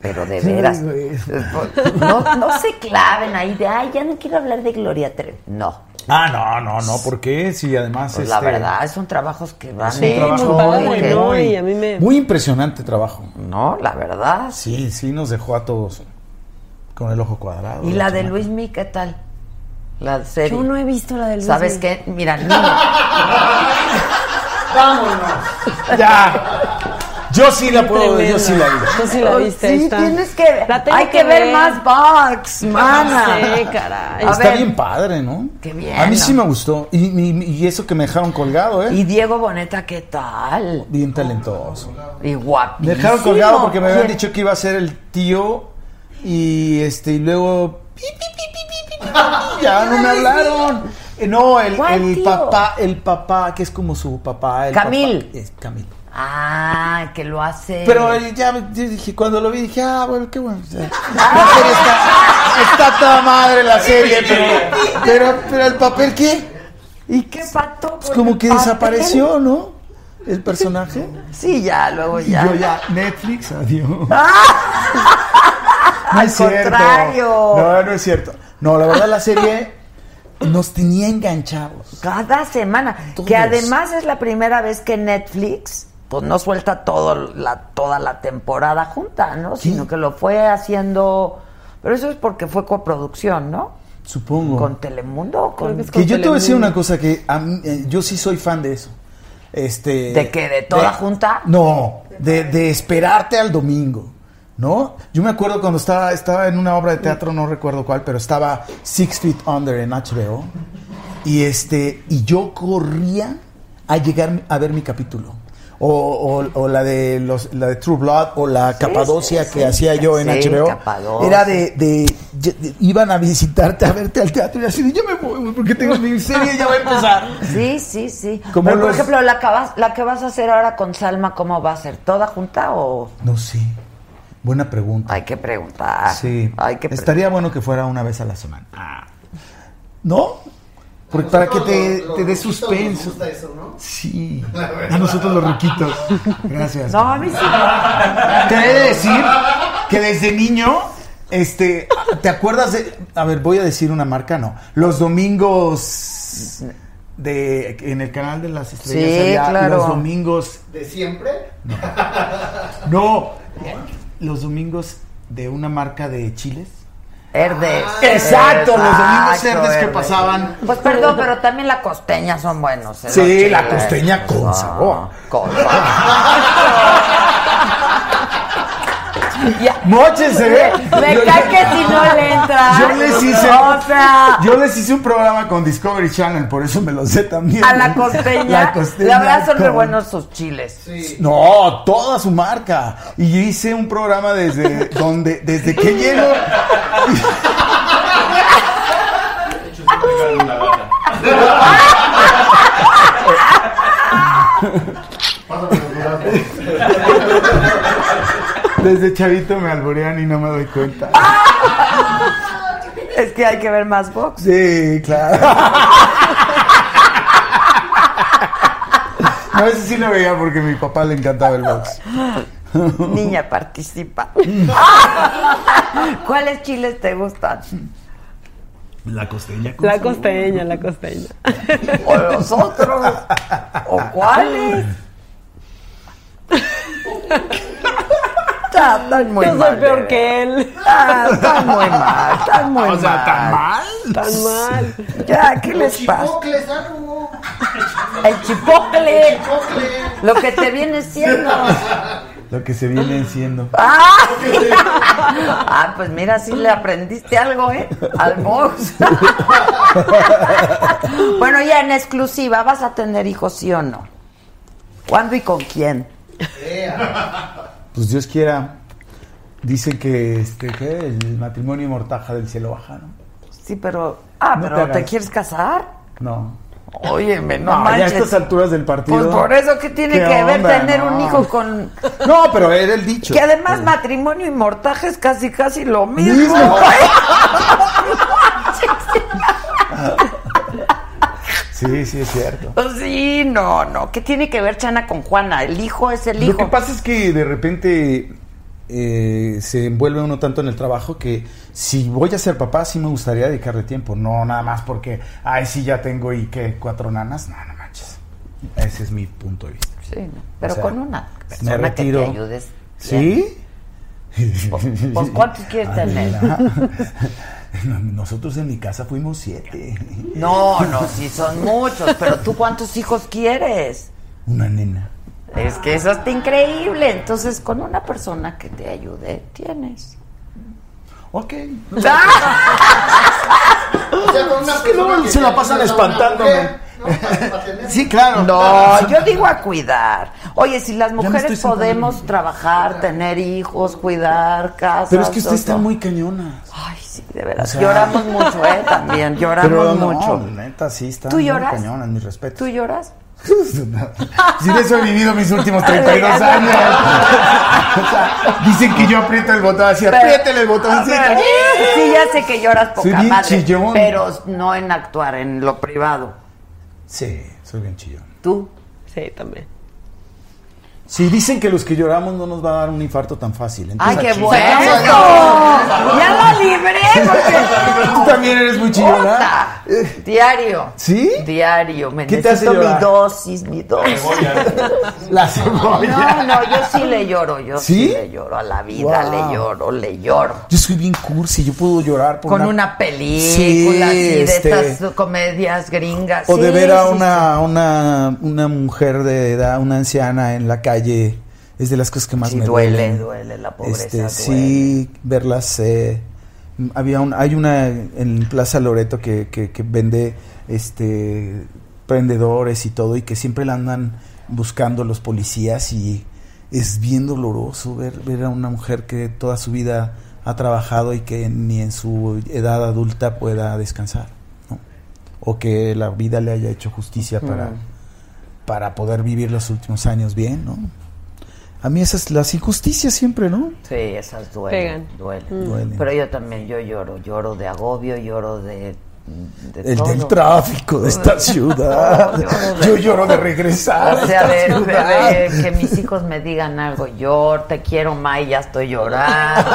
[SPEAKER 1] Pero de
[SPEAKER 11] Sí,
[SPEAKER 1] veras. eh, pues,
[SPEAKER 11] güey.
[SPEAKER 1] No, no se claven ahí de, ay, ya no quiero hablar de Gloria Trevi. No.
[SPEAKER 11] Ah, no, no, no, ¿por qué? Sí, además.
[SPEAKER 1] Pues la
[SPEAKER 11] este,
[SPEAKER 1] verdad, son trabajos que van
[SPEAKER 11] es
[SPEAKER 1] de-
[SPEAKER 11] un trabajo
[SPEAKER 12] padre,
[SPEAKER 11] muy,
[SPEAKER 12] ¿no? Y a mí me-
[SPEAKER 11] muy impresionante trabajo.
[SPEAKER 1] No, la verdad.
[SPEAKER 11] Sí, sí, nos dejó a todos con el ojo cuadrado.
[SPEAKER 1] ¿Y la de
[SPEAKER 11] chamaca.
[SPEAKER 1] Luismi qué tal? La serie.
[SPEAKER 12] Yo no he visto la del Luis
[SPEAKER 1] ¿Sabes
[SPEAKER 12] Miguel.
[SPEAKER 1] qué? Mira, ni-
[SPEAKER 3] Vámonos.
[SPEAKER 11] Ya. Yo sí la puedo, yo sí la vi.
[SPEAKER 12] Tú sí la viste. ahí
[SPEAKER 1] Oh, Sí,
[SPEAKER 12] está.
[SPEAKER 1] tienes que
[SPEAKER 12] La tengo
[SPEAKER 1] Hay que, ver, más box, mana.
[SPEAKER 12] Sí, caray.
[SPEAKER 1] A
[SPEAKER 11] Está
[SPEAKER 1] ver.
[SPEAKER 11] bien padre, ¿no?
[SPEAKER 1] Qué bien,
[SPEAKER 11] A mí sí
[SPEAKER 1] ¿no?
[SPEAKER 11] me gustó. Y, y- y eso que me dejaron colgado, ¿eh?
[SPEAKER 1] Y Diego Boneta, ¿qué tal?
[SPEAKER 11] Bien talentoso.
[SPEAKER 1] Y guapísimo.
[SPEAKER 11] Me dejaron colgado porque me habían
[SPEAKER 1] ¿Quién?
[SPEAKER 11] dicho que iba a ser el tío y este y luego pi, pi, pi, pi, pi, pi, pi, pi, ya no me hablaron. Eh, No, el,
[SPEAKER 1] ¿Cuál
[SPEAKER 11] el
[SPEAKER 1] tío?
[SPEAKER 11] papá, el papá que es como su papá, el papá-
[SPEAKER 1] Camil.
[SPEAKER 11] es Camil.
[SPEAKER 1] Ah, que lo hace.
[SPEAKER 11] Pero eh, ya me- yo dije, cuando lo vi dije, ah, bueno, qué bueno. o sea,
[SPEAKER 1] Ah.
[SPEAKER 11] la serie está, está toda madre la serie, pero, pero, pero el papel qué?
[SPEAKER 1] ¿Y qué pato?
[SPEAKER 11] Pues como que desapareció, ¿no? El personaje.
[SPEAKER 1] Sí, ya, luego
[SPEAKER 11] Y
[SPEAKER 1] ya.
[SPEAKER 11] yo ya, Netflix, adiós. No es
[SPEAKER 1] contrario.
[SPEAKER 11] No, no es cierto. No, la verdad la serie nos tenía enganchados.
[SPEAKER 1] Cada semana.
[SPEAKER 11] Todos.
[SPEAKER 1] Que además es la primera vez que Netflix pues no suelta todo la, toda la temporada junta, ¿no?
[SPEAKER 11] Sí.
[SPEAKER 1] Sino que lo fue haciendo. Pero eso es porque fue coproducción, ¿no?
[SPEAKER 11] Supongo.
[SPEAKER 1] ¿Con Telemundo o con.?
[SPEAKER 12] Creo que es
[SPEAKER 11] que yo te voy a decir
[SPEAKER 12] Telemundo.
[SPEAKER 11] una cosa que a mí- eh, yo sí soy fan de eso. Este,
[SPEAKER 1] ¿De qué? ¿De toda junta?
[SPEAKER 11] No, de, de esperarte al domingo. ¿No? Yo me acuerdo cuando estaba, estaba en una obra de teatro, no recuerdo cuál, pero estaba Six Feet Under en HBO. Y este, y yo corría a llegar a ver mi capítulo. O, o- o la de los, la de True Blood o la Capadocia
[SPEAKER 1] sí,
[SPEAKER 11] que
[SPEAKER 1] sí,
[SPEAKER 11] hacía yo en
[SPEAKER 1] sí,
[SPEAKER 11] HBO.
[SPEAKER 1] Capadocia.
[SPEAKER 11] Era de, de- de- de- iban a visitarte a verte al teatro y así de yo me voy güey, porque tengo mi serie y ya va a empezar.
[SPEAKER 1] Sí, sí, sí.
[SPEAKER 11] Como
[SPEAKER 1] Pero, por
[SPEAKER 11] los-
[SPEAKER 1] ejemplo, la que, vas- la que vas a hacer ahora con Salma, ¿cómo va a ser? ¿Toda junta o...?
[SPEAKER 11] No sé. Buena pregunta.
[SPEAKER 1] Hay que preguntar.
[SPEAKER 11] sí.
[SPEAKER 1] Hay que pre-
[SPEAKER 11] Estaría bueno que fuera una vez a la semana. ¿No? Porque para que te,
[SPEAKER 3] Los- los
[SPEAKER 11] te dé
[SPEAKER 3] ruquitos nos
[SPEAKER 11] suspenso.
[SPEAKER 3] gusta eso, ¿no?
[SPEAKER 11] Sí. A nosotros los riquitos. Gracias.
[SPEAKER 1] No, a mí sí.
[SPEAKER 11] Te he de decir que desde niño, este, ¿te acuerdas de? A ver, voy a decir una marca, no. Los domingos de en el canal de las estrellas
[SPEAKER 1] Sí,
[SPEAKER 11] había
[SPEAKER 1] claro.
[SPEAKER 11] los domingos,
[SPEAKER 3] ¿De siempre?
[SPEAKER 11] no, los domingos de una marca de chiles.
[SPEAKER 1] Herdes.
[SPEAKER 11] Exacto, los domingos
[SPEAKER 1] Exacto,
[SPEAKER 11] herdes que
[SPEAKER 1] Herdes.
[SPEAKER 11] pasaban.
[SPEAKER 1] Pues perdón, pero también la costeña son buenos. ¿eh?
[SPEAKER 11] Sí,
[SPEAKER 1] Los chiles.
[SPEAKER 11] la costeña con
[SPEAKER 1] Ah,
[SPEAKER 11] sabor.
[SPEAKER 1] Con sabor. Ya.
[SPEAKER 11] Móchense, ¿eh?
[SPEAKER 1] Me
[SPEAKER 11] Yo-
[SPEAKER 1] cae que si no le entra.
[SPEAKER 11] Yo les hice,
[SPEAKER 1] O sea,
[SPEAKER 11] yo les hice un programa con Discovery Channel, por eso me lo sé también.
[SPEAKER 1] a la costeña.
[SPEAKER 11] La costeña
[SPEAKER 1] verdad son re
[SPEAKER 11] con-
[SPEAKER 1] buenos sus chiles.
[SPEAKER 11] No, toda su marca. Y yo hice un programa desde donde, desde que llego. Desde chavito me alborean y no me doy cuenta.
[SPEAKER 1] Es que hay que ver más box.
[SPEAKER 11] Sí, claro. No, ese sí lo veía porque a mi papá le encantaba el box.
[SPEAKER 1] Niña, participa. ¿Cuáles chiles te gustan?
[SPEAKER 11] La costeña.
[SPEAKER 12] La costeña, la costeña.
[SPEAKER 1] ¿O los otros? ¿O cuáles? Ah, están muy
[SPEAKER 12] Yo soy
[SPEAKER 1] mal. de
[SPEAKER 12] peor
[SPEAKER 1] veras.
[SPEAKER 12] que él.
[SPEAKER 1] Ah, están muy mal, están muy mal.
[SPEAKER 12] O sea, ¿tan
[SPEAKER 1] mal. Tan mal. Ya, ¿qué les pasa?
[SPEAKER 3] Chipocles, algo.
[SPEAKER 1] El chipocle.
[SPEAKER 3] El chipocle.
[SPEAKER 1] Lo que te viene siendo.
[SPEAKER 11] Lo que se viene siendo.
[SPEAKER 1] ¡Ah! ah, pues mira, sí le aprendiste algo, ¿eh? Al box. bueno, ya en exclusiva, ¿vas a tener hijos, sí o no? ¿Cuándo y con quién?
[SPEAKER 11] Pues Dios quiera. Dice que este, ¿qué? el matrimonio mortaja del cielo baja, ¿no?
[SPEAKER 1] Sí, pero. Ah,
[SPEAKER 11] No
[SPEAKER 1] pero
[SPEAKER 11] te
[SPEAKER 1] te,
[SPEAKER 11] hagas.
[SPEAKER 1] quieres casar?
[SPEAKER 11] No.
[SPEAKER 1] Óyeme, no
[SPEAKER 11] ya a
[SPEAKER 1] manches.
[SPEAKER 11] estas alturas del partido.
[SPEAKER 1] Pues por eso, ¿qué tiene
[SPEAKER 11] ¿Qué
[SPEAKER 1] que ver
[SPEAKER 11] onda?
[SPEAKER 1] tener
[SPEAKER 11] No.
[SPEAKER 1] un hijo con.?
[SPEAKER 11] No, pero era el dicho.
[SPEAKER 1] Que además matrimonio y mortaje es casi casi lo mismo.
[SPEAKER 11] Mismo. Sí, sí, es cierto.
[SPEAKER 1] Pues sí, no, no. ¿Qué tiene que ver Chana con Juana? El hijo es el
[SPEAKER 11] Lo que
[SPEAKER 1] hijo.
[SPEAKER 11] pasa es que de repente eh, se envuelve uno tanto en el trabajo que si voy a ser papá sí me gustaría dedicarle tiempo. No nada más porque, ay, sí, ya tengo y qué, cuatro nanas. No, no manches. Ese es mi punto de vista.
[SPEAKER 1] Sí, no. Pero
[SPEAKER 11] O sea,
[SPEAKER 1] con una
[SPEAKER 11] me
[SPEAKER 1] persona que
[SPEAKER 11] retiro.
[SPEAKER 1] te ayudes.
[SPEAKER 11] ¿Sí?
[SPEAKER 1] Pues, ¿cuántos quieres tener?
[SPEAKER 11] Ah, Nosotros en mi casa fuimos siete.
[SPEAKER 1] No, no, sí son muchos, pero tú cuántos hijos quieres?
[SPEAKER 11] Una nena.
[SPEAKER 1] Es que eso está increíble. Entonces, con una persona que te ayude, tienes.
[SPEAKER 11] Ok.
[SPEAKER 3] O sea, con una
[SPEAKER 11] Es que luego
[SPEAKER 3] persona
[SPEAKER 11] se la
[SPEAKER 3] te
[SPEAKER 11] pasan
[SPEAKER 3] ayuda a una
[SPEAKER 11] espantándome.
[SPEAKER 3] mujer, ¿no? Para- para tener-
[SPEAKER 11] Sí, claro.
[SPEAKER 1] No, yo digo a cuidar. Oye, si las
[SPEAKER 11] me
[SPEAKER 1] mujeres
[SPEAKER 11] estoy sentando
[SPEAKER 1] podemos trabajar, tener hijos, cuidar, casa.
[SPEAKER 11] Pero es que usted está muy cañona.
[SPEAKER 1] Ay, sí, de veras.
[SPEAKER 11] O sea-
[SPEAKER 1] Lloramos mucho, ¿eh? También, lloramos
[SPEAKER 11] Pero no,
[SPEAKER 1] mucho.
[SPEAKER 11] neta, sí, está
[SPEAKER 1] ¿Tú
[SPEAKER 11] muy
[SPEAKER 1] lloras?
[SPEAKER 11] cañona, mis respetos.
[SPEAKER 1] ¿Tú lloras?
[SPEAKER 11] Sí, de eso he vivido mis últimos 32 años. O sea, dicen que yo aprieto el botón así,
[SPEAKER 1] Pero-
[SPEAKER 11] apriétele el botón así.
[SPEAKER 1] Pero- Sí, ya sé que lloras poca
[SPEAKER 11] Soy bien
[SPEAKER 1] madre.
[SPEAKER 11] chillón.
[SPEAKER 1] Pero no en actuar, en lo privado.
[SPEAKER 11] Sí, soy bien chillón.
[SPEAKER 1] ¿Tú?
[SPEAKER 12] Sí, también.
[SPEAKER 11] Sí, dicen que los que lloramos no nos va a dar un infarto tan fácil.
[SPEAKER 1] ¡Ay,
[SPEAKER 11] entonces-
[SPEAKER 1] qué
[SPEAKER 11] Sí.
[SPEAKER 1] bueno! ¡Ya la libré! Porque...
[SPEAKER 11] Tú también eres muy chillona. Eh.
[SPEAKER 1] Puta. Diario.
[SPEAKER 11] ¿Sí?
[SPEAKER 1] Diario. Me
[SPEAKER 11] ¿Qué te hace
[SPEAKER 1] necesito
[SPEAKER 11] llorar?
[SPEAKER 1] mi dosis, mi dosis.
[SPEAKER 11] La cebolla.
[SPEAKER 1] No, no, yo sí le lloro, yo sí,
[SPEAKER 11] ¿Sí?
[SPEAKER 1] le lloro a la vida,
[SPEAKER 11] Wow.
[SPEAKER 1] le lloro, le lloro.
[SPEAKER 11] Yo soy bien cursi, yo puedo llorar por
[SPEAKER 1] Con una, película
[SPEAKER 11] Sí,
[SPEAKER 1] así
[SPEAKER 11] este-
[SPEAKER 1] de estas comedias gringas.
[SPEAKER 11] O de
[SPEAKER 1] Sí,
[SPEAKER 11] ver a
[SPEAKER 1] sí,
[SPEAKER 11] una, una, una mujer de edad, una anciana en la calle, es de las cosas que más
[SPEAKER 1] Sí,
[SPEAKER 11] me
[SPEAKER 1] duele,
[SPEAKER 11] duelen.
[SPEAKER 1] duele, la pobreza
[SPEAKER 11] Este,
[SPEAKER 1] duele.
[SPEAKER 11] Sí, verlas. eh, había un- hay una en Plaza Loreto que, que- que vende este prendedores y todo, y que siempre la andan buscando los policías, y es bien doloroso ver, ver a una mujer que toda su vida ha trabajado y que ni en su edad adulta pueda descansar. ¿no? o que la vida le haya hecho justicia para,
[SPEAKER 1] Ujú.
[SPEAKER 11] para poder vivir los últimos años bien, ¿no? A mí esas las injusticias siempre, ¿no?
[SPEAKER 1] Sí, esas duelen,
[SPEAKER 12] Pegan.
[SPEAKER 1] duelen.
[SPEAKER 11] Mm. Duelen.
[SPEAKER 1] Pero yo también, yo lloro, lloro de agobio, lloro de... de
[SPEAKER 11] El
[SPEAKER 1] todo.
[SPEAKER 11] del tráfico de esta ciudad. Yo lloro de regresar.
[SPEAKER 1] O sea,
[SPEAKER 11] a
[SPEAKER 1] de,
[SPEAKER 11] esta ciudad.
[SPEAKER 1] de- de que mis hijos me digan algo, yo te quiero más y ya estoy llorando.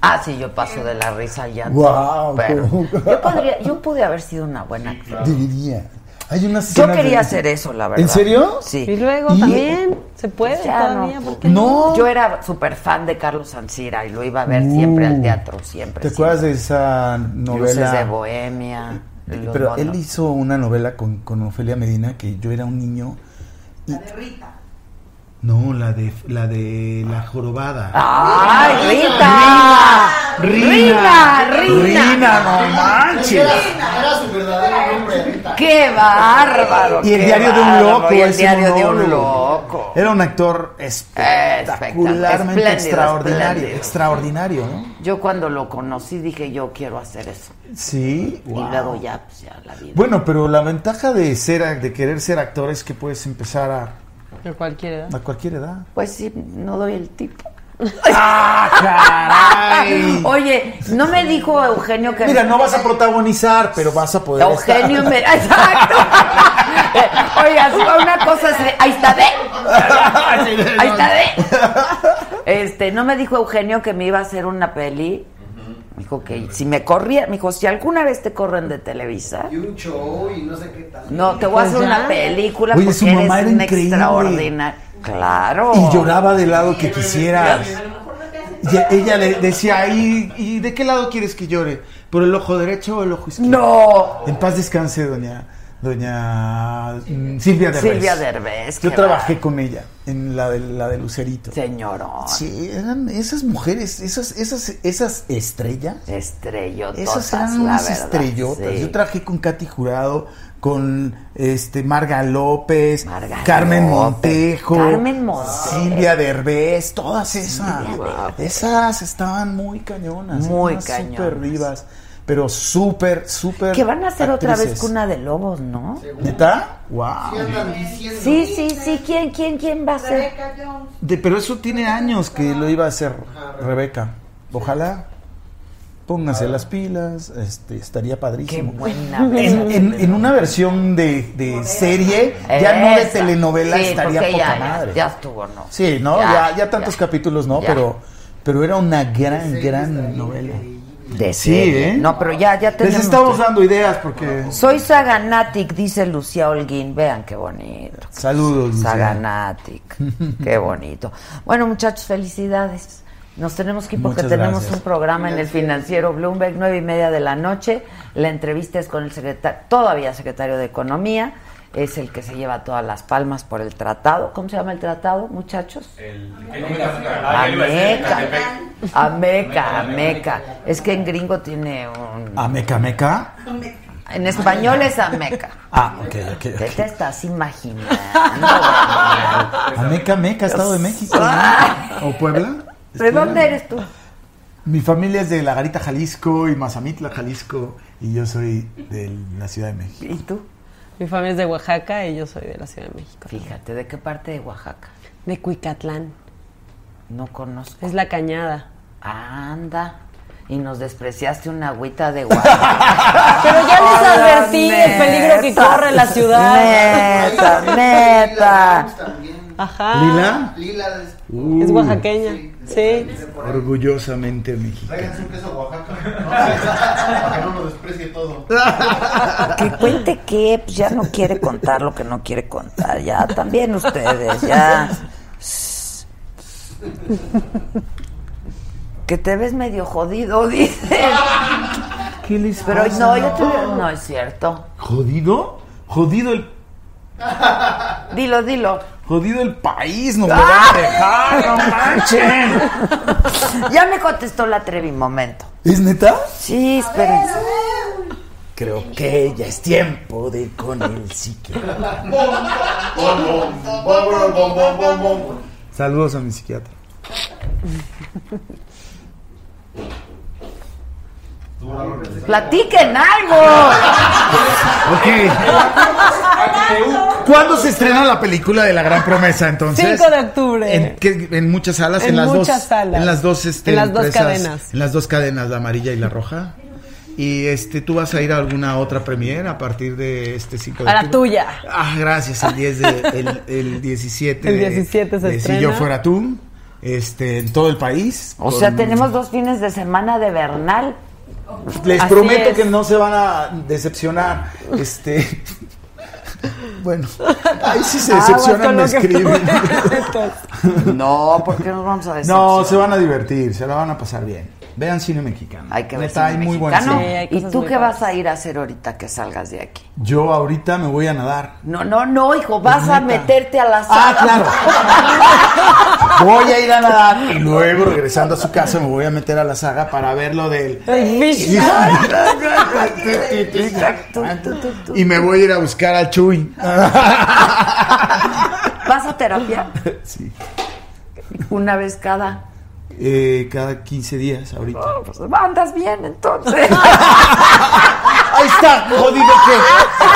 [SPEAKER 1] Ah, sí, yo paso de la risa al llanto.
[SPEAKER 11] Guau,
[SPEAKER 1] Pero
[SPEAKER 11] cómo-
[SPEAKER 1] yo, podría, yo pude haber sido una buena actriz.
[SPEAKER 11] Debería. Hay una
[SPEAKER 1] Yo
[SPEAKER 11] escena
[SPEAKER 1] quería
[SPEAKER 11] de-
[SPEAKER 1] hacer eso, la verdad.
[SPEAKER 11] ¿En serio?
[SPEAKER 1] Sí.
[SPEAKER 12] Y luego
[SPEAKER 11] ¿Y?
[SPEAKER 12] también se puede
[SPEAKER 1] Ya
[SPEAKER 12] todavía.
[SPEAKER 1] no. pues.
[SPEAKER 12] ¿por qué
[SPEAKER 11] No.
[SPEAKER 1] Yo era súper fan de Carlos Ansira y lo iba a ver
[SPEAKER 11] Uh.
[SPEAKER 1] siempre al teatro, siempre.
[SPEAKER 11] ¿Te acuerdas de esa
[SPEAKER 1] siempre. Luces de
[SPEAKER 11] novela? Eh,
[SPEAKER 1] Bohemia. los
[SPEAKER 11] Pero él
[SPEAKER 1] monos.
[SPEAKER 11] hizo una novela con, con Ofelia Medina que yo era un niño. No, la de la de la jorobada.
[SPEAKER 1] Ah, ¡Ay, Rita!
[SPEAKER 11] Rina.
[SPEAKER 1] Rina, Rina.
[SPEAKER 11] Rina, no manches.
[SPEAKER 3] Era, era su verdadero nombre, Rita.
[SPEAKER 1] ¡Qué bárbaro!
[SPEAKER 11] Y el
[SPEAKER 1] qué
[SPEAKER 11] diario de un
[SPEAKER 1] bárbaro!
[SPEAKER 11] loco.
[SPEAKER 1] Y el
[SPEAKER 11] ese
[SPEAKER 1] diario de un
[SPEAKER 11] monólogo.
[SPEAKER 1] loco.
[SPEAKER 11] Era un actor espectacularmente
[SPEAKER 1] Espléndido,
[SPEAKER 11] extraordinario.
[SPEAKER 1] espléndido.
[SPEAKER 11] Extraordinario, ¿no?
[SPEAKER 1] Yo cuando lo conocí dije, yo quiero hacer eso.
[SPEAKER 11] Sí.
[SPEAKER 1] Y
[SPEAKER 11] wow.
[SPEAKER 1] luego ya, pues ya la vida.
[SPEAKER 11] Bueno, pero la ventaja de ser, de querer ser actor es que puedes empezar a,
[SPEAKER 12] no? A cualquier edad.
[SPEAKER 11] a cualquier edad.
[SPEAKER 1] Pues sí, no doy el tipo.
[SPEAKER 11] ¡Ah,
[SPEAKER 1] Ah,
[SPEAKER 11] caray!
[SPEAKER 1] Oye, no me dijo Eugenio que...
[SPEAKER 11] Mira, no vas a protagonizar, pero vas a poder.
[SPEAKER 1] Eugenio
[SPEAKER 11] estar.
[SPEAKER 1] me... ¡Exacto! Oye, así va una cosa así de, Ahí está, ve. Ahí está, ve. Este, no me dijo Eugenio que me iba a hacer una peli. Dijo que si me corría... Me dijo, si alguna vez te corren de Televisa...
[SPEAKER 3] Y un show y no sé qué tal.
[SPEAKER 1] No, te voy a hacer
[SPEAKER 12] Pues ya.
[SPEAKER 1] una película
[SPEAKER 11] Oye,
[SPEAKER 1] porque
[SPEAKER 11] su mamá
[SPEAKER 1] eres
[SPEAKER 11] era
[SPEAKER 1] un
[SPEAKER 11] increíble.
[SPEAKER 1] extraordinario. Claro.
[SPEAKER 11] Y lloraba del lado que quisieras. Y a- ella le decía, ¿Y, y de qué lado quieres que llore? ¿Por el ojo derecho o el ojo izquierdo?
[SPEAKER 1] ¡No!
[SPEAKER 11] En paz descanse, doña, doña mm, Silvia Derbez.
[SPEAKER 1] Silvia Derbez,
[SPEAKER 11] Yo
[SPEAKER 1] qué
[SPEAKER 11] trabajé con ella en la de, la de Lucerito.
[SPEAKER 1] Señorón.
[SPEAKER 11] Sí, eran esas mujeres, esas, esas, esas estrellas.
[SPEAKER 1] Estrellotas,
[SPEAKER 11] Esas eran
[SPEAKER 1] la
[SPEAKER 11] unas
[SPEAKER 1] verdad,
[SPEAKER 11] estrellotas.
[SPEAKER 1] sí.
[SPEAKER 11] Yo trabajé con Katy Jurado, con este Marga López,
[SPEAKER 1] Marga
[SPEAKER 11] Carmen
[SPEAKER 1] López,
[SPEAKER 11] Montejo,
[SPEAKER 1] Carmen Montejo.
[SPEAKER 11] Silvia Derbez, todas esas.
[SPEAKER 1] Silvia Derbez.
[SPEAKER 11] Esas estaban muy cañonas,
[SPEAKER 1] Muy
[SPEAKER 11] unas
[SPEAKER 1] cañonas.
[SPEAKER 11] Súper divas, pero súper, súper.
[SPEAKER 1] Que van a hacer otra vez
[SPEAKER 11] actrices.
[SPEAKER 1] cuna de lobos, ¿no?
[SPEAKER 11] ¿Neta? ¡Wow!
[SPEAKER 1] Sí, sí, sí. ¿Quién, quién, quién va a ser?
[SPEAKER 11] De- pero eso tiene años que lo iba a hacer Rebeca. Ojalá póngase las pilas, este, estaría padrísimo.
[SPEAKER 1] Qué buena
[SPEAKER 11] en,
[SPEAKER 1] versión.
[SPEAKER 11] en- en una versión de, de serie, ya no de
[SPEAKER 1] Esa.
[SPEAKER 11] telenovela,
[SPEAKER 1] Sí,
[SPEAKER 11] estaría
[SPEAKER 1] porque
[SPEAKER 11] poca
[SPEAKER 1] ya,
[SPEAKER 11] madre.
[SPEAKER 1] Ya estuvo, ¿no?
[SPEAKER 11] Sí, ¿no? Ya, ya tantos
[SPEAKER 1] ya.
[SPEAKER 11] capítulos, ¿no?
[SPEAKER 1] Ya.
[SPEAKER 11] Pero, pero era una gran, gran novela.
[SPEAKER 1] De
[SPEAKER 11] sí,
[SPEAKER 1] serie.
[SPEAKER 11] ¿eh?
[SPEAKER 1] No, pero ya, ya
[SPEAKER 11] Les
[SPEAKER 1] tenemos.
[SPEAKER 11] estamos dando ideas porque...
[SPEAKER 1] Soy Saganatic, dice Lucía Holguín. Vean qué bonito.
[SPEAKER 11] Saludos, Lucía.
[SPEAKER 1] Saganatic. Qué bonito. Bueno, muchachos, felicidades. Nos tenemos que ir porque
[SPEAKER 11] Muchas
[SPEAKER 1] tenemos
[SPEAKER 11] gracias.
[SPEAKER 1] un programa en el financiero Bloomberg, nueve y media de la noche. La entrevista es con el secretario, todavía secretario de Economía. Es el que se lleva todas las palmas por el tratado. ¿Cómo se llama el tratado, muchachos? Ah, Ameca. Ameca, Ameca. Es que en gringo tiene un...
[SPEAKER 11] ¿A Ah, Meca Meca?
[SPEAKER 1] En español es Ameca.
[SPEAKER 11] Ah, ok, ok,
[SPEAKER 1] ¿Qué
[SPEAKER 11] ok.
[SPEAKER 1] te estás imaginando?
[SPEAKER 11] Pues, ¿A Meca Meca, Estado de México? ¿no? ¿O Puebla?
[SPEAKER 1] ¿De dónde eres tú?
[SPEAKER 11] Mi familia es de La Garita, Jalisco y Mazamitla, Jalisco, y yo soy de la Ciudad de México.
[SPEAKER 1] ¿Y tú?
[SPEAKER 12] Mi familia es de Oaxaca y yo soy de la Ciudad de México.
[SPEAKER 1] Fíjate, ¿de qué parte de Oaxaca?
[SPEAKER 12] De Cuicatlán.
[SPEAKER 1] No conozco.
[SPEAKER 12] Es la cañada.
[SPEAKER 1] Anda. Y nos despreciaste una agüita de Oaxaca.
[SPEAKER 12] Pero ya les
[SPEAKER 1] Hola,
[SPEAKER 12] advertí el peligro que
[SPEAKER 1] neta.
[SPEAKER 12] corre la ciudad.
[SPEAKER 1] Neta, neta.
[SPEAKER 12] Ajá.
[SPEAKER 11] ¿Lila? Uh,
[SPEAKER 3] Lila
[SPEAKER 12] Es oaxaqueña. Sí.
[SPEAKER 11] Orgullosamente mexicana.
[SPEAKER 3] Tráiganse un queso Oaxaca. ¿no? Para que no lo desprecie todo.
[SPEAKER 1] Que cuente que pues ya no quiere contar lo que no quiere contar. Ya, también ustedes, ya. Que te ves medio jodido, dice.
[SPEAKER 11] ¿Qué les
[SPEAKER 1] Pero
[SPEAKER 11] pasa?
[SPEAKER 1] no, yo te veo- no es cierto.
[SPEAKER 11] ¿Jodido? ¿Jodido el,
[SPEAKER 1] Dilo, dilo.
[SPEAKER 11] jodido el país? ¡No me van a dejar! ¡No manchen!
[SPEAKER 1] Ya me contestó la Trevi, momento.
[SPEAKER 11] ¿Es neta?
[SPEAKER 1] Sí, espérense.
[SPEAKER 11] Creo que ya es tiempo de ir con el psiquiatra. Saludos a mi psiquiatra.
[SPEAKER 1] Platiquen algo.
[SPEAKER 11] Ok. ¿Cuándo se estrena la película de La Gran Promesa, entonces?
[SPEAKER 12] 5 de octubre.
[SPEAKER 11] En, qué- en muchas salas, en,
[SPEAKER 12] En
[SPEAKER 11] las
[SPEAKER 12] muchas
[SPEAKER 11] dos,
[SPEAKER 12] salas.
[SPEAKER 11] en las dos, este,
[SPEAKER 12] En las dos
[SPEAKER 11] empresas,
[SPEAKER 12] cadenas.
[SPEAKER 11] en las dos cadenas, la amarilla y la roja. Y este, tú vas a ir a alguna otra premiere a partir de este 5 de
[SPEAKER 12] A la
[SPEAKER 11] octubre?
[SPEAKER 12] tuya.
[SPEAKER 11] Ah, gracias. El 10 de, el, el 17.
[SPEAKER 12] El
[SPEAKER 11] de-
[SPEAKER 12] 17 se
[SPEAKER 11] de Si
[SPEAKER 12] estrena.
[SPEAKER 11] yo fuera tú, este, en todo el país.
[SPEAKER 1] O sea,
[SPEAKER 11] Con-
[SPEAKER 1] tenemos dos fines de semana de Bernal.
[SPEAKER 11] Les
[SPEAKER 12] Así
[SPEAKER 11] prometo
[SPEAKER 12] es.
[SPEAKER 11] que no se van a decepcionar. Este. Bueno, ahí sí se decepcionan, me
[SPEAKER 12] Aguas con lo
[SPEAKER 11] escriben.
[SPEAKER 12] que prometes.
[SPEAKER 1] No, porque nos vamos a decir?
[SPEAKER 11] No, se van a divertir, se la van a pasar bien. Vean cine mexicano.
[SPEAKER 1] Hay que ver
[SPEAKER 11] Neta,
[SPEAKER 1] cine
[SPEAKER 11] hay muy buen
[SPEAKER 1] mexicano.
[SPEAKER 11] cine.
[SPEAKER 12] hay
[SPEAKER 1] ¿Y
[SPEAKER 12] cosas
[SPEAKER 1] tú
[SPEAKER 12] muy
[SPEAKER 1] qué
[SPEAKER 12] padres.
[SPEAKER 1] vas a ir a hacer ahorita que salgas de aquí?
[SPEAKER 11] Yo ahorita me voy a nadar.
[SPEAKER 1] No, no, no, hijo, vas
[SPEAKER 11] Neta.
[SPEAKER 1] a meterte a la
[SPEAKER 11] Ah,
[SPEAKER 1] sala.
[SPEAKER 11] claro. Voy a ir a nadar y luego regresando a su casa me voy a meter a la saga para ver lo del.
[SPEAKER 12] El bicho.
[SPEAKER 11] Y me voy a ir a buscar al Chuy.
[SPEAKER 1] ¿Vas a terapia?
[SPEAKER 11] Sí.
[SPEAKER 1] Una vez cada.
[SPEAKER 11] Eh, cada 15 días ahorita.
[SPEAKER 1] Pues, andas bien, entonces.
[SPEAKER 11] Ahí está, jodido que.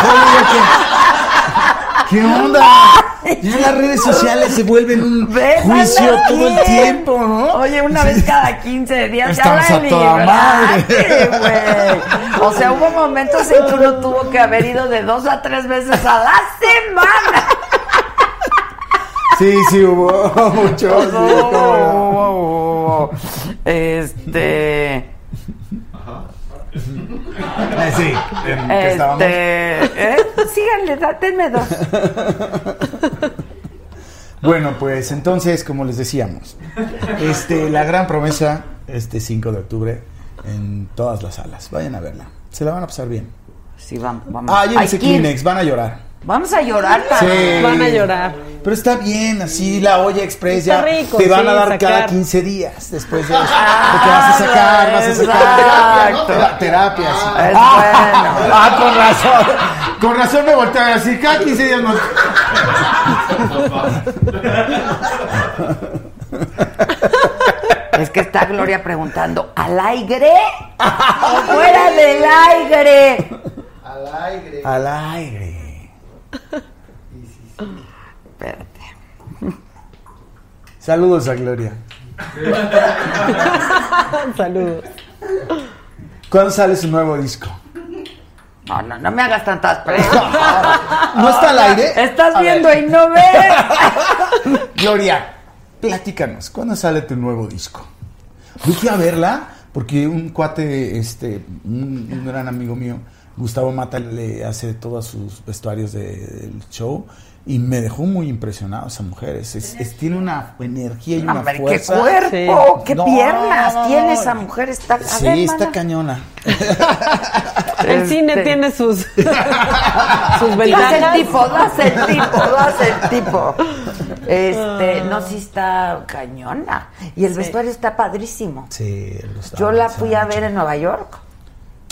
[SPEAKER 11] Jodido que. ¿Qué onda? Ya las redes sociales se vuelven un
[SPEAKER 1] Ves,
[SPEAKER 11] juicio
[SPEAKER 1] andas
[SPEAKER 11] todo el
[SPEAKER 1] bien.
[SPEAKER 11] tiempo, ¿no?
[SPEAKER 1] Oye, una vez cada 15 días ya
[SPEAKER 11] Estamos
[SPEAKER 1] la
[SPEAKER 11] a toda
[SPEAKER 1] libraste, güey. O sea, hubo momentos en que uno tuvo que haber ido de dos a tres veces a la semana.
[SPEAKER 11] Sí, sí, hubo mucho. sí, cómo
[SPEAKER 1] Este.
[SPEAKER 11] no. Eh, sí, en que estábamos.
[SPEAKER 1] ¿eh? Este. ¿eh? Síganle, da- denme dos.
[SPEAKER 11] Bueno, pues entonces, como les decíamos, este, la gran promesa, este 5 de octubre, en todas las salas. Vayan a verla. Se la van a pasar bien.
[SPEAKER 1] Sí, vamos. vamos.
[SPEAKER 11] Ah, llévense
[SPEAKER 1] Ay, ¿quién?
[SPEAKER 11] Kleenex, van a llorar.
[SPEAKER 1] Vamos a llorar,
[SPEAKER 11] Sí.
[SPEAKER 1] también.
[SPEAKER 11] Pero está bien, así la olla express ya
[SPEAKER 1] Está rico,
[SPEAKER 11] te van
[SPEAKER 1] sí,
[SPEAKER 11] a dar cada
[SPEAKER 1] sacar. Ah,
[SPEAKER 11] 15 días después de eso. Porque vas a sacar, vas a sacar.
[SPEAKER 1] Exacto.
[SPEAKER 11] Terapia, ¿no? Tera- terapia, sí.
[SPEAKER 1] Es
[SPEAKER 11] ah,
[SPEAKER 1] bueno.
[SPEAKER 11] ah, con razón. Con razón me volteaba a decir, cada 15 días más.
[SPEAKER 1] Es que está Gloria preguntando, ¿al aire? ¿O fuera del aire?
[SPEAKER 3] Al aire.
[SPEAKER 11] Al aire.
[SPEAKER 1] Espérate.
[SPEAKER 11] Saludos a Gloria.
[SPEAKER 12] Saludos.
[SPEAKER 11] ¿Cuándo sale su nuevo disco?
[SPEAKER 1] No, no, no me hagas tantas preguntas.
[SPEAKER 11] ¿No está al aire?
[SPEAKER 1] Ah, Estás
[SPEAKER 11] A
[SPEAKER 1] viendo
[SPEAKER 11] ver.
[SPEAKER 1] y no ves.
[SPEAKER 11] Gloria, platícanos, ¿cuándo sale tu nuevo disco? Yo fui a verla porque un cuate, este, un, un gran amigo mío, Gustavo Mata, le hace todos sus vestuarios de- del show y me dejó muy impresionado esa mujer. Es- es- es- tiene una energía y una
[SPEAKER 1] Hombre, qué
[SPEAKER 11] fuerza.
[SPEAKER 1] cuerpo, qué
[SPEAKER 11] No,
[SPEAKER 1] piernas
[SPEAKER 11] no, no,
[SPEAKER 1] tiene
[SPEAKER 11] no.
[SPEAKER 1] esa mujer. Está, a
[SPEAKER 11] Sí,
[SPEAKER 1] ver,
[SPEAKER 11] está
[SPEAKER 1] mana.
[SPEAKER 11] cañona.
[SPEAKER 12] El cine
[SPEAKER 1] Este.
[SPEAKER 12] tiene sus, sus
[SPEAKER 1] Das
[SPEAKER 12] ventajas.
[SPEAKER 1] el tipo, das el tipo, das el tipo.
[SPEAKER 12] Ah.
[SPEAKER 1] Este, no, sí está cañona. Y el vestuario está padrísimo.
[SPEAKER 11] Sí, Gustavo
[SPEAKER 1] Yo la
[SPEAKER 11] Mata.
[SPEAKER 1] fui a ver en Nueva York.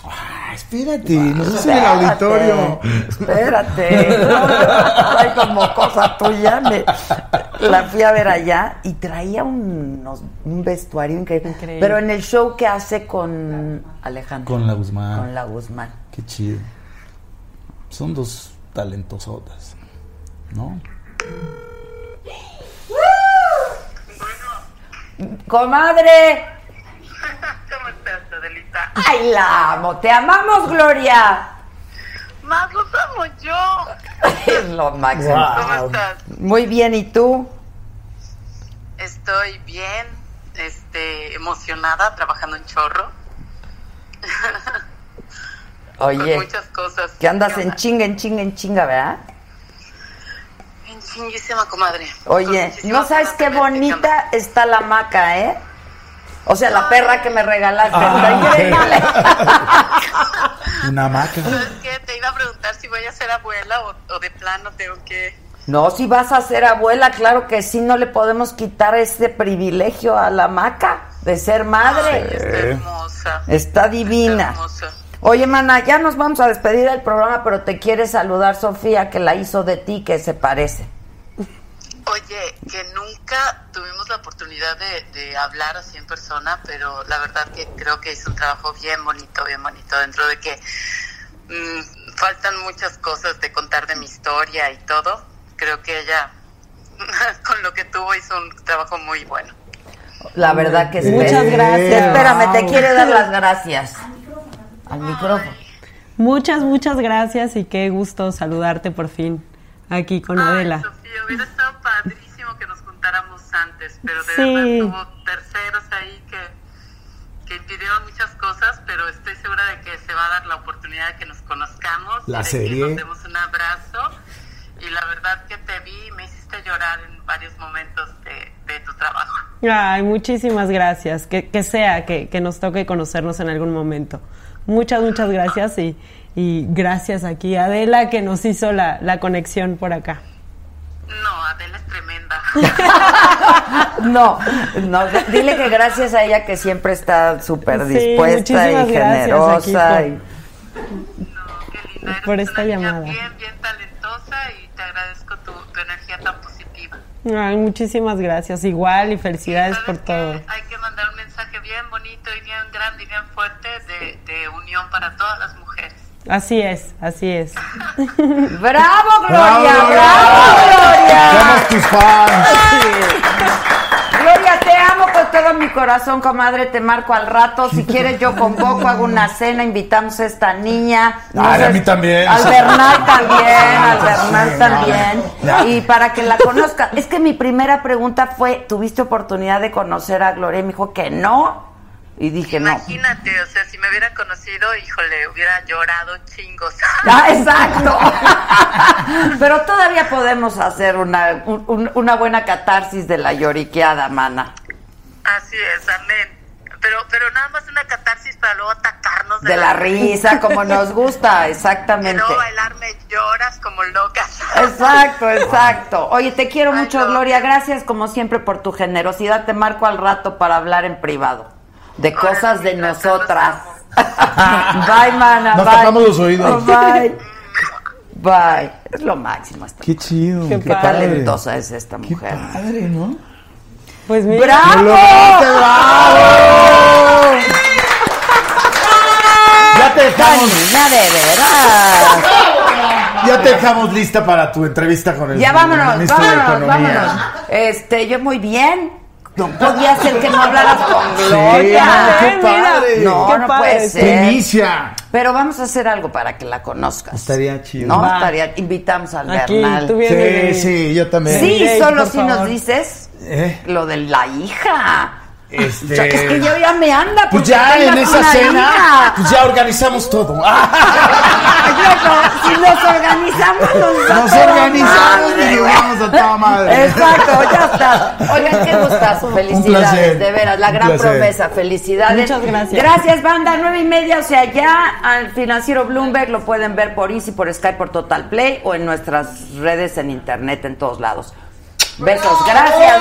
[SPEAKER 11] Ah, espérate, nos hizo en el auditorio.
[SPEAKER 1] Espérate. No, trae como cosa tuya. me- la fui a ver allá y traía unos- un vestuario increíble.
[SPEAKER 12] Increíble.
[SPEAKER 1] Pero en el show que hace con Alejandro.
[SPEAKER 11] Con la Guzmán.
[SPEAKER 1] Con la Guzmán.
[SPEAKER 11] Qué chido. Son dos talentosotas, ¿no?
[SPEAKER 1] ¡Comadre! ¡Ay, la amo! ¡Te amamos, Gloria!
[SPEAKER 7] Más los amo yo.
[SPEAKER 1] Es lo máximo.
[SPEAKER 7] Guau. ¿Cómo estás?
[SPEAKER 1] Muy bien, ¿y tú?
[SPEAKER 7] Estoy bien, este, emocionada, trabajando en chorro.
[SPEAKER 1] Oye,
[SPEAKER 7] muchas cosas.
[SPEAKER 1] que andas en chinga, en chinga, en chinga, ¿verdad?
[SPEAKER 7] En chinguísima, comadre.
[SPEAKER 1] Oye, no sabes qué bonita está la maca, ¿eh? O sea, la perra que me regalaste. está increíble.
[SPEAKER 15] Ah,
[SPEAKER 11] Una maca.
[SPEAKER 7] ¿Sabes qué? Te iba a preguntar si voy a ser abuela o, o de plano tengo que...
[SPEAKER 1] No, si vas a ser abuela, claro que sí, no le podemos quitar ese privilegio a la maca de ser madre.
[SPEAKER 7] hermosa.
[SPEAKER 1] Está divina. Oye, mana, ya nos vamos a despedir del programa, pero te quiere saludar Sofía, que la hizo de ti, que se parece.
[SPEAKER 7] Oye, que nunca tuvimos la oportunidad de, de hablar así en persona, pero la verdad que creo que hizo un trabajo bien bonito, bien bonito, dentro de que mm, faltan muchas cosas de contar de mi historia y todo. Creo que ella, con lo que tuvo, hizo un trabajo muy bueno.
[SPEAKER 1] La verdad que sí.
[SPEAKER 12] Muchas gracias.
[SPEAKER 1] Espérame, te
[SPEAKER 12] Wow.
[SPEAKER 1] quiere dar las gracias. Al micrófono.
[SPEAKER 12] Muchas, muchas gracias y qué gusto saludarte por fin aquí con Adela.
[SPEAKER 7] Sofía, hubiera estado padrísimo que nos juntáramos antes, pero de
[SPEAKER 12] Sí.
[SPEAKER 7] verdad hubo terceros ahí que, que impidieron muchas cosas, pero estoy segura de que se va a dar la oportunidad de que nos conozcamos,
[SPEAKER 11] La
[SPEAKER 7] de
[SPEAKER 11] serie.
[SPEAKER 7] que nos demos un abrazo. Y la verdad que te vi y me hiciste llorar en varios momentos de, de tu trabajo.
[SPEAKER 12] Ay, muchísimas gracias. Que, que sea, que, que nos toque conocernos en algún momento. Muchas, muchas gracias y, y gracias aquí a Adela que nos hizo la, la conexión por acá.
[SPEAKER 7] No, Adela es tremenda.
[SPEAKER 1] No, no, d- dile que gracias a ella que siempre está súper
[SPEAKER 12] Sí,
[SPEAKER 1] dispuesta
[SPEAKER 12] muchísimas
[SPEAKER 1] y
[SPEAKER 12] gracias aquí
[SPEAKER 1] generosa.
[SPEAKER 12] por-
[SPEAKER 1] y-
[SPEAKER 12] por esta llamada. Ay, muchísimas gracias. Igual y felicidades por todo.
[SPEAKER 7] Hay que mandar un mensaje bien bonito y bien grande y bien fuerte de, de unión para todas las mujeres.
[SPEAKER 12] Así es, así es.
[SPEAKER 18] Ah,
[SPEAKER 1] ¡Bravo, Gloria! ¡Bravo,
[SPEAKER 11] Somos tus fans.
[SPEAKER 1] Gloria! Gloria, te amo con todo mi corazón, comadre. Te marco al rato. Si quieres, yo convoco, hago una cena, invitamos a esta niña.
[SPEAKER 11] Ay,
[SPEAKER 1] sé-
[SPEAKER 11] a mí también.
[SPEAKER 1] Al Bernal también, al Bernal
[SPEAKER 11] Sí,
[SPEAKER 1] también.
[SPEAKER 11] no.
[SPEAKER 1] Y para que la conozca, es que mi primera pregunta fue, ¿tuviste oportunidad de conocer a Gloria? Y me dijo que no. Y dije,
[SPEAKER 12] Ah,
[SPEAKER 1] no.
[SPEAKER 18] Imagínate, o sea, si me hubiera conocido, híjole, hubiera llorado chingos.
[SPEAKER 1] Ah, exacto. Pero todavía podemos hacer una, un- un- una buena catarsis de la lloriqueada, mana.
[SPEAKER 18] Así es, amén. Pero, pero nada más una catarsis para luego atacarnos
[SPEAKER 1] De la risa, como nos gusta,
[SPEAKER 18] Y
[SPEAKER 1] exactamente.
[SPEAKER 18] luego bailarme lloras como locas.
[SPEAKER 1] Exacto, exacto. Oye, te quiero mucho, Gloria. Gracias, como siempre, por tu generosidad. Te marco al rato para hablar en privado de cosas de nosotras. bye, mana.
[SPEAKER 15] Nos
[SPEAKER 1] bye. Oh,
[SPEAKER 15] tapamos los oídos.
[SPEAKER 1] Bye. Bye. Es lo máximo. esta-
[SPEAKER 15] Qué chido.
[SPEAKER 1] Qué, talentosa es esta mujer.
[SPEAKER 15] Padre, ¿no?
[SPEAKER 12] Pues
[SPEAKER 1] mira. ¡Bravo!
[SPEAKER 15] Ya te dejamos.
[SPEAKER 1] de veras.
[SPEAKER 15] Ya te dejamos lista para tu entrevista con Pues, el
[SPEAKER 1] Ya vámonos,
[SPEAKER 15] ministro de
[SPEAKER 1] vámonos,
[SPEAKER 15] Economía.
[SPEAKER 1] vámonos. Este, yo muy bien. No podía ser que no hablaras con Gloria.
[SPEAKER 15] Sí, qué padre.
[SPEAKER 1] No,
[SPEAKER 15] Qué
[SPEAKER 1] no
[SPEAKER 15] padre.
[SPEAKER 1] puede ser.
[SPEAKER 15] Primicia.
[SPEAKER 1] Pero vamos a hacer algo para que la conozcas.
[SPEAKER 15] Estaría chido.
[SPEAKER 1] No,
[SPEAKER 15] Va.
[SPEAKER 1] estaría. Invitamos al
[SPEAKER 15] Aquí,
[SPEAKER 1] Bernal.
[SPEAKER 15] tú vienes. Sí, sí, yo también.
[SPEAKER 1] Sí,
[SPEAKER 15] Ey,
[SPEAKER 1] solo
[SPEAKER 15] por
[SPEAKER 1] si nos
[SPEAKER 15] favor.
[SPEAKER 1] dices
[SPEAKER 15] ¿Eh?
[SPEAKER 1] lo de la hija.
[SPEAKER 15] Este-
[SPEAKER 1] O sea, es que yo ya me anda.
[SPEAKER 15] Pues
[SPEAKER 1] porque
[SPEAKER 15] ya en
[SPEAKER 1] tengas
[SPEAKER 15] esa
[SPEAKER 1] una
[SPEAKER 15] cena,
[SPEAKER 1] hija.
[SPEAKER 15] pues ya organizamos todo.
[SPEAKER 1] si nos organizamos, nos,
[SPEAKER 15] Nos organizamos y llegamos a toda madre.
[SPEAKER 1] Exacto, ya está. Oigan, qué gustazo. Felicidades,
[SPEAKER 15] placer.
[SPEAKER 1] de veras. La
[SPEAKER 15] Un
[SPEAKER 1] gran
[SPEAKER 15] placer.
[SPEAKER 1] promesa. Felicidades.
[SPEAKER 12] Muchas gracias.
[SPEAKER 1] Gracias, banda. Nueve y media, o sea, ya al financiero Bloomberg lo pueden ver por Easy, por Skype, por Total Play o en nuestras redes en internet, en todos lados. Besos, gracias.